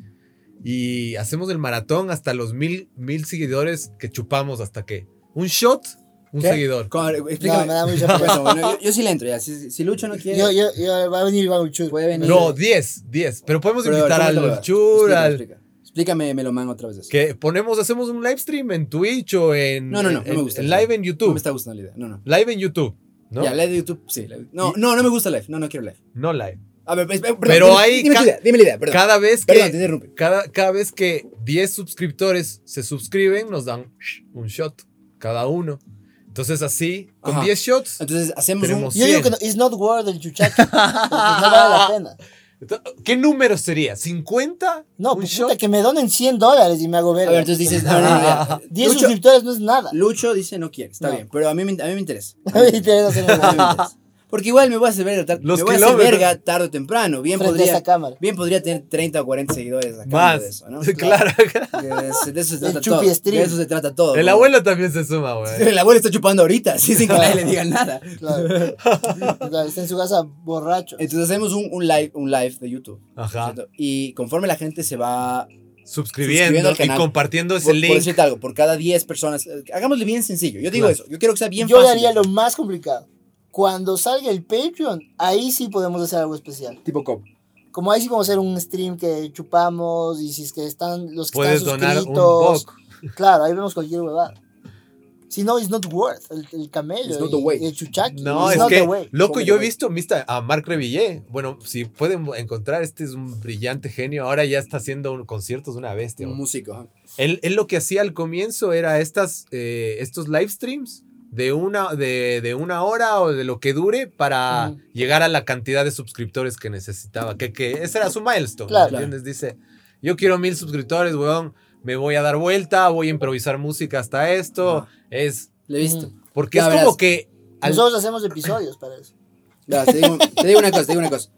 [SPEAKER 1] Y hacemos el maratón hasta los mil, mil seguidores que chupamos hasta que. Un shot, un
[SPEAKER 3] ¿Qué?
[SPEAKER 1] seguidor.
[SPEAKER 3] ¿Cómo?
[SPEAKER 2] No,
[SPEAKER 3] Explícame.
[SPEAKER 2] me da mucha pena.
[SPEAKER 3] Bueno, bueno, yo, yo sí le entro ya. Si, si Lucho no quiere.
[SPEAKER 2] Yo, yo, yo, va a venir Iván Uchur.
[SPEAKER 3] Puede venir.
[SPEAKER 1] No, 10, 10. Pero podemos
[SPEAKER 3] Pero,
[SPEAKER 1] invitar
[SPEAKER 3] ¿cómo
[SPEAKER 1] al
[SPEAKER 3] te va?
[SPEAKER 1] Lorchur,
[SPEAKER 3] Explica,
[SPEAKER 1] al-
[SPEAKER 3] explica. Explícame, Meloman, otra vez eso.
[SPEAKER 1] Que ponemos, hacemos un live stream en Twitch o en.
[SPEAKER 3] No, no, no, no
[SPEAKER 1] en-
[SPEAKER 3] me gusta
[SPEAKER 1] en
[SPEAKER 3] eso.
[SPEAKER 1] live en YouTube.
[SPEAKER 3] No me está gustando la idea. No, no.
[SPEAKER 1] Live en YouTube. ¿no?
[SPEAKER 3] Ya, live de YouTube, sí. live. No,
[SPEAKER 1] Y-
[SPEAKER 3] no, no me gusta live. No, no quiero live.
[SPEAKER 1] No live.
[SPEAKER 3] A ver, pues, eh, perdón,
[SPEAKER 1] Pero
[SPEAKER 3] dime-
[SPEAKER 1] hay
[SPEAKER 3] Dime
[SPEAKER 1] ca-
[SPEAKER 3] tu idea, dime la idea, perdón.
[SPEAKER 1] Cada vez que.
[SPEAKER 3] Perdón, te interrumpe.
[SPEAKER 1] cada, cada vez que 10 suscriptores se suscriben, nos dan un shot cada uno. Entonces así, con
[SPEAKER 3] Ajá.
[SPEAKER 1] 10 shots.
[SPEAKER 3] Entonces, hacemos
[SPEAKER 1] Tenemos-
[SPEAKER 3] un.
[SPEAKER 2] Yo digo
[SPEAKER 1] 100.
[SPEAKER 2] que no, it's not worth el chuchaco. porque no vale la pena.
[SPEAKER 1] Ento- ¿Qué número sería? ¿50?
[SPEAKER 2] No,
[SPEAKER 1] ¿Un
[SPEAKER 2] pues,
[SPEAKER 1] shot?
[SPEAKER 2] puta, que me donen 100 dólares y me hago
[SPEAKER 3] A
[SPEAKER 2] ver.
[SPEAKER 3] ver, entonces dices. No, no, no, ya.
[SPEAKER 2] 10
[SPEAKER 3] Lucho,
[SPEAKER 2] suscriptores no es nada.
[SPEAKER 3] Lucho dice no quiere, está
[SPEAKER 2] No.
[SPEAKER 3] bien. Pero a mí, me- a mí me interesa.
[SPEAKER 2] A mí me interesa hacer
[SPEAKER 3] A mí me
[SPEAKER 2] una-
[SPEAKER 3] interesa. Porque igual me voy a hacer verga, tar-
[SPEAKER 1] Los
[SPEAKER 3] me voy a hacer
[SPEAKER 1] kilómetros.
[SPEAKER 3] verga tarde o temprano. Bien
[SPEAKER 2] Frente a
[SPEAKER 3] podría,
[SPEAKER 2] esta cámara.
[SPEAKER 3] bien podría tener 30 o 40 seguidores acá.
[SPEAKER 1] Más.
[SPEAKER 3] De eso, ¿no?
[SPEAKER 1] Claro.
[SPEAKER 3] De, eso- de eso se
[SPEAKER 2] El
[SPEAKER 3] trata
[SPEAKER 2] chupi
[SPEAKER 3] todo.
[SPEAKER 2] stream.
[SPEAKER 3] De eso se trata todo.
[SPEAKER 1] El
[SPEAKER 3] ¿no?
[SPEAKER 1] abuelo también se suma, güey.
[SPEAKER 3] El abuelo está chupando ahorita, así sin que nadie le diga nada.
[SPEAKER 2] Claro. Claro, está en su casa borracho.
[SPEAKER 3] Entonces hacemos un, un live, un live de YouTube.
[SPEAKER 1] Ajá.
[SPEAKER 3] ¿cierto? Y conforme la gente se va Suscribiendo
[SPEAKER 1] Suscribiendo
[SPEAKER 3] al
[SPEAKER 1] y
[SPEAKER 3] canal.
[SPEAKER 1] compartiendo ese
[SPEAKER 3] por, por
[SPEAKER 1] link.
[SPEAKER 3] decirte algo, por cada 10 personas, eh, hagámosle bien sencillo. Yo digo
[SPEAKER 1] Claro.
[SPEAKER 3] eso, yo quiero que sea bien
[SPEAKER 2] Yo le
[SPEAKER 3] fácil.
[SPEAKER 2] haría lo más complicado. Cuando salga el Patreon, ahí sí podemos hacer algo especial.
[SPEAKER 3] tipo cop.
[SPEAKER 2] Como ahí sí podemos hacer un stream que chupamos y si es que están los que
[SPEAKER 1] Puedes
[SPEAKER 2] están
[SPEAKER 1] donar un
[SPEAKER 2] suscritos.
[SPEAKER 1] boc.
[SPEAKER 2] Claro, ahí vemos cualquier huevada. Si no, it's not worth el, el camello.
[SPEAKER 3] It's not
[SPEAKER 2] y-
[SPEAKER 3] the way.
[SPEAKER 2] y el chuchaqui.
[SPEAKER 1] No,
[SPEAKER 2] it's
[SPEAKER 1] es
[SPEAKER 2] not the
[SPEAKER 1] que,
[SPEAKER 2] way.
[SPEAKER 1] loco,
[SPEAKER 3] Come
[SPEAKER 1] yo he
[SPEAKER 3] the way.
[SPEAKER 1] visto mista, a Marc Revillé. Bueno, si pueden encontrar, este es un brillante genio. Ahora ya está haciendo un- conciertos, una bestia.
[SPEAKER 3] Un
[SPEAKER 1] güey.
[SPEAKER 3] músico. ajá.
[SPEAKER 1] Él, él lo que hacía al comienzo era estas, eh, estos live streams de una, de, de una hora o de lo que dure para
[SPEAKER 2] Ujú.
[SPEAKER 1] llegar a la cantidad de suscriptores que necesitaba. Que, que ese era su milestone.
[SPEAKER 2] Claro.
[SPEAKER 1] ¿me ¿entiendes? Dice, yo quiero mil suscriptores, weón. Me voy a dar vuelta, voy a improvisar música hasta esto.
[SPEAKER 3] Ajá.
[SPEAKER 1] Es.
[SPEAKER 3] Lo he visto.
[SPEAKER 2] Ujú.
[SPEAKER 1] Porque
[SPEAKER 3] Ya
[SPEAKER 1] es
[SPEAKER 3] verás.
[SPEAKER 1] como que. al-
[SPEAKER 2] Nosotros hacemos episodios para eso.
[SPEAKER 3] Ya, te, digo, te digo una cosa, te digo una cosa.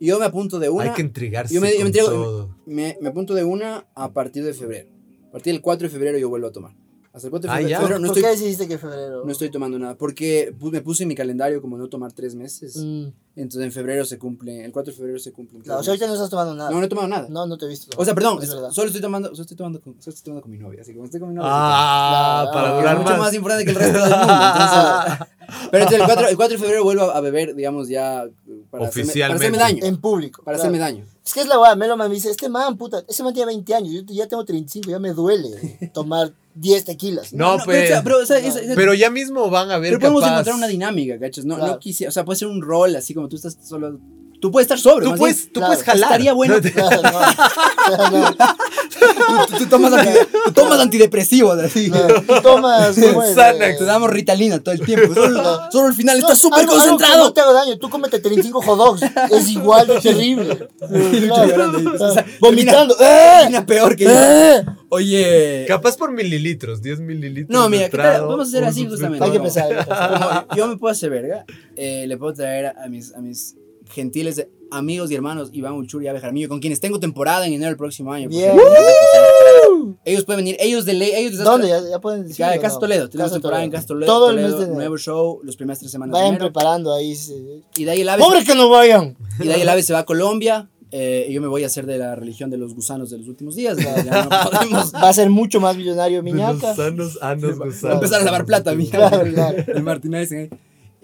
[SPEAKER 3] Yo me apunto de una.
[SPEAKER 1] hay que entregarse.
[SPEAKER 3] yo me- yo me
[SPEAKER 1] con
[SPEAKER 3] entrego-
[SPEAKER 1] todo.
[SPEAKER 3] Me, me apunto de una a partir de febrero. A partir del 4 de febrero yo vuelvo a tomar. Hasta el 4 de
[SPEAKER 1] Ah,
[SPEAKER 3] febrero,
[SPEAKER 1] ya.
[SPEAKER 3] febrero no,
[SPEAKER 2] ¿Por
[SPEAKER 3] estoy,
[SPEAKER 2] qué decidiste que febrero?
[SPEAKER 3] no estoy tomando nada. Porque pu- me puse en mi calendario como no tomar tres meses.
[SPEAKER 2] Mm,
[SPEAKER 3] Entonces en febrero se cumple, el 4 de febrero se cumple.
[SPEAKER 2] claro, o sea, ahorita no estás tomando nada.
[SPEAKER 3] no, no he tomado nada.
[SPEAKER 2] No, no te he visto.
[SPEAKER 3] O sea, perdón,
[SPEAKER 2] Es
[SPEAKER 3] es-
[SPEAKER 2] verdad.
[SPEAKER 3] solo estoy tomando, solo estoy tomando, con, solo estoy tomando con mi novia, así que cuando estoy con mi novia.
[SPEAKER 1] Ah,
[SPEAKER 2] Claro,
[SPEAKER 1] para
[SPEAKER 2] es
[SPEAKER 3] que
[SPEAKER 1] durar
[SPEAKER 3] es mucho
[SPEAKER 1] más.
[SPEAKER 3] más. importante que el resto del mundo. entonces- pero entonces el 4, el 4 de febrero vuelvo a, a beber, digamos, ya eh, para, hacerme, para hacerme
[SPEAKER 1] Oficialmente.
[SPEAKER 3] daño.
[SPEAKER 2] en público.
[SPEAKER 3] Para
[SPEAKER 2] claro.
[SPEAKER 3] hacerme daño.
[SPEAKER 2] Es que es la guada, Meloman me dice, este man, puta, ese man tiene 20 años, yo t- ya tengo 35, ya me duele tomar 10 tequilas.
[SPEAKER 1] No,
[SPEAKER 3] pero, o
[SPEAKER 1] pero-
[SPEAKER 3] sea, pero, o sea, es- es-
[SPEAKER 1] Pero ya mismo van a ver
[SPEAKER 3] pero podemos
[SPEAKER 1] capaz-
[SPEAKER 3] encontrar una dinámica, ¿cachas? No,
[SPEAKER 2] Claro.
[SPEAKER 3] no quisiera, o sea, puede ser un rol así como tú estás solo. Tú puedes estar sobrio.
[SPEAKER 1] Tú
[SPEAKER 3] más
[SPEAKER 1] puedes,
[SPEAKER 3] bien.
[SPEAKER 1] tú
[SPEAKER 2] claro,
[SPEAKER 1] puedes jalar.
[SPEAKER 3] estaría bueno.
[SPEAKER 1] No te-
[SPEAKER 2] Claro, no. Claro,
[SPEAKER 3] Tú, tú tomas, anti- tú tomas antidepresivos así.
[SPEAKER 2] claro. Tú tomas... ¿cómo es?
[SPEAKER 1] Xanax,
[SPEAKER 3] Te damos ritalina todo el tiempo. Solo, solo al final estás
[SPEAKER 2] No,
[SPEAKER 3] súper
[SPEAKER 2] algo- algo que
[SPEAKER 3] concentrado.
[SPEAKER 2] No te hago daño, tú cómete 35 hot dogs, es igual de terrible. Claro,
[SPEAKER 3] llorando ahí,
[SPEAKER 2] claro.
[SPEAKER 3] o sea,
[SPEAKER 2] Vomitando. ¡Eh!
[SPEAKER 3] Una peor que yo.
[SPEAKER 2] ¡Eh!
[SPEAKER 3] Oye.
[SPEAKER 1] Capaz por mililitros, 10 mililitros.
[SPEAKER 3] No,
[SPEAKER 1] de
[SPEAKER 3] mira, ¿qué
[SPEAKER 1] trago,
[SPEAKER 3] tal? Vamos a hacer
[SPEAKER 1] un
[SPEAKER 3] así
[SPEAKER 1] sustituto.
[SPEAKER 3] justamente.
[SPEAKER 2] Hay que pensar, hay que
[SPEAKER 3] Como yo me puedo hacer verga, eh, le puedo traer a mis, a mis gentiles amigos y hermanos Iván Uchur y Abe Jaramillo, con quienes tengo temporada en enero del próximo año.
[SPEAKER 2] Bien.
[SPEAKER 3] porque- Ellos pueden venir, ellos de ley, ellos de
[SPEAKER 2] ¿Dónde? ¿Ya, ya pueden decir?
[SPEAKER 3] Casa Toledo, tenemos temporada en Casa Toledo.
[SPEAKER 2] Todo el
[SPEAKER 3] Toledo,
[SPEAKER 2] mes de enero.
[SPEAKER 3] Nuevo show, los primeras tres semanas de
[SPEAKER 2] Vayan
[SPEAKER 3] enero.
[SPEAKER 2] preparando ahí. sí.
[SPEAKER 3] Y de ahí el Abe,
[SPEAKER 2] ¡Pobre que no vayan!
[SPEAKER 3] y de ahí el Abe se va a Colombia. eh, y yo me voy a hacer de la religión de los gusanos de los últimos días. Ya, ya no podemos
[SPEAKER 2] Va a ser mucho más millonario
[SPEAKER 1] De los
[SPEAKER 2] Miñaca.
[SPEAKER 1] sanos, anos,
[SPEAKER 3] Va a empezar a lavar plata, mija.
[SPEAKER 2] Claro, claro.
[SPEAKER 3] El Martínez. ¿eh?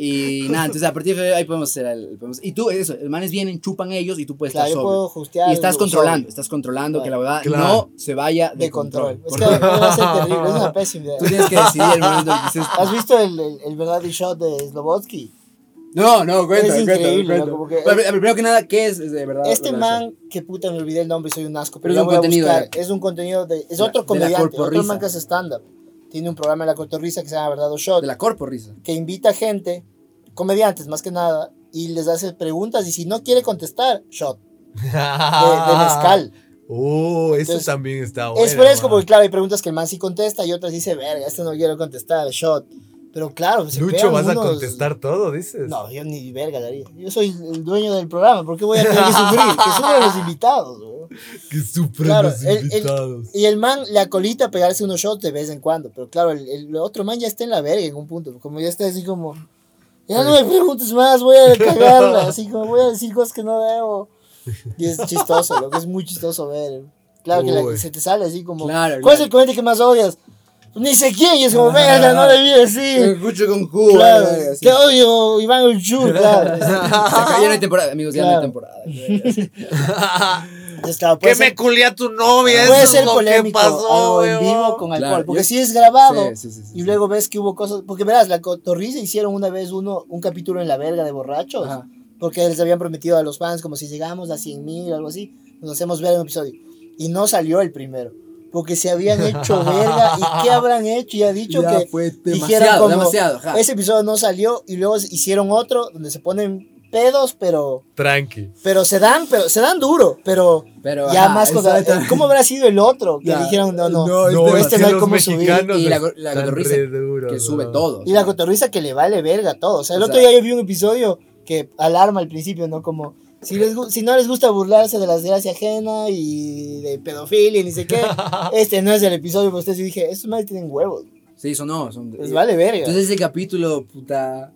[SPEAKER 3] Y nada, entonces a partir de febrero ahí podemos hacer. el- podemos- y tú, eso, los manes vienen, chupan ellos y tú puedes
[SPEAKER 2] Claro, yo
[SPEAKER 3] estar sobrio.
[SPEAKER 2] puedo hostear
[SPEAKER 3] Y estás
[SPEAKER 2] sobre-
[SPEAKER 3] controlando, estás controlando que la verdad
[SPEAKER 1] Claro.
[SPEAKER 3] no se vaya
[SPEAKER 2] de control. Es
[SPEAKER 3] Porque
[SPEAKER 2] que va a ser terrible, es una pésima
[SPEAKER 3] tú
[SPEAKER 2] idea.
[SPEAKER 3] tienes que decidir el momento en que dices,
[SPEAKER 2] ¿Has visto el, el, el verdadero shot de Slobotsky?
[SPEAKER 3] No, no, cuenta,
[SPEAKER 2] Es
[SPEAKER 3] cuenta,
[SPEAKER 2] increíble,
[SPEAKER 3] cuenta.
[SPEAKER 2] ¿no? Como que-
[SPEAKER 3] Pero, pero primero que nada, ¿qué es, es de verdad?
[SPEAKER 2] Este
[SPEAKER 3] verdad,
[SPEAKER 2] man, que puta, me olvidé el nombre y soy un asco,
[SPEAKER 3] Pero
[SPEAKER 2] pero,
[SPEAKER 3] es
[SPEAKER 2] ya
[SPEAKER 3] un
[SPEAKER 2] voy a
[SPEAKER 3] contenido
[SPEAKER 2] buscar.
[SPEAKER 3] de-
[SPEAKER 2] Es un contenido de. Es
[SPEAKER 3] la-
[SPEAKER 2] otro
[SPEAKER 3] de la
[SPEAKER 2] comediante, otro
[SPEAKER 3] corporrisa.
[SPEAKER 2] man que hace stand-up. Tiene un programa en la cotorriza que se llama Verdad o
[SPEAKER 3] eso?
[SPEAKER 2] Shot,
[SPEAKER 3] De la corpo risa.
[SPEAKER 2] que invita gente, comediantes más que nada, y les hace preguntas. Y si no quiere contestar, shot, de, de
[SPEAKER 1] Ah.
[SPEAKER 2] mezcal.
[SPEAKER 1] Oh, eso
[SPEAKER 2] Entonces,
[SPEAKER 1] también está Ah, bueno.
[SPEAKER 2] es fresco, porque claro, hay preguntas que el man sí contesta y otras dice, verga, este no quiero contestar, shot. Pero claro, pues, se
[SPEAKER 1] Lucho,
[SPEAKER 2] pegan
[SPEAKER 1] vas a
[SPEAKER 2] unos-
[SPEAKER 1] contestar todo, dices.
[SPEAKER 2] No, yo ni verga daría. Yo soy el dueño del programa, ¿por qué voy a tener que sufrir? Que sufren los invitados, weón.
[SPEAKER 1] Que sufren
[SPEAKER 2] Claro,
[SPEAKER 1] los
[SPEAKER 2] él- él-
[SPEAKER 1] invitados.
[SPEAKER 2] Y el man le acolita a pegarse unos shots de vez en cuando. Pero claro, el, el otro man ya está en la verga en un punto. Como ya está así como. Ya no me preguntes más, voy a cagarla. Así como voy a decir cosas que no debo. Y es chistoso, lo que es muy chistoso ver. Claro que la-
[SPEAKER 1] Uy.
[SPEAKER 2] se te sale así como.
[SPEAKER 3] Claro,
[SPEAKER 2] ¿Cuál es
[SPEAKER 3] claro.
[SPEAKER 2] el comediante que más odias? Ni sé quién. Y es como, verga, no debí decir.
[SPEAKER 3] Cucho con Cuba.
[SPEAKER 2] Claro,
[SPEAKER 3] eh, así.
[SPEAKER 2] te odio, Iván Uchur, claro.
[SPEAKER 3] Se acabó, ya no hay temporada, amigos, ya no hay
[SPEAKER 2] Claro.
[SPEAKER 3] temporada. güey, así.
[SPEAKER 2] Entonces, claro, puede ser-
[SPEAKER 1] culía tu novia?
[SPEAKER 2] Puede
[SPEAKER 1] Eso
[SPEAKER 2] ser
[SPEAKER 1] es lo que
[SPEAKER 2] polémico algo en
[SPEAKER 1] weón.
[SPEAKER 2] vivo con alcohol,
[SPEAKER 3] Claro,
[SPEAKER 2] porque
[SPEAKER 3] yo-
[SPEAKER 2] si es grabado
[SPEAKER 3] Sí, sí, sí, sí,
[SPEAKER 2] y
[SPEAKER 3] sí.
[SPEAKER 2] luego ves que hubo cosas, porque verás, la cotorriza hicieron una vez uno un capítulo en la verga de borrachos,
[SPEAKER 3] Ajá.
[SPEAKER 2] porque les habían prometido a los fans como si llegamos a 100 mil o algo así, nos hacemos ver un episodio y no salió el primero, porque se habían hecho verga y qué habrán hecho y ha dicho
[SPEAKER 3] Ya
[SPEAKER 2] que
[SPEAKER 3] fue
[SPEAKER 2] dijeron
[SPEAKER 3] demasiado,
[SPEAKER 2] como
[SPEAKER 3] demasiado. ajá.
[SPEAKER 2] ese episodio no salió y luego hicieron otro donde se ponen pedos, pero
[SPEAKER 1] Tranqui.
[SPEAKER 2] pero se dan, pero se dan duro, pero
[SPEAKER 3] Pero,
[SPEAKER 2] ya
[SPEAKER 3] ajá,
[SPEAKER 2] más cosas.
[SPEAKER 3] exacto.
[SPEAKER 2] ¿Cómo habrá sido el otro? Que
[SPEAKER 3] Ya.
[SPEAKER 2] dijeron, no, no.
[SPEAKER 3] No,
[SPEAKER 1] No,
[SPEAKER 2] este
[SPEAKER 1] es
[SPEAKER 2] no
[SPEAKER 1] que
[SPEAKER 2] hay
[SPEAKER 1] los
[SPEAKER 2] cómo subir.
[SPEAKER 1] mexicanos
[SPEAKER 3] Y la go- la
[SPEAKER 1] están
[SPEAKER 3] cotorrisa
[SPEAKER 1] re duros,
[SPEAKER 3] que sube
[SPEAKER 1] ¿no?
[SPEAKER 3] todo.
[SPEAKER 2] Y la cotorriza que le vale verga todo. O sea, el
[SPEAKER 3] O
[SPEAKER 2] otro
[SPEAKER 3] sea-
[SPEAKER 2] día yo vi un episodio que alarma al principio, ¿no? Como, si, les gu- si no les gusta burlarse de la desgracia ajena y de pedofilia y ni sé qué, este no es el episodio para ustedes. Y dije, estos madres tienen huevos.
[SPEAKER 3] Sí, eso no. Son,
[SPEAKER 2] Les vale verga.
[SPEAKER 3] Entonces ese capítulo, puta.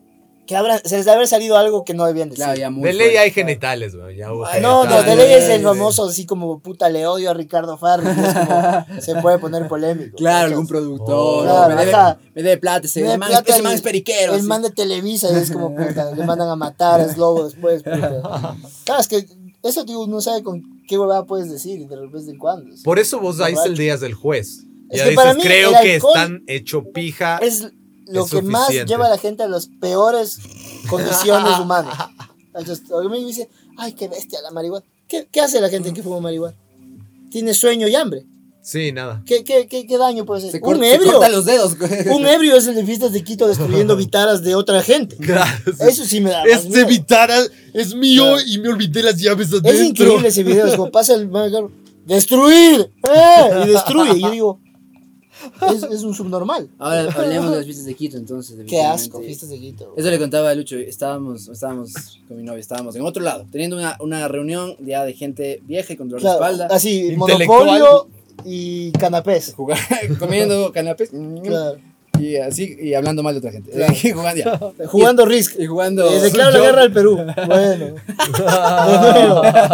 [SPEAKER 2] que habrá, se les debe haber salido algo que no debían decir.
[SPEAKER 3] Claro, ya muy
[SPEAKER 1] De ley
[SPEAKER 3] fuerte,
[SPEAKER 1] hay
[SPEAKER 3] claro.
[SPEAKER 1] genitales, weón. ya hubo
[SPEAKER 2] Ay, No, no,
[SPEAKER 1] genitales.
[SPEAKER 2] de ley es
[SPEAKER 3] Ay,
[SPEAKER 2] el
[SPEAKER 3] sí.
[SPEAKER 2] famoso así como puta le odio a Ricardo Farri, que es como, se puede poner polémico.
[SPEAKER 3] Claro,
[SPEAKER 2] ¿cachas?
[SPEAKER 3] algún productor.
[SPEAKER 1] Oh.
[SPEAKER 3] ¿no? me,
[SPEAKER 2] Claro,
[SPEAKER 3] debe,
[SPEAKER 2] ajá.
[SPEAKER 3] me debe plata. Ese,
[SPEAKER 2] Me debe
[SPEAKER 3] man,
[SPEAKER 2] plata
[SPEAKER 3] ese
[SPEAKER 2] y-
[SPEAKER 3] man es periquero.
[SPEAKER 2] El
[SPEAKER 3] así.
[SPEAKER 2] man de Televisa y es como puta, le mandan a matar a Slobo después. puta. Claro, es que eso tío, no sabe con qué huevada puedes decir de vez en cuando.
[SPEAKER 1] Por eso vos ahí es el día del juez.
[SPEAKER 2] Es
[SPEAKER 1] Ya
[SPEAKER 2] que
[SPEAKER 1] dices,
[SPEAKER 2] para mí
[SPEAKER 1] creo
[SPEAKER 2] el
[SPEAKER 1] que
[SPEAKER 2] alcohol
[SPEAKER 1] están hecho pija.
[SPEAKER 2] es lo
[SPEAKER 1] es
[SPEAKER 2] que más
[SPEAKER 1] suficiente.
[SPEAKER 2] lleva a la gente a las peores condiciones humanas. Entonces, a mí me dice, ay, qué bestia la marihuana. ¿Qué, qué hace la gente que fuma marihuana? Tiene sueño y hambre.
[SPEAKER 1] Sí, nada.
[SPEAKER 2] ¿Qué, qué, qué, qué daño puede ser?
[SPEAKER 3] Se,
[SPEAKER 2] un
[SPEAKER 3] corta, se
[SPEAKER 2] ebrio.
[SPEAKER 3] corta los dedos. güey.
[SPEAKER 2] Un ebrio es el de fiestas de Quito destruyendo vitaras de otra gente. Eso sí me da. más miedo.
[SPEAKER 1] vitara es mío y me olvidé las llaves
[SPEAKER 2] Es increíble ese video. Es como pasa el man, claro, ¡Destruir! ¡Eh! Y destruye. Y yo digo, es, es un subnormal.
[SPEAKER 3] Ahora hablemos de las fiestas de Quito, entonces.
[SPEAKER 2] Qué asco,
[SPEAKER 3] definitivamente.
[SPEAKER 2] fiestas de Quito.
[SPEAKER 3] Eso le contaba a Lucho, estábamos, estábamos con mi novia, estábamos en otro lado, teniendo una, una reunión ya de gente vieja y con dolor
[SPEAKER 2] Claro,
[SPEAKER 3] de espalda,
[SPEAKER 2] así,
[SPEAKER 1] Intelectual.
[SPEAKER 2] monopolio y canapés.
[SPEAKER 3] jugar, comiendo canapés
[SPEAKER 2] Claro.
[SPEAKER 3] y así, y hablando mal de otra gente.
[SPEAKER 2] Claro.
[SPEAKER 3] Y jugando ya.
[SPEAKER 2] Jugando Risk.
[SPEAKER 3] Y jugando...
[SPEAKER 2] Eh, Declaro la
[SPEAKER 3] Yo-
[SPEAKER 2] guerra al Perú. Bueno.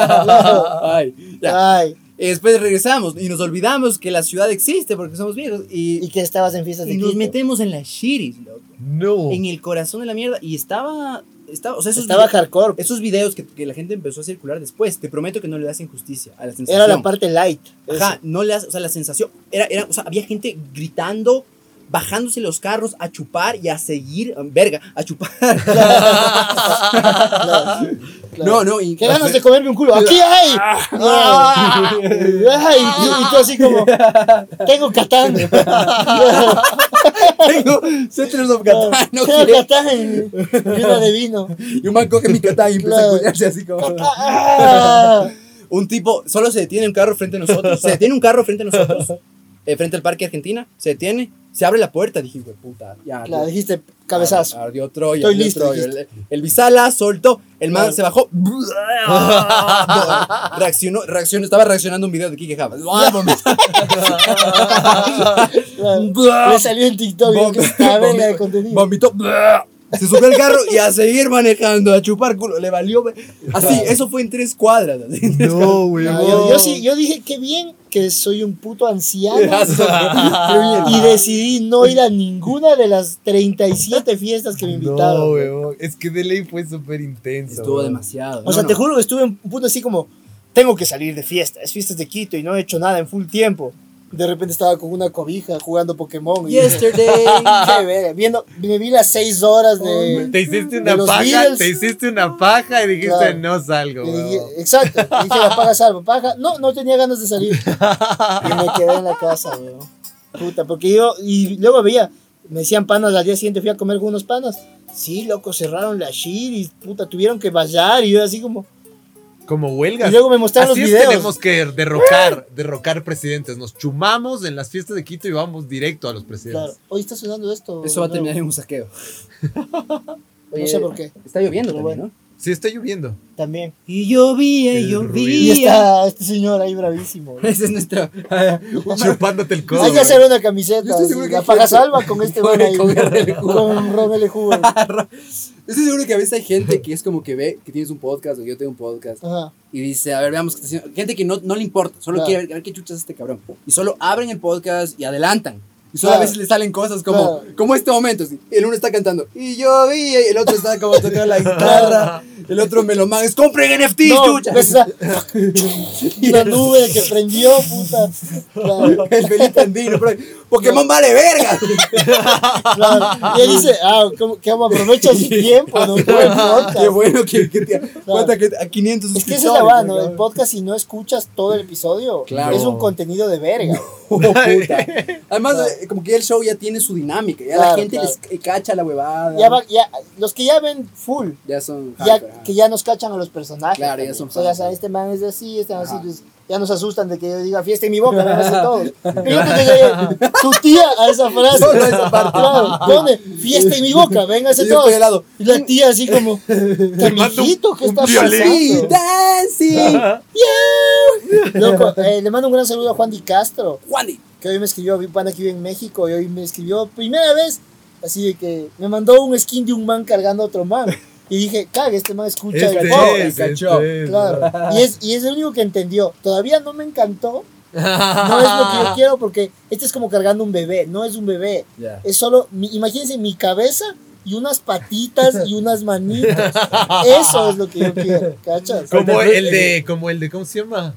[SPEAKER 3] Ay, ya.
[SPEAKER 2] Ay,
[SPEAKER 3] Y después regresamos y nos olvidamos que la ciudad existe porque somos viejos
[SPEAKER 2] y
[SPEAKER 3] y,
[SPEAKER 2] que estabas en fiestas
[SPEAKER 3] y
[SPEAKER 2] de
[SPEAKER 3] nos
[SPEAKER 2] Quito.
[SPEAKER 3] metemos en las shiris, loco,
[SPEAKER 1] No.
[SPEAKER 3] en el corazón de la mierda y estaba... estaba o sea, esos
[SPEAKER 2] Oh. Estaba
[SPEAKER 3] vide-
[SPEAKER 2] hardcore.
[SPEAKER 3] esos videos que, que la gente empezó a circular después, te prometo que no le hacen justicia a la sensación.
[SPEAKER 2] Era la parte light.
[SPEAKER 3] Ajá, no le hace- o sea, la sensación, era, era, o sea, había gente gritando, bajándose los carros a chupar y a seguir, ah, verga, a chupar.
[SPEAKER 2] Claro, claro.
[SPEAKER 3] No, no, y,
[SPEAKER 2] ¡Qué ganas de comerme un culo! ¡Aquí hay! ¡Ah! Ay, y, y tú así como, tengo Catán.
[SPEAKER 3] tengo Settlers of Catan, no
[SPEAKER 2] tengo
[SPEAKER 3] quiero.
[SPEAKER 2] Catán y una de vino.
[SPEAKER 3] Y un man coge mi Catán y empieza a
[SPEAKER 2] Claro.
[SPEAKER 3] culiarse así como.
[SPEAKER 2] Ah,
[SPEAKER 3] Un tipo, solo se detiene un carro frente a nosotros, se detiene un carro frente a nosotros, eh, frente al Parque Argentina, se detiene, se abre la puerta, dije, güey, puta, ya.
[SPEAKER 2] claro,
[SPEAKER 3] ya.
[SPEAKER 2] dijiste cabezazo.
[SPEAKER 3] Ardió Troya.
[SPEAKER 2] Estoy
[SPEAKER 3] ardió
[SPEAKER 2] listo,
[SPEAKER 3] Troya.
[SPEAKER 2] dijiste.
[SPEAKER 3] El, el Bizala soltó, el man
[SPEAKER 2] Claro.
[SPEAKER 3] se bajó. reaccionó, reaccionó, estaba reaccionando a un video de Kike Java.
[SPEAKER 2] Claro. Me salió en TikTok. y yo,
[SPEAKER 3] Vom-
[SPEAKER 2] que esta verga de
[SPEAKER 3] vomi-
[SPEAKER 2] contenido.
[SPEAKER 3] Vomitó. Se subió al carro y a seguir manejando, a chupar culo. Le valió. ve- Así, eso fue en tres cuadras. así, en tres cuadras.
[SPEAKER 1] No, güey.
[SPEAKER 2] No, Ah, yo, yo sí, yo dije qué bien que soy un puto anciano y decidí no ir a ninguna de las 37 fiestas que me invitaron.
[SPEAKER 1] No, huevón. Es que de ley fue súper intenso.
[SPEAKER 3] Estuvo
[SPEAKER 1] huevón.
[SPEAKER 3] demasiado.
[SPEAKER 2] O sea, te juro que estuve en un punto así como, tengo que salir de fiesta, es fiestas de Quito y no he hecho nada en full tiempo. De repente estaba con una cobija jugando Pokémon. Y
[SPEAKER 3] Yesterday.
[SPEAKER 2] Qué verga, viendo, me vi las seis horas de...
[SPEAKER 1] Te hiciste
[SPEAKER 2] De
[SPEAKER 1] una
[SPEAKER 2] los
[SPEAKER 1] paja,
[SPEAKER 2] Beatles.
[SPEAKER 1] te hiciste una paja y dijiste
[SPEAKER 2] Claro.
[SPEAKER 1] no salgo,
[SPEAKER 2] le
[SPEAKER 1] huevón.
[SPEAKER 2] dije, exacto, le dije la paja salva, paja. No, no tenía ganas de salir. Y me quedé en la casa, weón. Puta, porque yo, y luego veía, me decían panas, al día siguiente fui a comer con unos panas. Sí, loco, cerraron la shit y puta, tuvieron que vallar y yo así como...
[SPEAKER 1] Como
[SPEAKER 2] Y
[SPEAKER 1] huelgas.
[SPEAKER 2] luego me mostraron
[SPEAKER 1] Así
[SPEAKER 2] los
[SPEAKER 1] es,
[SPEAKER 2] videos.
[SPEAKER 1] tenemos que derrocar, derrocar presidentes. Nos chumamos en las fiestas de Quito y vamos directo a los
[SPEAKER 2] Claro,
[SPEAKER 1] presidentes.
[SPEAKER 2] hoy está sonando esto.
[SPEAKER 3] Eso va a
[SPEAKER 2] ¿no?
[SPEAKER 3] terminar en un saqueo.
[SPEAKER 2] No sé por qué.
[SPEAKER 3] Está lloviendo,
[SPEAKER 2] Pero
[SPEAKER 3] también, ¿no?
[SPEAKER 1] Sí, está lloviendo.
[SPEAKER 2] También.
[SPEAKER 3] Y llovía,
[SPEAKER 1] El
[SPEAKER 3] y
[SPEAKER 2] Y
[SPEAKER 1] ruido.
[SPEAKER 3] llovía.
[SPEAKER 2] está este señor ahí bravísimo. güey.
[SPEAKER 3] Ese es nuestro.
[SPEAKER 1] Chupándote el codo.
[SPEAKER 2] Hay que
[SPEAKER 1] güey.
[SPEAKER 2] hacer una
[SPEAKER 3] Yo
[SPEAKER 2] camiseta.
[SPEAKER 3] estoy
[SPEAKER 2] así,
[SPEAKER 3] seguro que
[SPEAKER 2] La
[SPEAKER 3] hay
[SPEAKER 2] paja
[SPEAKER 3] gente-
[SPEAKER 2] salva con este
[SPEAKER 3] Con-
[SPEAKER 2] güey ahí.
[SPEAKER 3] con
[SPEAKER 2] Con
[SPEAKER 3] RLJ.
[SPEAKER 2] Ron LJ, güey.
[SPEAKER 3] Estoy seguro que a veces hay gente
[SPEAKER 6] que es como que ve que tienes un podcast o que yo tengo un podcast
[SPEAKER 2] Ajá.
[SPEAKER 3] y dice, a ver, veamos qué está haciendo. Gente que no, no le importa, solo
[SPEAKER 2] Claro.
[SPEAKER 3] quiere ver, a ver qué chuchas este cabrón. Y solo abren el podcast y adelantan. Y solo
[SPEAKER 2] Claro.
[SPEAKER 3] a veces le salen cosas como,
[SPEAKER 2] Claro.
[SPEAKER 3] como este momento. así, El uno está cantando, y yo vi, y el otro está como tocando la guitarra, el otro me lo es compren NFTs,
[SPEAKER 2] No,
[SPEAKER 3] chucha.
[SPEAKER 2] ves esa- una nube que prendió, puta. Claro,
[SPEAKER 3] El Felipe Andino, pero, Pokémon vale verga.
[SPEAKER 2] claro. Y él dice, ah, ¿cómo, que aprovecha su tiempo, ¿no? Todo el podcast.
[SPEAKER 3] Qué bueno que, que te- cuenta que a 500
[SPEAKER 2] Es que
[SPEAKER 3] suscriptores.
[SPEAKER 2] esa es la verdad, ¿no?
[SPEAKER 3] ¿no?
[SPEAKER 2] El podcast, si no escuchas todo el episodio,
[SPEAKER 3] Claro.
[SPEAKER 2] es un contenido de verga.
[SPEAKER 3] Oh, puta. Además,
[SPEAKER 2] Claro.
[SPEAKER 3] eh, como que el show ya tiene su dinámica, ya la
[SPEAKER 2] Claro,
[SPEAKER 3] gente
[SPEAKER 2] claro.
[SPEAKER 3] les eh, cacha la huevada.
[SPEAKER 2] Ya va- ya- los que ya ven full,
[SPEAKER 3] Ya son
[SPEAKER 2] ya,
[SPEAKER 3] hardcore, ajá.
[SPEAKER 2] que ya nos cachan a los personajes.
[SPEAKER 3] Claro, ya
[SPEAKER 2] también.
[SPEAKER 3] son
[SPEAKER 2] O sea, ya
[SPEAKER 3] fans,
[SPEAKER 2] saben,
[SPEAKER 3] sí.
[SPEAKER 2] este man es de así, este man así.
[SPEAKER 3] Ajá.
[SPEAKER 2] pues, ya nos asustan de que yo diga fiesta en mi boca, van a hacer todo. Y yo creo que su tía a esa frase.
[SPEAKER 3] Solo a esa parte.
[SPEAKER 2] Claro, pone fiesta en mi boca, véngase
[SPEAKER 3] Y yo
[SPEAKER 2] todo.
[SPEAKER 3] estoy al lado.
[SPEAKER 2] Y la tía así como,
[SPEAKER 1] mando
[SPEAKER 2] amiguito, ¿qué
[SPEAKER 1] un
[SPEAKER 2] está
[SPEAKER 1] violín".
[SPEAKER 3] Sí,
[SPEAKER 2] pasando?
[SPEAKER 3] dancing.
[SPEAKER 2] Loco, eh, le mando un gran saludo a Juan Di Castro,
[SPEAKER 3] Juani.
[SPEAKER 2] que hoy me escribió, vi pana que vive en México, y hoy me escribió primera vez, así de que me mandó un skin de un man cargando a otro man. Y dije, caga, este man escucha
[SPEAKER 1] Este
[SPEAKER 2] el
[SPEAKER 1] es,
[SPEAKER 2] podcast.
[SPEAKER 1] este
[SPEAKER 3] cachó.
[SPEAKER 1] es, güey.
[SPEAKER 2] Claro. Y es, y es el único que entendió. Todavía no me encantó. No es lo que yo quiero porque este es como cargando un bebé. No es un bebé. Es solo, mi- imagínense mi cabeza y unas patitas y unas manitas. Eso es lo que yo quiero. ¿Cachas?
[SPEAKER 1] Como el de, como el de, ¿cómo se llama?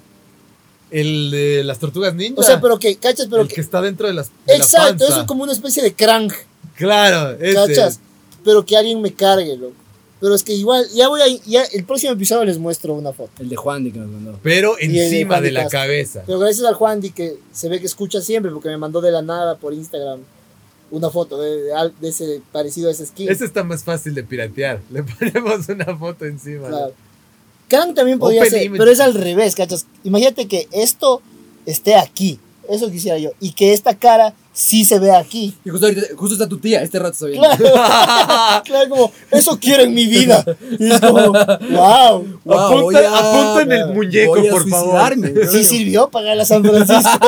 [SPEAKER 1] El de las tortugas ninja.
[SPEAKER 2] O sea, pero que, ¿cachas? Pero
[SPEAKER 1] el que
[SPEAKER 2] que,
[SPEAKER 1] está dentro de las de la
[SPEAKER 2] exacto,
[SPEAKER 1] panza.
[SPEAKER 2] eso es como una especie de crank.
[SPEAKER 1] Claro, ese.
[SPEAKER 2] ¿Cachas? Pero que alguien me cargue, loco. Pero es que igual, ya voy a, ya el próximo episodio les muestro una foto.
[SPEAKER 3] El de Juani que nos mandó.
[SPEAKER 1] Pero
[SPEAKER 2] Y el de
[SPEAKER 1] encima de la
[SPEAKER 2] Fantastic.
[SPEAKER 1] cabeza.
[SPEAKER 2] Pero gracias al Juan Di que se ve que escucha siempre porque me mandó de la nada por Instagram una foto de, de al- de ese parecido a ese skin.
[SPEAKER 1] Ese está más fácil de piratear. Le ponemos una foto encima.
[SPEAKER 2] Claro. Kang también podría
[SPEAKER 1] Open
[SPEAKER 2] ser,
[SPEAKER 1] image.
[SPEAKER 2] pero es al revés, ¿cachas? Imagínate que esto esté aquí, eso quisiera yo, y que esta cara sí se vea aquí.
[SPEAKER 3] Y justo, ahorita- justo está tu tía, este rato estoy viendo.
[SPEAKER 2] Claro, claro, como, eso quiero en mi vida. Y es como, wow,
[SPEAKER 3] Wow,
[SPEAKER 1] apunta,
[SPEAKER 3] voy a-
[SPEAKER 1] apunta en el
[SPEAKER 2] voy
[SPEAKER 1] muñeco,
[SPEAKER 3] voy a
[SPEAKER 1] por favor.
[SPEAKER 3] suicidarme.
[SPEAKER 2] sí sirvió pagar a San Francisco.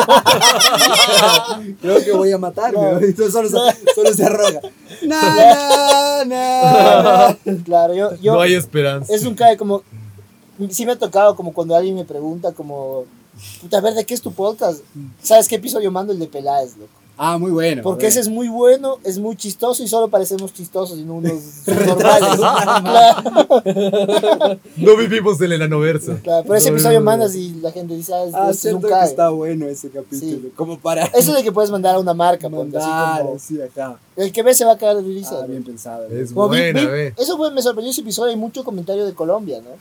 [SPEAKER 3] Creo que voy a matarme.
[SPEAKER 2] Claro.
[SPEAKER 3] ¿no? Solo, solo, se- solo se arroga. Na, na, na.
[SPEAKER 2] Claro, yo, yo,
[SPEAKER 1] no hay esperanza.
[SPEAKER 2] es un cae como sí me ha tocado como cuando alguien me pregunta como puta a ver de qué es tu podcast sabes qué episodio mando el de Peláez loco
[SPEAKER 3] Ah, muy bueno.
[SPEAKER 2] porque ese es muy bueno es muy chistoso y solo parecemos chistosos y no unos normales claro,
[SPEAKER 1] No vivimos el enanoverso.
[SPEAKER 2] claro, pero ese
[SPEAKER 1] No,
[SPEAKER 2] episodio
[SPEAKER 1] no, no.
[SPEAKER 2] mandas y la gente dice ah, es-
[SPEAKER 3] Ah,
[SPEAKER 2] es un
[SPEAKER 3] cierto que
[SPEAKER 2] cae.
[SPEAKER 3] está bueno ese capítulo.
[SPEAKER 2] Sí.
[SPEAKER 3] Como para
[SPEAKER 2] eso de que puedes mandar a una marca ponte, así
[SPEAKER 3] mandar
[SPEAKER 2] como,
[SPEAKER 3] así acá.
[SPEAKER 2] el que ve se va a cagar de risa
[SPEAKER 3] Ah,
[SPEAKER 2] ¿no?
[SPEAKER 3] bien pensado. ¿no?
[SPEAKER 1] Es
[SPEAKER 2] Como vi-
[SPEAKER 1] buena,
[SPEAKER 2] vi-
[SPEAKER 1] ve.
[SPEAKER 2] eso fue, me sorprendió ese episodio hay mucho comentario de Colombia no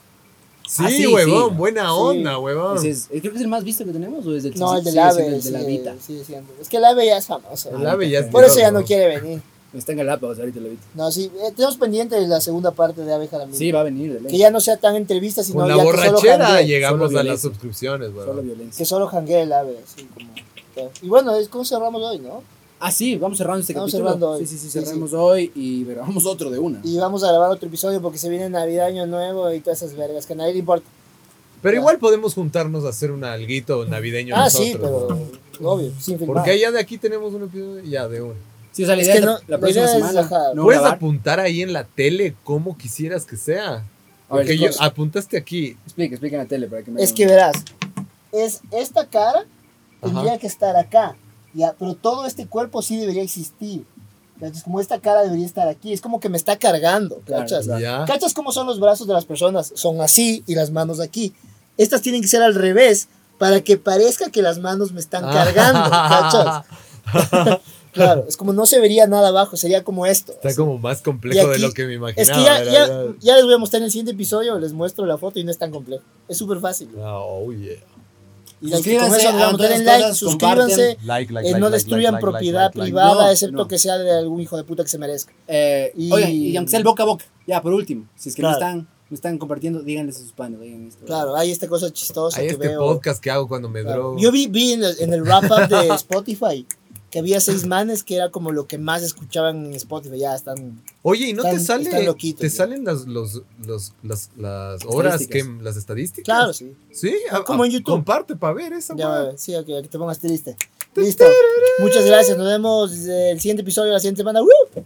[SPEAKER 1] Sí,
[SPEAKER 3] Ah, sí,
[SPEAKER 1] huevón,
[SPEAKER 3] sí.
[SPEAKER 1] buena onda, huevón.
[SPEAKER 3] Ese es- eh, creo que es el más visto que tenemos o es el
[SPEAKER 2] no el
[SPEAKER 3] sí,
[SPEAKER 2] del
[SPEAKER 3] sigue
[SPEAKER 2] ave
[SPEAKER 3] siendo el de la
[SPEAKER 2] sigue-
[SPEAKER 3] Vita. Ah,
[SPEAKER 2] sigue siendo. es que el ave ya es famoso
[SPEAKER 1] El ave ya es
[SPEAKER 2] por eso ya
[SPEAKER 1] Dios,
[SPEAKER 2] no
[SPEAKER 1] huevón.
[SPEAKER 2] quiere venir
[SPEAKER 3] Está en Galápagos ahorita la Vita.
[SPEAKER 2] No, sí, eh, tenemos pendiente la segunda parte de Ave Jaramillo.
[SPEAKER 3] Sí, va a venir de ley.
[SPEAKER 2] que ya no sea tan entrevista, sino
[SPEAKER 1] Con la
[SPEAKER 2] ya que solo
[SPEAKER 1] borrachera
[SPEAKER 2] janguee,
[SPEAKER 1] llegamos
[SPEAKER 3] solo
[SPEAKER 1] a las
[SPEAKER 3] violencia.
[SPEAKER 1] suscripciones,
[SPEAKER 3] Solo
[SPEAKER 1] huevón.
[SPEAKER 3] violencia.
[SPEAKER 2] que solo janguee el ave. así como- y bueno, es como cerramos hoy, ¿no?
[SPEAKER 3] Ah, sí, vamos cerrando este
[SPEAKER 2] Vamos
[SPEAKER 3] capítulo.
[SPEAKER 2] cerrando hoy.
[SPEAKER 3] Sí, sí, sí,
[SPEAKER 2] Sí,
[SPEAKER 3] cerramos hoy y grabamos otro de una.
[SPEAKER 2] Y vamos a grabar otro episodio porque se viene Navidad, Año Nuevo y todas esas vergas que a nadie le importa.
[SPEAKER 1] Pero igual podemos juntarnos a hacer un alguito navideño
[SPEAKER 2] ah,
[SPEAKER 1] nosotros.
[SPEAKER 2] sí, pero obvio, sin filmar.
[SPEAKER 1] Porque ya de aquí tenemos un episodio, ya de uno.
[SPEAKER 4] Sí, o sea, la
[SPEAKER 2] Es
[SPEAKER 4] idea
[SPEAKER 2] que
[SPEAKER 4] es la-
[SPEAKER 2] no-
[SPEAKER 4] la
[SPEAKER 2] la
[SPEAKER 4] próxima
[SPEAKER 2] idea es,
[SPEAKER 4] semana
[SPEAKER 2] ajá,
[SPEAKER 4] no
[SPEAKER 1] Puedes
[SPEAKER 4] grabar.
[SPEAKER 1] apuntar ahí en la tele como quisieras que sea.
[SPEAKER 4] A ver,
[SPEAKER 1] Porque yo-
[SPEAKER 4] cos-
[SPEAKER 1] apuntaste aquí.
[SPEAKER 4] explica, explica en la tele para que me
[SPEAKER 2] Es que verás, es esta cara tendría
[SPEAKER 1] Ajá.
[SPEAKER 2] que estar acá, ya, pero todo este cuerpo sí debería existir. ¿Cachas? Como esta cara debería estar aquí, es como que me está cargando,
[SPEAKER 4] Claro,
[SPEAKER 2] ¿cachas?
[SPEAKER 4] claro.
[SPEAKER 1] Ya.
[SPEAKER 2] ¿Cachas cómo son los brazos de las personas? Son así y las manos aquí. Estas tienen que ser al revés para que parezca que las manos me están
[SPEAKER 1] Ah.
[SPEAKER 2] cargando, ¿cachas? Claro, es como no se vería nada abajo, sería como esto.
[SPEAKER 1] Está
[SPEAKER 2] así.
[SPEAKER 1] como más complejo
[SPEAKER 2] Y
[SPEAKER 1] de
[SPEAKER 2] aquí-
[SPEAKER 1] lo que me
[SPEAKER 2] es
[SPEAKER 1] imaginaba.
[SPEAKER 2] que ya,
[SPEAKER 1] la
[SPEAKER 2] ya-
[SPEAKER 1] verdad.
[SPEAKER 2] ya les voy a mostrar en el siguiente episodio, les muestro la foto y no es tan complejo. Es Eh, súper fácil.
[SPEAKER 1] Ah, oh, yeah.
[SPEAKER 2] Y
[SPEAKER 4] Suscríbanse,
[SPEAKER 2] con eso nos vamos.
[SPEAKER 4] hagan
[SPEAKER 2] Denle
[SPEAKER 4] todas
[SPEAKER 2] like,
[SPEAKER 4] las cosas,
[SPEAKER 2] suscríbanse.
[SPEAKER 1] Like, like,
[SPEAKER 2] eh,
[SPEAKER 1] like,
[SPEAKER 2] no
[SPEAKER 1] like,
[SPEAKER 2] destruyan
[SPEAKER 1] like, like,
[SPEAKER 2] propiedad
[SPEAKER 1] like, like, like.
[SPEAKER 2] privada,
[SPEAKER 4] No,
[SPEAKER 2] excepto
[SPEAKER 4] no.
[SPEAKER 2] que sea de algún hijo de puta que se merezca.
[SPEAKER 4] Eh,
[SPEAKER 2] Y-
[SPEAKER 4] Oigan, y aunque sea el boca a boca, ya por último, si es que no,
[SPEAKER 2] Claro.
[SPEAKER 4] están, no están compartiendo, díganles a sus panes, oigan esto.
[SPEAKER 2] Claro, hay esta cosa chistosa
[SPEAKER 1] Hay
[SPEAKER 2] que
[SPEAKER 1] este
[SPEAKER 2] veo.
[SPEAKER 1] podcast que hago cuando me
[SPEAKER 2] Claro.
[SPEAKER 1] drogo.
[SPEAKER 2] Yo vi, vi en, el, en el wrap up de Spotify que había seis manes que era como lo que más escuchaban en Spotify. Ya están.
[SPEAKER 1] Oye, ¿y no te
[SPEAKER 2] Están-
[SPEAKER 1] sale?
[SPEAKER 2] están loquitos,
[SPEAKER 1] ¿Te
[SPEAKER 2] ya.
[SPEAKER 1] salen las, los, los- las, las horas que
[SPEAKER 4] Estadísticas.
[SPEAKER 1] las estadísticas?
[SPEAKER 2] Claro, sí.
[SPEAKER 1] Sí, a-
[SPEAKER 2] Como
[SPEAKER 1] a-
[SPEAKER 2] en YouTube.
[SPEAKER 1] Comparte para ver esa
[SPEAKER 2] Ya,
[SPEAKER 1] weá.
[SPEAKER 2] sí, ok, que te pongas triste. Listo. Muchas gracias. Nos vemos eh, el siguiente episodio, la siguiente semana. ¡Woo!